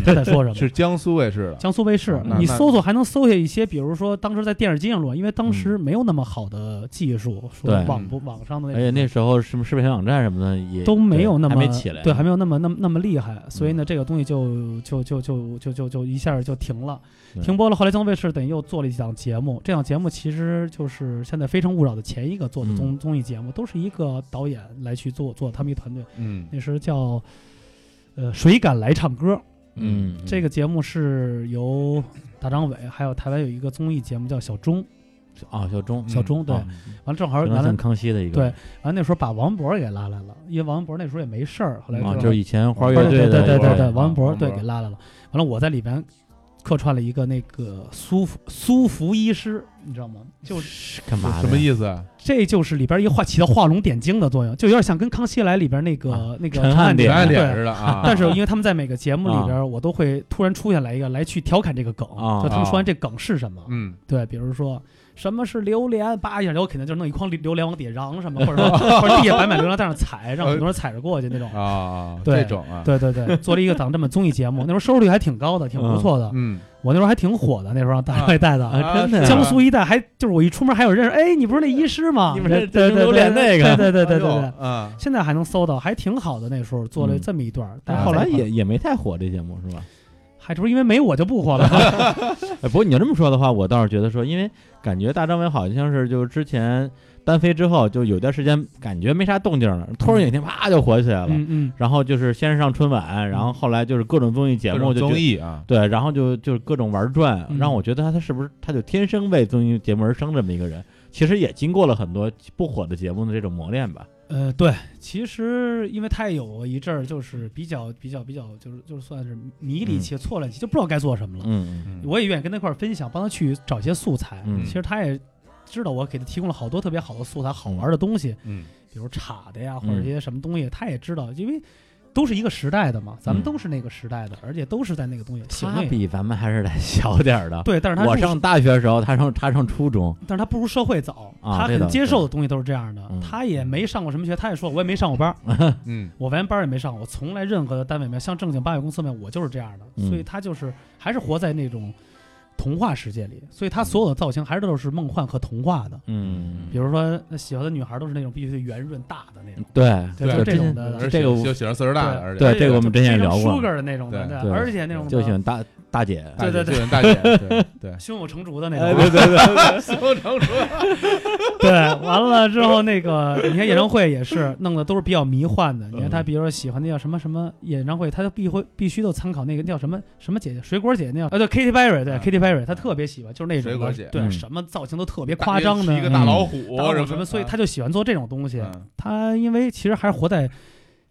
Speaker 3: 他在说什么。
Speaker 2: 是江苏卫视的，
Speaker 3: 江苏卫视
Speaker 2: 嗯那，
Speaker 3: 你
Speaker 2: 那
Speaker 3: 搜搜还能搜下一些，比如说当时在电视机上录，因为当时没有那么好的技术，说
Speaker 1: 嗯对
Speaker 3: 网不网上的那
Speaker 1: 而
Speaker 3: 种
Speaker 1: 哎且那时候什么视频网站什么的也
Speaker 3: 都没有那么
Speaker 1: 还没起来，嗯
Speaker 3: 对，还没有那么那么那么厉害，所以呢，这个东西就就就就就就就一下就停了，
Speaker 1: 对
Speaker 3: 停播了。后来江苏卫视等于又做了一档节目，这档节目其实就是现在《非诚勿扰》的前一个做
Speaker 1: 嗯
Speaker 3: 的综、综艺节目，都是一个导演来去做做他们一团队，
Speaker 2: 嗯
Speaker 3: 那时候叫呃谁敢来唱歌，
Speaker 1: 嗯，嗯，
Speaker 3: 这个节目是由大张伟还有台湾有一个综艺节目叫小钟，
Speaker 1: 啊，小钟，
Speaker 3: 小钟嗯对，
Speaker 1: 啊
Speaker 3: 完了正好
Speaker 1: 非
Speaker 3: 完
Speaker 1: 常
Speaker 3: 了
Speaker 1: 像康熙的一个，哦
Speaker 3: 对完了那时候把王博也拉来了，因为王博那时候也没事儿，后来
Speaker 1: 啊，
Speaker 3: 正
Speaker 1: 就是以前花儿乐
Speaker 3: 哦对
Speaker 1: 队
Speaker 3: 对
Speaker 1: 的
Speaker 3: 对对
Speaker 1: 一
Speaker 3: 对
Speaker 1: 位
Speaker 3: 对，
Speaker 1: 啊
Speaker 3: 王博
Speaker 2: 王
Speaker 3: 对
Speaker 2: 博
Speaker 3: 给拉来了。完了，我在里边客串了一个那个苏服苏服医师，你知道吗？就是
Speaker 1: 干嘛
Speaker 2: 什么
Speaker 1: 思？
Speaker 2: 意思啊？
Speaker 3: 这就是里边一个画起到画龙点睛的作用，就有点像跟《康熙来》里边那个、
Speaker 1: 啊
Speaker 3: 那个
Speaker 1: 陈汉典
Speaker 2: 跟
Speaker 3: 典
Speaker 2: 俺脸
Speaker 3: 对。
Speaker 2: 似的啊！
Speaker 3: 但是因为他们在每个节目里边，我都会突然出现来一个来去调侃这个梗，
Speaker 1: 啊
Speaker 3: 就他们说
Speaker 2: 啊
Speaker 3: 完这梗是什么，
Speaker 2: 嗯，
Speaker 3: 对，比如说什么是榴莲，叭一下，我肯定就弄一筐榴榴莲往底下嚷什么，或者说或者地下摆满榴莲在那踩，让很多人踩着过去那种。
Speaker 2: 啊，
Speaker 3: 对
Speaker 2: 这种啊，
Speaker 3: 对对对，做了一个档这么综艺节目，那时候收视率还挺高的，挺不错的。
Speaker 2: 嗯，
Speaker 3: 我那时候还挺火的，那时候大张伟带的，
Speaker 1: 啊真的呀
Speaker 3: 江苏一带还就是我一出门还有认识，哎，你不是那医师吗？
Speaker 1: 你不是
Speaker 3: 对对对
Speaker 1: 榴莲那个哎
Speaker 3: 对对对对对对。
Speaker 2: 啊，
Speaker 3: 现在还能搜到，还挺好的。那时候做了
Speaker 1: 嗯
Speaker 3: 这么一段，但
Speaker 1: 但
Speaker 3: 是
Speaker 1: 后来也也没太火这节目是吧？
Speaker 3: 还这不是因为没我就不火 了。
Speaker 1: 哎，不过你要这么说的话，我倒是觉得说，因为感觉大张伟好像是就是之前单飞之后，就有段时间感觉没啥动静了，突然有一天啪就火起来了。
Speaker 3: 嗯嗯，
Speaker 1: 然后就是先是上春晚，然后后来就是各种综艺节
Speaker 2: 各
Speaker 1: 目
Speaker 2: 种
Speaker 1: 就觉
Speaker 2: 综艺啊，
Speaker 1: 对，然后就就是各种玩转，
Speaker 3: 嗯
Speaker 1: 让我觉得他他是不是他就天生为综艺节目而生这么一个人？其实也经过了很多不火的节目的这种磨练吧。
Speaker 3: 呃，对，其实因为他也有一阵儿就是比较比较比较就是就是算是迷离期、错乱期，就不知道该做什么了。
Speaker 1: 嗯
Speaker 2: 嗯
Speaker 3: 我也愿意跟他一块儿分享，帮他去找一些素材。
Speaker 1: 嗯
Speaker 3: 其实他也知道我给他提供了好多特别好的素材、好玩的东西。
Speaker 2: 嗯
Speaker 1: 嗯
Speaker 3: 比如插的呀，或者一些什么东西，他也知道，因为都是一个时代的嘛，咱们
Speaker 1: 嗯
Speaker 3: 都是那个时代的，而且都是在那个东西。行
Speaker 1: 他
Speaker 3: 为
Speaker 1: 比咱们还是得小点儿的。
Speaker 3: 对，但是他
Speaker 1: 我
Speaker 3: 入
Speaker 1: 上大学的时候，他上他上初中，
Speaker 3: 但是他步入社会早，
Speaker 1: 啊
Speaker 3: 他
Speaker 1: 这倒
Speaker 3: 很
Speaker 1: 是
Speaker 3: 接受的东西都是这样的。
Speaker 1: 嗯
Speaker 3: 他也没上过什么学，他也说我也没上过班儿，
Speaker 2: 嗯，
Speaker 3: 我完班儿也没上过，我从来任何的单位没有像正经八百公司里面我就是这样的，
Speaker 1: 嗯
Speaker 3: 所以他就是还是活在那种童话世界里，所以他所有的造型还是都是梦幻和童话的。
Speaker 1: 嗯，
Speaker 3: 比如说呃喜欢的女孩都是那种必须得圆润大的那种，
Speaker 1: 对
Speaker 3: 对
Speaker 2: 对
Speaker 3: 就
Speaker 1: 这
Speaker 3: 这种的
Speaker 1: 这
Speaker 2: 而
Speaker 1: 这个
Speaker 2: 且就喜欢岁数大的，
Speaker 3: 对
Speaker 2: 而且
Speaker 1: 对这个我们之前也聊过
Speaker 3: s u g a 的那种的，
Speaker 2: 对
Speaker 1: 对
Speaker 3: 而且那种
Speaker 1: 就喜
Speaker 3: 的
Speaker 1: 欢大大姐，
Speaker 2: 大姐
Speaker 3: 对对对
Speaker 2: 就喜欢大姐，对对
Speaker 3: 胸有成竹的那
Speaker 1: 哎
Speaker 3: 种。
Speaker 1: 对对，
Speaker 2: 修成 熟，
Speaker 3: 对，完了之后那个，你看演唱会也是弄的都是比较迷幻的。你看他，比如说喜欢那叫什么什么演唱会，他就必会必须都参考那个叫什么什么姐姐，水果姐那叫啊，对，Katy Perry，对
Speaker 2: 啊
Speaker 3: ，Katy Perry，他特别喜欢，就是那种
Speaker 2: 水
Speaker 3: 的
Speaker 2: 果姐
Speaker 3: 对，
Speaker 1: 嗯
Speaker 3: 什么造型都特别夸张
Speaker 2: 一
Speaker 3: 的，嗯
Speaker 2: 个大老虎
Speaker 3: 大老虎
Speaker 2: 什
Speaker 3: 什么，
Speaker 2: 么，啊
Speaker 3: 所以他就喜欢做这种东西。
Speaker 2: 嗯
Speaker 3: 他因为其实还是活在，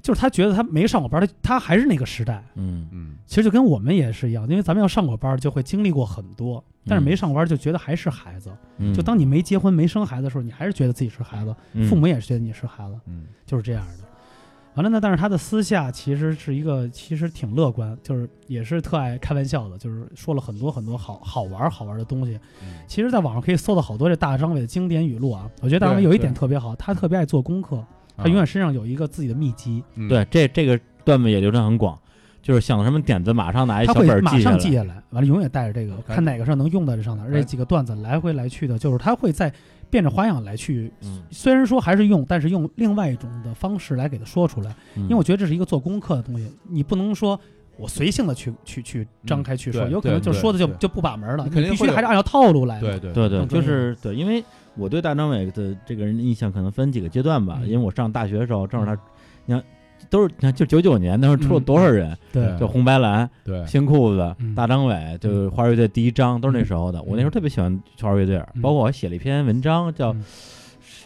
Speaker 3: 就是他觉得他没上过班，他他还是那个时代。
Speaker 1: 嗯
Speaker 2: 嗯
Speaker 3: 其实就跟我们也是一样，因为咱们要上过班，就会经历过很多，
Speaker 2: 嗯
Speaker 3: 但是没上过班就觉得还是孩子。
Speaker 1: 嗯，
Speaker 3: 就当你没结婚、没生孩子的时候，你还是觉得自己是孩子，
Speaker 1: 嗯
Speaker 3: 父母也是觉得你是孩子，
Speaker 2: 嗯
Speaker 3: 就是这样的。完了呢，但是他的私下其实是一个，其实挺乐观，就是也是特爱开玩笑的，就是说了很多很多好好玩儿好玩儿的东西。
Speaker 2: 嗯
Speaker 3: 其实，在网上可以搜到好多这大张伟的经典语录啊。我觉得大张伟
Speaker 2: 对
Speaker 3: 有一点
Speaker 2: 对
Speaker 3: 特别好，他特别爱做功课，他永远身上有一个自己的秘籍，
Speaker 2: 啊嗯
Speaker 1: 对这这个段子也流传很广，就是想什么点子马上拿一
Speaker 3: 他
Speaker 1: 哎小
Speaker 3: 会
Speaker 1: 本儿
Speaker 3: 马
Speaker 1: 记下
Speaker 3: 上
Speaker 1: 来，哎
Speaker 3: 记下来，完了永远带着这个，
Speaker 2: 哎
Speaker 3: 看哪个上能用在这上头。这几个段子来回来去的，就是他会在变着花样来去
Speaker 1: 嗯，
Speaker 3: 虽然说还是用，但是用另外一种的方式来给它说出来，
Speaker 1: 因
Speaker 3: 因为我觉得这是一个做功课的东西，你不能说我随性的去去去
Speaker 1: 嗯
Speaker 3: 张开去说，
Speaker 2: 对
Speaker 3: 有可能就
Speaker 2: 对
Speaker 3: 说的就
Speaker 2: 对
Speaker 3: 就不把门了，
Speaker 2: 你肯定
Speaker 3: 必
Speaker 2: 会
Speaker 3: 须
Speaker 2: 有
Speaker 3: 还是按照套路来嘛。
Speaker 2: 对对
Speaker 1: 对对，
Speaker 3: 更
Speaker 1: 就
Speaker 3: 专业
Speaker 1: 是对，因为我对大张伟的这个人的印象可能分几个阶段吧，
Speaker 3: 嗯
Speaker 1: 因为我上大学的时候正是他，你看都是你看就九九年那时候
Speaker 3: 嗯
Speaker 1: 出了多少人，
Speaker 3: 对
Speaker 1: 就红白蓝、
Speaker 2: 对
Speaker 1: 新裤子、
Speaker 3: 嗯
Speaker 1: 大张伟，就是花儿乐队第一张，都是那时候的。我那时候特别喜欢花儿乐队，
Speaker 3: 嗯
Speaker 1: 包括我写了一篇文章叫。
Speaker 3: 嗯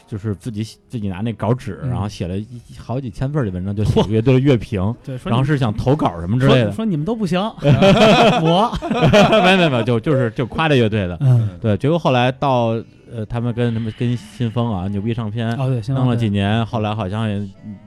Speaker 1: 就是自己自己拿那稿纸，
Speaker 3: 嗯
Speaker 1: 然后写了一好几千份的文章，就写乐队的乐评，
Speaker 3: 对，说
Speaker 1: 然后
Speaker 3: 你
Speaker 1: 是想投稿什么之
Speaker 3: 说
Speaker 1: 类的，
Speaker 3: 说你们都不行，我
Speaker 1: 没没没，就就是就夸这乐队的，
Speaker 3: 嗯
Speaker 1: 对，结果后来到呃，他们跟他们跟新风啊，牛逼唱片、
Speaker 3: 哦对，行了
Speaker 1: 弄了
Speaker 3: 对
Speaker 1: 几年，后来好像也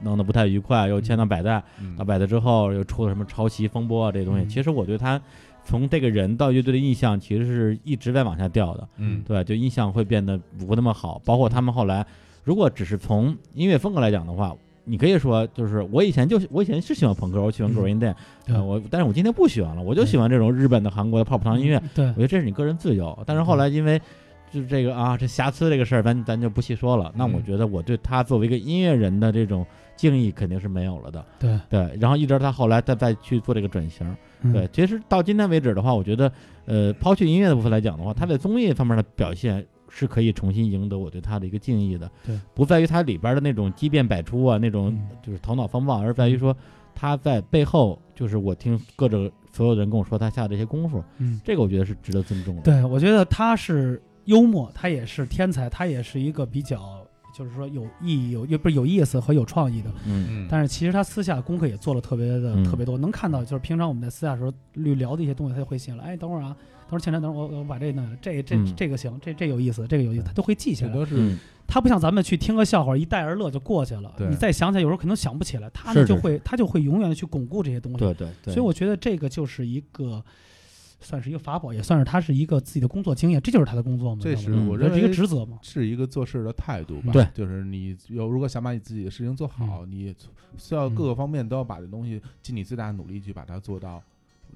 Speaker 1: 弄得不太愉快，又签到百代，
Speaker 2: 嗯
Speaker 1: 到百代之后又出了什么抄袭风波啊这些东西。
Speaker 3: 嗯
Speaker 1: 其实我对他从这个人到乐队的印象，其实是一直在往下掉的，
Speaker 2: 嗯
Speaker 1: 对，就印象会变得不那么好。包括他们后来，如果只是从音乐风格来讲的话。你可以说，就是我以前就我以前是喜欢朋克，我喜欢
Speaker 3: 嗯
Speaker 1: Green Day，、
Speaker 3: 对
Speaker 1: 呃我但是我今天不喜欢了，我就喜欢这种日本的、韩国的泡泡糖音乐，
Speaker 3: 嗯对
Speaker 1: 我觉得这是你个人自由。但是后来因为就是这个啊，这瑕疵这个事儿，咱咱就不细说了。那
Speaker 3: 嗯
Speaker 1: 我觉得我对他作为一个音乐人的这种敬意肯定是没有了的。
Speaker 3: 对
Speaker 1: 对，然后一直到他后来再再去做这个转型。
Speaker 3: 嗯
Speaker 1: 对，其实到今天为止的话，我觉得呃，抛去音乐的部分来讲的话，他在综艺方面的表现。是可以重新赢得我对他的一个敬意的，
Speaker 3: 对，
Speaker 1: 不在于他里边的那种机变百出啊，那种
Speaker 3: 嗯
Speaker 1: 就是头脑风暴，而在于说他在背后，就是我听各种所有人跟我说他下的这些功夫，
Speaker 3: 嗯
Speaker 1: 这个我觉得是值得尊重的。
Speaker 3: 对，我觉得他是幽默，他也是天才，他也是一个比较就是说有意义有又不是有意思和有创意的
Speaker 1: 嗯，
Speaker 2: 嗯
Speaker 3: 但是其实他私下功课也做了特别的、
Speaker 1: 嗯
Speaker 3: 特别多，能看到就是平常我们在私下的时候绿聊的一些东西，他就会信了。哎，等会儿啊，等会儿倩楠，等会儿我我把这弄，这这、
Speaker 1: 嗯
Speaker 3: 这个行，这这有意思，这个有意思，他都会记下
Speaker 2: 这
Speaker 3: 来。
Speaker 2: 都是
Speaker 1: 嗯
Speaker 3: 他不像咱们去听个笑话一带而乐就过去了，
Speaker 2: 对
Speaker 3: 你再想起来有时候可能想不起来，他
Speaker 1: 是
Speaker 3: 呢
Speaker 1: 是
Speaker 3: 就会他就会永远的去巩固这些东西。
Speaker 1: 对对对，
Speaker 3: 所以我觉得这个就是一个。算是一个法宝，也算是他是一个自己的工作经验，这就是他的工作嘛。
Speaker 2: 这是
Speaker 3: 知道吗
Speaker 2: 我
Speaker 3: 嗯这
Speaker 2: 认
Speaker 3: 是一个
Speaker 2: 为
Speaker 3: 职责嘛。
Speaker 2: 是一个做事的态度吧。
Speaker 1: 对嗯
Speaker 2: 就是你有如果想把你自己的事情做好，你需要各个方面都要把这东西尽你最大的努力去把它做到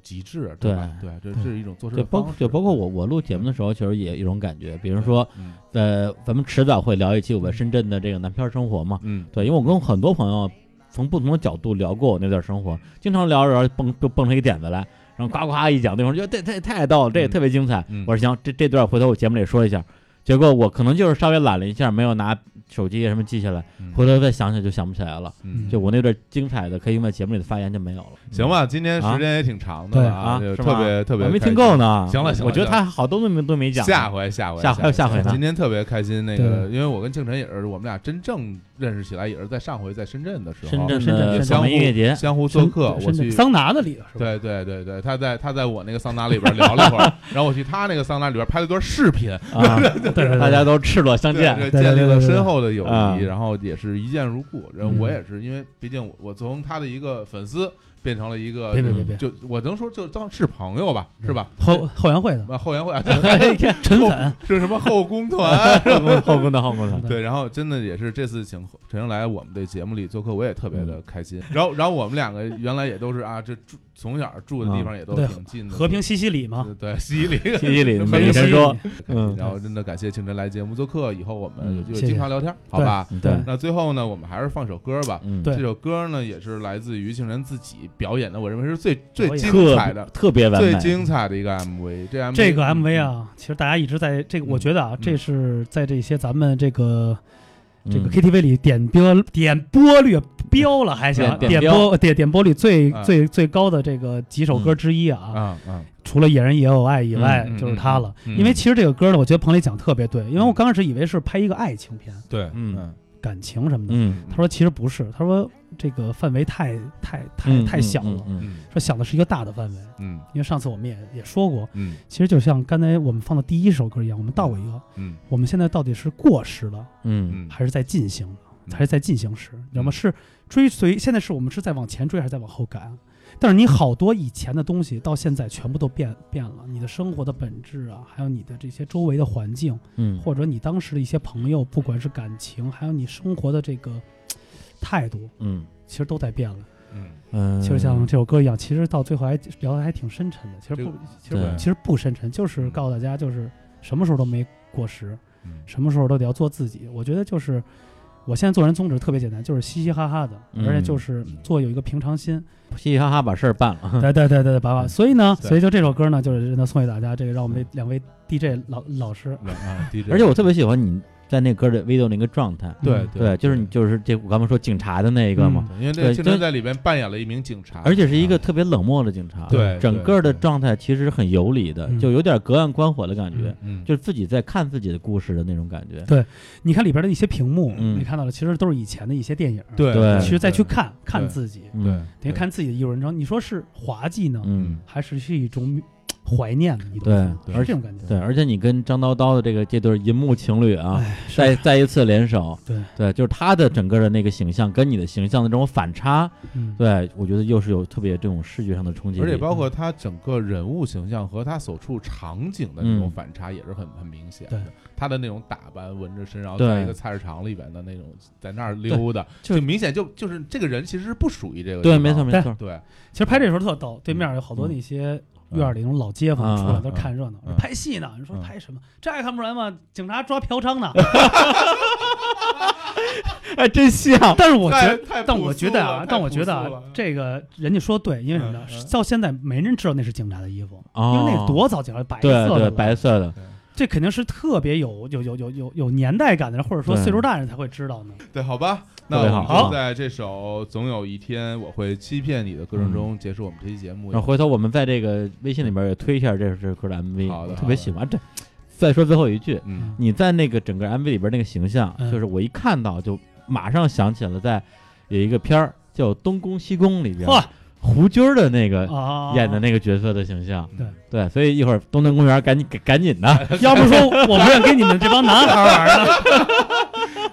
Speaker 2: 极致，
Speaker 1: 对
Speaker 2: 吧？对，这
Speaker 3: 对
Speaker 2: 这是一种做事
Speaker 1: 就
Speaker 2: 的
Speaker 1: 包
Speaker 2: 方式。
Speaker 1: 就包括我我录节目的时候，其实也有一种感觉，比如
Speaker 2: 对，
Speaker 1: 说
Speaker 2: 嗯
Speaker 1: 呃，咱们迟早会聊一期我在深圳的这个南漂生活嘛，
Speaker 2: 嗯，
Speaker 1: 对，因为我跟很多朋友从不同的角度聊过我那段生活，经常聊着聊着蹦就蹦出一个点子来，然后呱呱一讲，对方觉得这这太逗了，这也
Speaker 2: 嗯
Speaker 1: 特别精彩。
Speaker 2: 嗯
Speaker 1: 我说行，这这段回头我节目里说一下。结果我可能就是稍微懒了一下，没有拿手机什么记下来，
Speaker 2: 嗯
Speaker 1: 回头再想想就想不起来了。
Speaker 2: 嗯
Speaker 1: 就我那段精彩的可以用在节目里的发言就没有了。
Speaker 2: 行吧，今天时间也挺长的了
Speaker 1: 啊，
Speaker 2: 就是特
Speaker 1: 吗
Speaker 2: 别特别
Speaker 1: 我没
Speaker 2: 开心
Speaker 1: 听够。呢。
Speaker 2: 行了行了
Speaker 1: 我觉得
Speaker 2: 行了
Speaker 1: 他好多都没都没讲。
Speaker 2: 下回，下回，
Speaker 1: 下回下回呢
Speaker 2: 今天特别开心，那个，
Speaker 3: 对
Speaker 2: 因为我跟庆晨也是，我们俩真正认识起来也是在上回在深圳的时候，
Speaker 1: 深圳
Speaker 3: 深圳
Speaker 1: 的
Speaker 3: 深
Speaker 1: 草
Speaker 2: 相互
Speaker 1: 莓音 乐节，
Speaker 2: 相互做客，
Speaker 3: 深
Speaker 2: 我
Speaker 3: 圳
Speaker 2: 去
Speaker 3: 桑拿的里头是吧？
Speaker 2: 对对对 对，他在他在我那个桑拿里边聊了一会儿，然后我去他那个桑拿里边拍了一段视频，
Speaker 1: 啊，
Speaker 3: 对对，
Speaker 1: 大家都赤裸相见，
Speaker 2: 对
Speaker 3: 对
Speaker 2: 建立
Speaker 3: 对
Speaker 2: 了
Speaker 3: 对
Speaker 2: 深厚的友
Speaker 1: 啊
Speaker 2: 谊，然后也是一见如故。然后
Speaker 1: 嗯
Speaker 2: 我也是因为，毕竟我我从他的一个粉丝变成了一个
Speaker 3: 别，别别别，
Speaker 2: 就我能说就当是朋友吧，是吧？
Speaker 3: 后后援会的
Speaker 2: 啊，后援会啊
Speaker 3: 陈
Speaker 1: 嗯
Speaker 3: 粉，
Speaker 2: 是什么后宫团？啊
Speaker 1: 后宫后宫的后 宫的，
Speaker 2: 对，然后真的也是这次请陈生来我们的节目里做客，我也特别
Speaker 3: 嗯
Speaker 2: 的开心。然后，然后我们两个原来也都是啊，这住从小住的地方也都
Speaker 3: 啊对
Speaker 2: 挺近的，
Speaker 3: 和平西西里嘛，
Speaker 2: 对西里，
Speaker 1: 西西里
Speaker 2: 和
Speaker 1: 每
Speaker 2: 平
Speaker 1: 天说，
Speaker 2: 嗯
Speaker 1: 嗯，
Speaker 2: 然后真的感谢清晨来节目做客，以后我们
Speaker 1: 嗯
Speaker 2: 有机会
Speaker 3: 谢谢
Speaker 2: 经常聊天，好吧？嗯
Speaker 1: 对，
Speaker 2: 那最后呢，我们还是放首歌吧。
Speaker 1: 嗯，
Speaker 3: 对
Speaker 2: 这首歌呢，也是来自于清晨自己表演的，我认为是最最
Speaker 3: 表演
Speaker 2: 精彩的、
Speaker 1: 特别哎完
Speaker 2: 最
Speaker 1: 美，
Speaker 2: 精彩的一个 MV。这 MV
Speaker 3: 这个 MV，啊，其实大家一直在这个，
Speaker 2: 嗯
Speaker 3: 我觉得啊，这是在这些咱们这个
Speaker 1: 嗯
Speaker 3: 这个 KTV 里点播点播率标了还行，啊
Speaker 1: 点
Speaker 3: 点
Speaker 1: 点
Speaker 3: 播点点播率最
Speaker 2: 啊
Speaker 3: 最最高的这个几首
Speaker 1: 嗯
Speaker 3: 歌之一啊，
Speaker 2: 啊啊，
Speaker 3: 除了《野人也有爱》以外
Speaker 2: 嗯嗯，
Speaker 3: 就是它了。
Speaker 2: 嗯嗯嗯
Speaker 3: 因为其实这个歌呢，我觉得彭磊讲得特别对，因为我刚开始以为是拍一个爱情片、
Speaker 2: 对，
Speaker 1: 嗯
Speaker 3: 感情什么的，
Speaker 1: 嗯，
Speaker 3: 他说其实不是，他说这个范围太太太
Speaker 1: 嗯
Speaker 3: 太小
Speaker 1: 嗯
Speaker 3: 了，
Speaker 1: 嗯嗯
Speaker 2: 嗯
Speaker 3: 说想的是一个大的范围。
Speaker 2: 嗯
Speaker 3: 因为上次我们也也说过，
Speaker 2: 嗯
Speaker 3: 其实就像刚才我们放的第一首歌一样，我们倒过一个，
Speaker 2: 嗯
Speaker 3: 我们现在到底是过时了，
Speaker 1: 嗯
Speaker 2: 嗯，
Speaker 3: 还是在进行
Speaker 2: 嗯
Speaker 3: 呢？还是在进行时？你知道吗？是追随，现在是我们是在往前追，还是在往后赶？但是你好多以前的东西到现在全部都变变了，你的生活的本质啊，还有你的这些周围的环境，
Speaker 1: 嗯，
Speaker 3: 或者你当时的一些朋友，不管是感情，还有你生活的这个嘖态度，
Speaker 1: 嗯
Speaker 3: 其实都在变了。
Speaker 2: 嗯，
Speaker 1: 嗯，
Speaker 3: 其实像这首歌一样，其实到最后还聊的还挺深沉的。其实
Speaker 2: 这
Speaker 3: 不
Speaker 2: 个，
Speaker 3: 其实不
Speaker 1: 对
Speaker 3: 其实不深沉，就是告诉大家，就是什么时候都没过时，
Speaker 2: 嗯
Speaker 3: 什么时候都得要做自己。我觉得就是我现在做人宗旨特别简单，就是嘻嘻哈哈的，
Speaker 1: 嗯
Speaker 3: 而且就是做有一个平 常心。
Speaker 1: 嘻嘻哈哈把事儿办了，
Speaker 3: 对对对对对，爸
Speaker 1: 嗯
Speaker 3: 爸。所以呢，
Speaker 2: 对
Speaker 3: 所以就这首歌呢，就是真的送给大家。这个让我们两位 DJ 老老师，
Speaker 2: 嗯啊，DJ
Speaker 1: 而且我特别喜欢你在那歌里 video 那个状态，
Speaker 2: 对嗯
Speaker 1: 对，就是你就是这我刚才说警察的那一个嘛，
Speaker 2: 因为这
Speaker 1: 对
Speaker 2: 清
Speaker 1: 就
Speaker 2: 晨在里边扮演了一名警察，啊
Speaker 1: 而且是一个特别冷漠的警察，
Speaker 2: 对
Speaker 1: 整个的状态其实很有理的，
Speaker 3: 嗯
Speaker 1: 就有点隔岸观火的感觉
Speaker 3: 嗯，
Speaker 2: 嗯，
Speaker 1: 就是自己在看自己的故事的那种感觉，
Speaker 3: 你看里边的一些屏幕，
Speaker 1: 嗯
Speaker 3: 你看到了，其实都是以前的一些电影。，
Speaker 2: 对
Speaker 1: 对
Speaker 3: 其实再去看
Speaker 2: 对
Speaker 3: 看自己，
Speaker 1: 嗯
Speaker 2: 对，
Speaker 3: 等于看自己的艺术文章。你说是滑稽呢，
Speaker 1: 嗯。
Speaker 3: 还是是一种嘖怀念的一种
Speaker 1: 对
Speaker 3: 感觉，
Speaker 2: 对
Speaker 3: 是这种感觉。
Speaker 1: 对，啊而且你跟张叨叨的这个这对银幕情侣啊，
Speaker 3: 哎，是
Speaker 1: 再再一次联手，
Speaker 3: 对
Speaker 1: 对，就是他的整个的那个形象跟你的形象的这种反差，
Speaker 3: 嗯，
Speaker 1: 对我觉得又是有特别这种视觉上的冲击力，
Speaker 2: 而且包括他整个人物形象和他所处场景的那
Speaker 1: 嗯
Speaker 2: 种反差也是很很明显的
Speaker 3: 对。
Speaker 2: 他的那种打扮、纹着身，然后
Speaker 1: 对
Speaker 2: 在一个菜市场里边的那种，在那儿溜达，
Speaker 1: 对就
Speaker 2: 明显就就是这个人其实是不属于这个地
Speaker 1: 对，
Speaker 2: 方
Speaker 1: 没错没错，
Speaker 2: 对，
Speaker 3: 其实拍这时候特逗，
Speaker 2: 嗯
Speaker 3: 对面有好多那些院儿里那种老街坊出来
Speaker 1: 嗯
Speaker 3: 都看热闹
Speaker 2: 嗯嗯，
Speaker 3: 拍戏呢。你说
Speaker 2: 啊嗯
Speaker 3: 拍什么？这还看不出来吗？警察抓嫖 娼呢。
Speaker 1: 哎，真像，
Speaker 3: 但是我觉
Speaker 2: 太
Speaker 3: 得，
Speaker 2: 太朴
Speaker 3: 但我觉得
Speaker 2: 素
Speaker 3: 啊
Speaker 2: 了，
Speaker 3: 但我觉得
Speaker 2: 太朴素
Speaker 3: 啊
Speaker 2: 了，
Speaker 3: 这个人家说对，因为什么呢
Speaker 2: 嗯嗯？
Speaker 3: 到现在没人知道那是警察的衣服，
Speaker 1: 哦
Speaker 3: 因为那个多早警察白色
Speaker 1: 对
Speaker 3: 的
Speaker 1: 对，
Speaker 3: 了
Speaker 1: 白色的，
Speaker 3: 这肯定是特别有有有有有有年代感的人，或者说
Speaker 1: 对
Speaker 3: 岁数大人才会知道呢。
Speaker 2: 对，好吧，那
Speaker 1: 特别好
Speaker 2: 我们
Speaker 1: 好
Speaker 2: 就在这首《总有一天我会欺骗你的》歌声中结束我们这期节目。
Speaker 1: 然后嗯啊回头我们在这个微信里边也推一下这这首歌的 MV，
Speaker 2: 好的
Speaker 1: 我特别喜欢。这再说最后一句，
Speaker 2: 嗯，
Speaker 1: 你在那个整个 MV 里边那个形象，
Speaker 3: 嗯
Speaker 1: 就是我一看到就马上想起了，在有一个片儿叫《东宫西宫》里边，
Speaker 3: 嚯
Speaker 1: 胡军儿的那个
Speaker 3: 啊，
Speaker 1: 演的那个角色的形象。
Speaker 3: 对
Speaker 1: 对，所以一会儿东南公园赶紧赶赶紧的，
Speaker 3: 要不说我不愿跟你们这帮男孩玩 呢，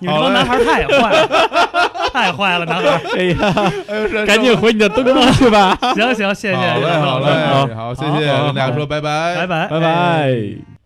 Speaker 3: 你们这帮男孩太坏了， 太坏了，男孩。
Speaker 1: 哎呀，
Speaker 2: 哎呦， 是
Speaker 1: 赶紧回你的东宫去 吧，
Speaker 3: 行行，谢谢，
Speaker 2: 好嘞，好嘞，好，谢谢，
Speaker 1: 好
Speaker 2: 跟大家说拜拜，
Speaker 3: 拜拜，
Speaker 1: 拜拜。